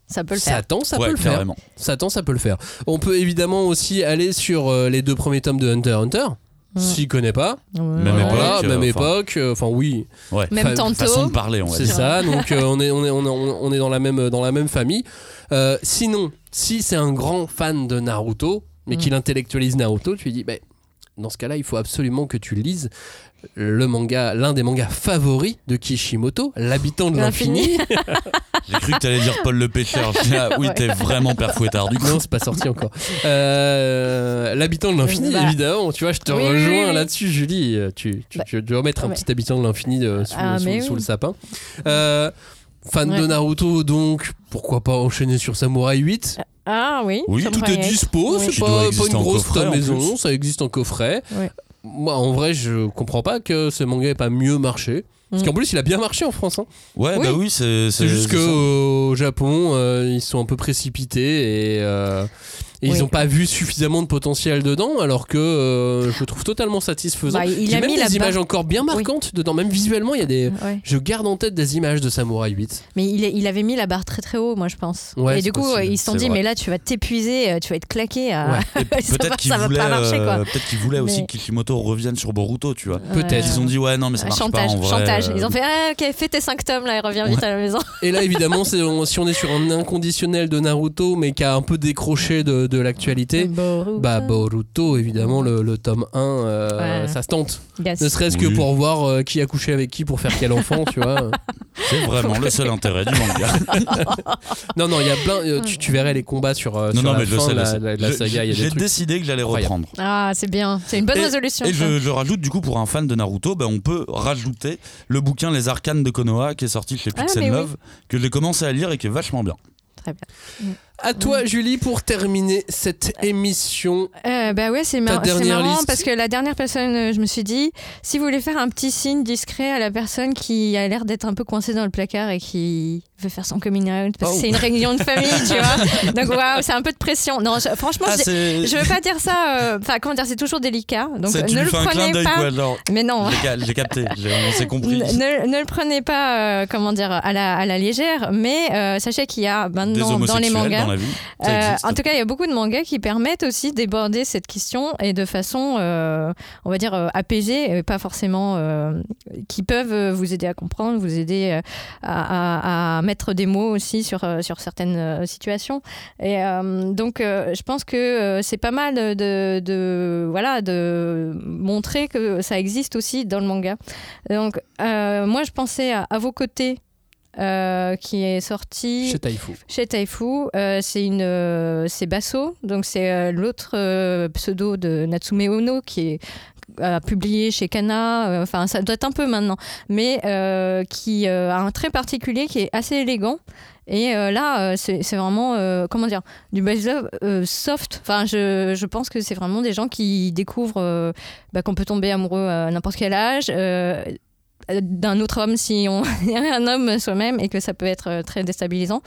S2: Ça peut le faire.
S1: Satan ça
S3: Ouais,
S1: peut le faire.
S3: carrément.
S1: Satan ça peut le faire. On peut évidemment aussi aller sur euh, les deux premiers tomes de Hunter x Hunter.
S2: Mm.
S1: S'il connaît pas,
S3: Même
S2: Ouais.
S3: époque.
S1: voilà, même
S3: euh, enfin.
S1: époque, euh, enfin oui,
S3: Ouais.
S2: Même
S1: Fa-
S3: Façon
S2: tantôt.
S3: de parler, on va
S1: c'est
S3: dire.
S1: ça. Donc euh, on est on est on est on est dans la même dans la même famille. Euh, sinon, si c'est un grand fan de Naruto, mais qu'il intellectualise Naruto, tu lui dis, bah, dans ce cas-là, il faut absolument que tu lises le manga, l'un des mangas favoris de Kishimoto, l'habitant de l'infini.
S2: L'infini.
S3: J'ai cru que t'allais dire Paul le Pêcheur. Je dis, ah,
S2: [laughs]
S3: oui, t'es vraiment père Fouettard du coup.
S1: Non, c'est pas sorti encore. Euh, L'habitant de l'infini,
S2: Bah.
S1: évidemment. Tu vois, je te
S2: Oui, oui,
S1: rejoins
S2: oui.
S1: là-dessus, Julie. Euh, Tu, tu,
S2: Bah.
S1: tu dois mettre un
S2: Ouais.
S1: petit habitant de l'infini euh, sous,
S2: Ah,
S1: sous-
S2: mais
S1: sous
S2: oui.
S1: le sapin. Euh, fan de
S2: Ouais.
S1: Naruto, donc pourquoi pas enchaîner sur Samurai 8
S2: Ah oui.
S3: Oui,
S2: ça
S3: tout
S2: pourrait
S3: est
S2: y être.
S1: dispo,
S2: Oui.
S1: c'est
S3: Qui
S1: pas,
S3: doit
S1: pas
S3: exister
S1: une
S3: en
S1: grosse
S3: coffret, en
S1: maison,
S3: plus.
S1: ça existe en coffret.
S2: Ouais.
S1: Moi, en vrai, je comprends pas que ce manga ait pas mieux marché. Parce
S2: Mm.
S1: qu'en plus, il a bien marché en France. hein.
S3: Ouais,
S2: Oui.
S3: bah oui, c'est.
S1: C'est juste
S3: c'est ça.
S1: qu'au Japon, euh, ils se sont un peu précipités et, euh, et ils
S2: Oui.
S1: n'ont pas vu suffisamment de potentiel dedans, alors que euh, je le trouve totalement satisfaisant.
S2: Bah, il
S1: J'ai
S2: a
S1: même
S2: mis
S1: des
S2: la barre-
S1: images encore bien
S2: Oui.
S1: marquantes dedans, même visuellement, il y a des.
S2: Ouais.
S1: Je garde en tête des images de Samurai 8.
S2: Mais il, est- il avait mis la barre très très haut, moi je pense.
S1: Ouais,
S2: et
S1: c'est
S2: du coup,
S1: possible,
S2: ils se sont
S1: c'est
S2: dit,
S1: vrai.
S2: mais là tu vas t'épuiser, euh, tu vas être claqué. à- [laughs]
S1: [laughs] Ouais.
S3: Et
S2: Ça va-
S3: Peut-être qu'ils
S2: ça va pas
S3: voulaient,
S2: marcher, quoi.
S3: euh, peut-être qu'ils voulaient aussi
S2: Mais-
S3: que Kishimoto revienne sur Boruto, tu vois.
S1: Peut-être.
S3: Ils ont dit ouais non mais ça
S2: Ah,
S3: marche
S2: chantage,
S3: pas en vrai.
S2: chantage.
S3: euh,
S2: Ils ont fait, ah ok, fais tes 5 tomes là et reviens vite à la maison.
S1: Et là, évidemment, c'est- on- si on est sur un inconditionnel de Naruto, mais qui a un peu décroché de, de
S2: [laughs]
S1: l'actualité. Bah, Boruto, évidemment, le, le tome 1, euh,
S2: Ouais.
S1: ça se tente.
S2: Yes.
S1: Ne serait-ce que
S3: Oui.
S1: pour voir euh, qui a couché avec qui pour faire quel enfant, tu vois.
S2: [laughs]
S3: C'est vraiment le seul intérêt du manga.
S1: Non, non, il y a plein. euh, tu, tu verrais les combats sur, euh,
S3: non
S1: sur
S3: non
S1: la
S3: mais je
S1: fin de
S3: sais. je
S1: la,
S3: sais.
S1: la- la
S3: Je-
S1: saga. Il y a des
S3: J'ai
S1: trucs.
S3: décidé que j'allais
S1: incroyables.
S3: reprendre.
S2: Ah, c'est bien, c'est une bonne
S3: Et-
S2: résolution.
S3: Et
S2: ça.
S3: je, je rajoute du coup pour un fan de Naruto, ben, on peut rajouter le bouquin Les Arcanes de Konoha qui est sorti chez
S2: Ah,
S3: Pixel
S2: mais oui.
S3: Love que j'ai commencé à lire et qui est vachement bien.
S2: Très bien.
S1: À toi, Julie, pour terminer cette émission.
S2: Euh, bah ouais, c'est mar- c'est
S1: dernière
S2: marrant
S1: liste.
S2: parce que la dernière personne, euh, je me suis dit, si vous voulez faire un petit signe discret à la personne qui a l'air d'être un peu coincée dans le placard et qui veut faire son coming out, parce
S1: Oh.
S2: que c'est une réunion de famille, tu
S3: [laughs]
S2: vois. Donc waouh, c'est un peu de pression. Non, je- franchement,
S3: Ah,
S2: je-
S3: c'est.
S2: je veux pas dire ça. euh, Enfin, comment dire, c'est toujours délicat. Donc
S3: c'est-
S2: euh,
S3: tu
S2: ne
S3: lui
S2: le
S3: fais un clin
S2: prenez
S3: d'œil
S2: pas.
S3: quoi, genre.
S2: Mais non.
S3: J'ai ca- J'ai capté, j'ai- on s'est compris.
S2: Ne, ne- ne le prenez pas, euh, comment dire, à la, à la légère, mais euh, sachez qu'il y a
S3: Des
S2: maintenant dans les
S3: homosexuels
S2: mangas,
S3: dans la vie. Ça
S2: euh,
S3: existe.
S2: en tout cas, il y a beaucoup de mangas qui permettent aussi d'aborder cette question et de façon, euh, on va dire, euh, apaisée, et pas forcément. euh, qui peuvent euh, vous aider à comprendre, vous aider euh, à, à- à mettre des mots aussi sur, euh, sur certaines euh, situations. Et euh, donc, euh, je pense que euh, c'est pas mal de, de, voilà, de montrer que ça existe aussi dans le manga. Donc, euh, moi, je pensais à, à vos côtés. euh, qui est sorti
S1: Chez Taifu.
S2: chez Taifu, euh, c'est une, euh, c'est Basso, donc c'est euh, l'autre euh, pseudo de Natsume Ono qui est euh, publié chez Kana, euh, enfin ça date un peu maintenant, mais euh, qui euh, a un trait particulier qui est assez élégant. Et euh, là, euh, c'est c'est vraiment, euh, comment dire, du base love euh, soft. Enfin, je, je pense que c'est vraiment des gens qui découvrent euh, bah, qu'on peut tomber amoureux à n'importe quel âge. euh, euh, d'un autre homme si on [laughs] est un homme soi-même et que ça peut être euh, très déstabilisant.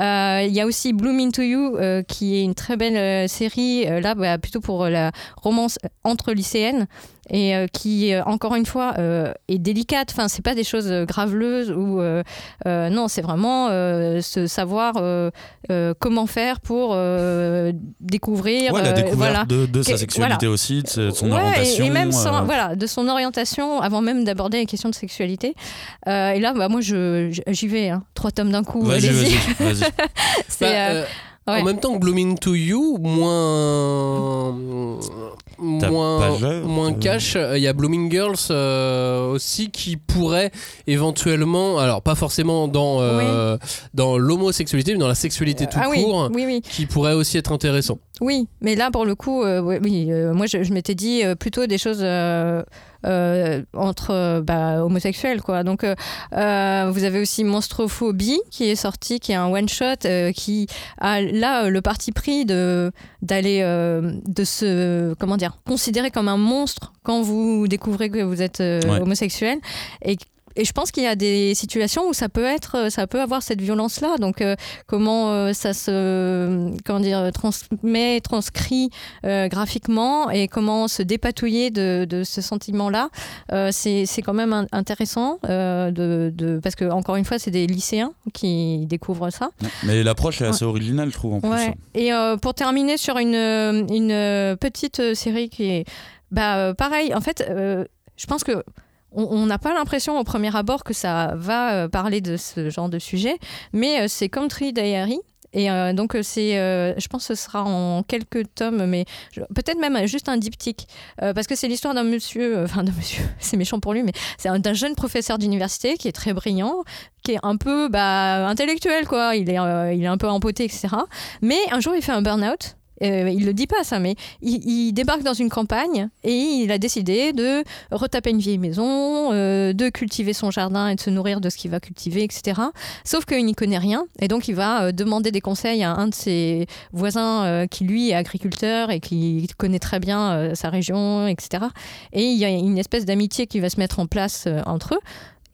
S2: Euh, Il y a aussi Bloom Into You euh, qui est une très belle euh, série, euh, là bah, plutôt pour la romance entre lycéennes et euh, qui euh, encore une fois euh, est délicate. Enfin, c'est pas des choses euh, graveleuses ou euh, euh, non, c'est vraiment euh, se savoir euh, euh, comment faire pour euh, découvrir.
S3: Ouais, la
S2: euh,
S3: découverte
S2: voilà.
S3: de, de sa
S2: Que-
S3: sexualité
S2: voilà.
S3: aussi, de sa- de son
S2: Ouais, et-
S3: orientation.
S2: Et, même sans-
S3: euh,
S2: voilà, de son orientation, avant même d'aborder les questions de sexualité. Euh, et là, bah, moi, je- je- j'y vais. hein. Trois tomes d'un coup,
S3: Vas-y,
S2: allez-y.
S3: vas-y, vas-y.
S2: [laughs] C'est,
S1: Bah,
S2: euh,
S1: euh,
S2: ouais.
S1: En même temps que Blooming to You, moins.
S3: T'as pas
S1: Moins,
S3: joué,
S1: moins
S3: euh,
S1: cash, il y a Blooming Girls euh, aussi qui pourrait éventuellement, alors pas forcément dans, euh, dans l'homosexualité, mais dans la sexualité tout
S2: ah oui,
S1: court,
S2: oui, oui,
S1: qui pourrait aussi être intéressant.
S2: oui. Mais là, pour le coup, euh, ouais, oui, euh, moi, je, je m'étais dit euh, plutôt des choses euh, euh, entre euh, bah, homosexuels, quoi. Donc, euh, euh, vous avez aussi Monstrophobie qui est sorti, qui est un one shot, qui a là euh, le parti pris de d'aller euh, de se comment dire considérer comme un monstre quand vous découvrez que vous êtes euh,
S3: Ouais.
S2: homosexuel et et je pense qu'il y a des situations où ça peut être, ça peut avoir cette violence-là. Donc, euh, comment euh, ça se, comment dire, transmet, transcrit euh, graphiquement et comment se dépatouiller de, de ce sentiment-là, euh, c'est c'est quand même in- intéressant euh, de, de- parce que encore une fois, c'est des lycéens qui découvrent ça.
S3: Mais l'approche est assez originale, je trouve, en plus. hein.
S2: Ouais. Et euh, pour terminer sur une, euh, une euh, petite euh, série qui est. Bah, euh, pareil, en fait, euh, je pense que. on- On n'a pas l'impression au premier abord que ça va euh, parler de ce genre de sujet, mais euh, c'est Country Diary. Et euh, donc, euh, c'est, euh, je pense que ce sera en quelques tomes, mais je- peut-être même juste un diptyque. Euh, parce que c'est l'histoire d'un monsieur, euh, enfin d'un monsieur, [laughs] c'est méchant pour lui, mais c'est un- d'un jeune professeur d'université qui est très brillant, qui est un peu bah, intellectuel, quoi. Il est, euh, il est un peu empoté, etc. Mais un jour, il fait un burn-out. Euh, il le dit pas ça, mais il, il débarque dans une campagne et il a décidé de retaper une vieille maison, euh, de cultiver son jardin et de se nourrir de ce qu'il va cultiver, etc. Sauf qu'il n'y connaît rien et donc il va euh, demander des conseils à un de ses voisins euh, qui lui est agriculteur et qui connaît très bien euh, sa région, etc. Et il y a une espèce d'amitié qui va se mettre en place euh, entre eux,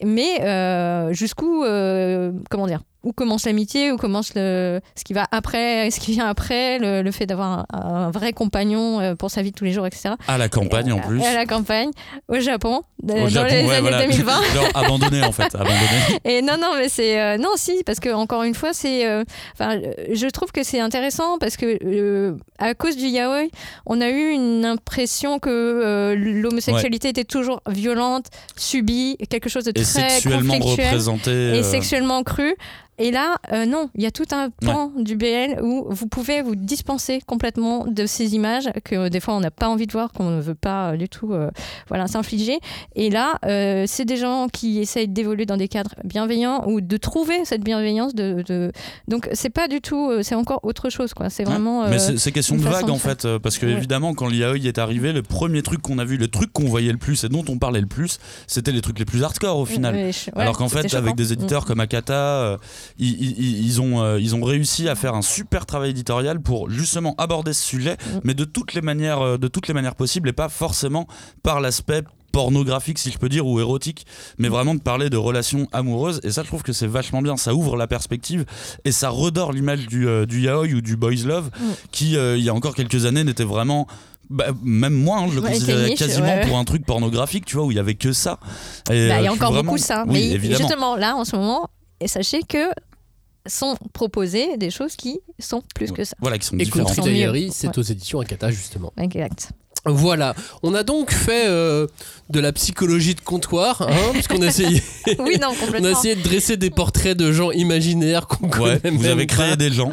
S2: mais euh, jusqu'où, euh, comment dire où commence l'amitié, où commence le, ce qui va après, ce qui vient après, le, le fait d'avoir un, un vrai compagnon euh, pour sa vie de tous les jours, etc.
S3: À la campagne, en plus.
S2: Et à la campagne, au Japon,
S3: Au
S2: dans
S3: Japon,
S2: les
S3: ouais,
S2: années
S3: voilà.
S2: 2020.
S3: [laughs] Genre abandonné, en
S2: [laughs]
S3: fait. Abandonné.
S2: Et non, non, mais c'est euh, non, si, parce que encore une fois, c'est, euh, enfin, euh, je trouve que c'est intéressant parce que euh, à cause du yaoi, on a eu une impression que euh, l'homosexualité était toujours violente, subie, quelque chose de
S3: Et
S2: très
S3: sexuellement
S2: conflictuel
S3: représenté.
S2: et
S3: euh,
S2: sexuellement cru. Et là, euh, non, il y a tout un pan du BL où vous pouvez vous dispenser complètement de ces images que euh, des fois on n'a pas envie de voir, qu'on ne veut pas euh, du tout euh, voilà, s'infliger. Et là, euh, c'est des gens qui essayent d'évoluer dans des cadres bienveillants ou de trouver cette bienveillance. De, de- Donc, c'est pas du tout, euh, c'est encore autre chose. quoi. C'est
S3: Ouais.
S2: vraiment. euh,
S3: Mais c'est- c'est question
S2: une
S3: de
S2: façon
S3: vague
S2: de
S3: en
S2: faire.
S3: fait, euh, parce que
S2: Ouais.
S3: évidemment, quand l'IAE est arrivé, le premier truc qu'on a vu, le truc qu'on voyait le plus et dont on parlait le plus, c'était les trucs les plus hardcore
S2: Mm,
S3: au final.
S2: euh, ouais, je- ouais,
S3: Alors qu'en
S2: c'était
S3: fait, avec
S2: choquant. Mm.
S3: des éditeurs comme Akata, euh, ils, ils- ils ont, euh, ils ont réussi à faire un super travail éditorial pour justement aborder ce sujet,
S2: Mm.
S3: mais de toutes les manières, euh, de toutes les manières possibles et pas forcément par l'aspect pornographique si je peux dire ou érotique
S2: Mm.
S3: mais vraiment de parler de relations amoureuses et ça je trouve que c'est vachement bien ça ouvre la perspective et ça redore l'image du, euh, du yaoi ou du boys love
S2: Mm.
S3: qui euh, il y a encore quelques années n'était vraiment bah, même moi hein, je le
S2: Ouais,
S3: considérais
S2: était niche,
S3: quasiment
S2: ouais, ouais.
S3: pour un truc pornographique tu vois où il y avait que ça
S2: Bah,
S3: et euh,
S2: il y
S3: je
S2: a
S3: suis
S2: encore
S3: vraiment-
S2: beaucoup ça.
S3: oui,
S2: mais
S3: évidemment
S2: justement, là, en ce moment, et sachez que sont proposées des choses qui sont plus que ça.
S3: Voilà, qui sont
S1: Et
S3: différents.
S1: Country
S2: Sont mieux.
S1: Diary, c'est
S2: Ouais.
S1: aux éditions Akata justement.
S2: Exact.
S3: [laughs]
S1: Voilà, on a donc fait euh, de la psychologie de comptoir,
S2: [laughs]
S1: hein, parce qu'on a essayé,
S2: Oui, non,
S1: on a
S2: complètement.
S1: essayé de dresser des portraits de gens imaginaires qu'on
S3: Ouais,
S1: connaît même
S3: vous avez
S1: pas.
S2: [laughs]
S3: créé des gens,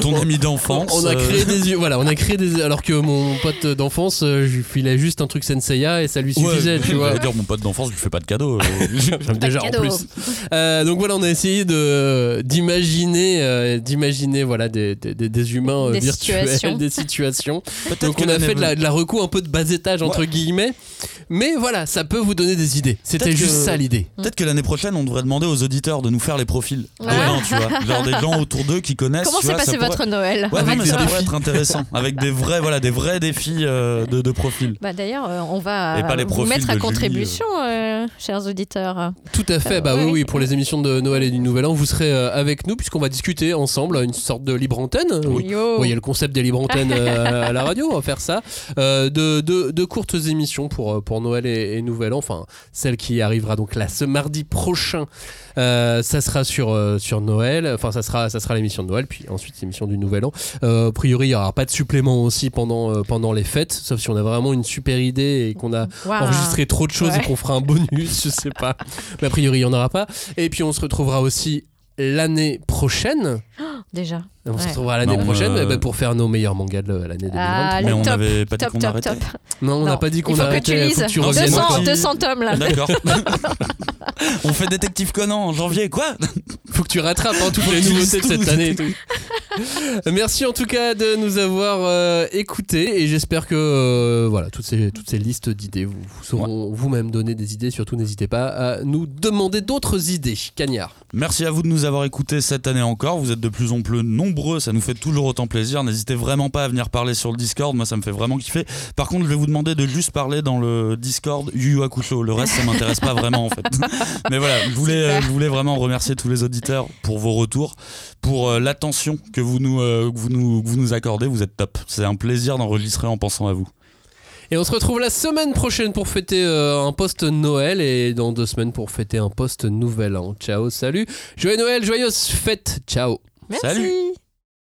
S3: ton ami
S1: On,
S3: d'enfance.
S1: on a
S3: euh,
S1: créé des yeux, voilà, on a créé
S3: [laughs]
S1: des alors que mon pote d'enfance, euh, je lui filais juste un truc Senseiya et ça lui suffisait,
S3: [laughs] ouais,
S1: tu vois.
S3: j'allais dire mon pote d'enfance, je lui fais pas
S2: [laughs]
S3: de cadeau. euh,
S1: Déjà en
S2: cadeau.
S1: plus. Euh, donc voilà, on a essayé de d'imaginer, euh, d'imaginer voilà des, des, des- des humains euh,
S2: Des
S1: virtuels, [laughs]
S2: situations.
S1: des situations.
S3: Peut-être
S1: Donc
S3: que
S1: on a
S3: l'année-
S1: fait de la, de la coup un peu de bas étage entre
S3: Ouais.
S1: guillemets. Mais voilà, ça peut vous donner des idées. C'était
S3: Peut-être
S1: juste
S3: que-
S1: ça l'idée.
S3: Peut-être que l'année prochaine, on devrait demander aux auditeurs de nous faire les profils.
S2: Ouais.
S3: Non, tu vois, genre des gens autour d'eux qui connaissent.
S2: Comment
S3: tu
S2: s'est
S3: vois, ça
S2: passé votre
S3: pourrait-
S2: Noël
S3: Ouais, non,
S1: Avec
S3: mais
S1: des
S3: ça pourrait
S1: défis.
S3: être intéressant avec des vrais, voilà, des vrais défis euh, de, de profil.
S2: Bah d'ailleurs, euh, on va
S3: Et pas les
S2: euh, vous
S3: profils
S2: mettre à
S3: de Julie,
S2: contribution, euh, chers auditeurs.
S1: Tout à fait,
S2: Euh,
S1: bah oui,
S2: ouais.
S1: oui, pour les émissions de Noël et du Nouvel An, vous serez euh, avec nous puisqu'on va discuter ensemble une sorte de libre antenne. Vous
S2: Yo.
S1: voyez le concept des libres antennes euh, à la radio, on va faire ça. Euh, de, de- de courtes émissions pour, euh, pour Noël et, et Nouvel An, enfin celle qui arrivera donc là ce mardi prochain. Euh, ça sera sur, euh, sur Noël, enfin ça sera, ça sera l'émission de Noël, puis ensuite l'émission du Nouvel An. Euh, a priori, il n'y aura pas de supplément aussi pendant, euh, pendant les fêtes, sauf si on a vraiment une super idée et qu'on a
S2: Waouh.
S1: enregistrer trop de choses
S2: Bah, Ouais.
S1: et qu'on fera un bonus, je sais pas. Mais a priori, il y en aura pas. Et puis on se retrouvera aussi l'année prochaine.
S2: Déjà.
S1: On se
S2: Ouais.
S1: retrouvera l'année
S3: Non,
S1: prochaine
S3: euh,
S1: eh ben, pour faire nos meilleurs mangas de l'année 2020.
S2: Ah,
S3: mais
S2: le
S3: on
S2: top,
S3: n'avait pas dit
S2: top,
S3: qu'on
S2: top,
S3: arrêtait.
S2: top.
S1: non, on n'a pas dit qu'on
S2: Il faut
S1: arrêtait.
S2: que tu lises
S1: faut que tu
S3: Non,
S1: reviennes.
S3: c'est moi
S2: 200,
S3: qui-
S2: 200 tomes là. [laughs]
S3: D'accord. [laughs] on fait détective Conan en janvier, quoi
S1: Faut que tu rattrapes hein, toutes
S3: [laughs]
S1: les
S3: que tu
S1: nouveautés de
S3: lises
S1: cette
S3: tout.
S1: année. et tout. Euh, Merci en tout cas de nous avoir euh, écoutés et j'espère que euh, voilà toutes ces toutes ces listes d'idées vous, vous sauront vous-même donner des idées. Surtout n'hésitez pas à nous demander d'autres idées. Cagnard.
S3: Merci à vous de nous avoir écoutés cette année encore. Vous êtes de plus en plus nombreux, ça nous fait toujours autant plaisir. N'hésitez vraiment pas à venir parler sur le Discord, moi ça me fait vraiment kiffer. Par contre, je vais vous demander de juste parler dans le Discord Yu Yu Hakusho. Le reste, ça m'intéresse pas vraiment en fait. Mais voilà, je voulais, euh, je voulais vraiment remercier tous les auditeurs pour vos retours, pour euh, l'attention que vous nous, euh, que vous nous, que vous nous accordez. Vous êtes top. C'est un plaisir d'enregistrer en pensant à vous.
S1: Et on se retrouve la semaine prochaine pour fêter euh, un post Noël et dans deux semaines pour fêter un post Nouvel An. Ciao, salut. Joyeux Noël, joyeuses fêtes. Ciao.
S2: Merci.
S3: Salut.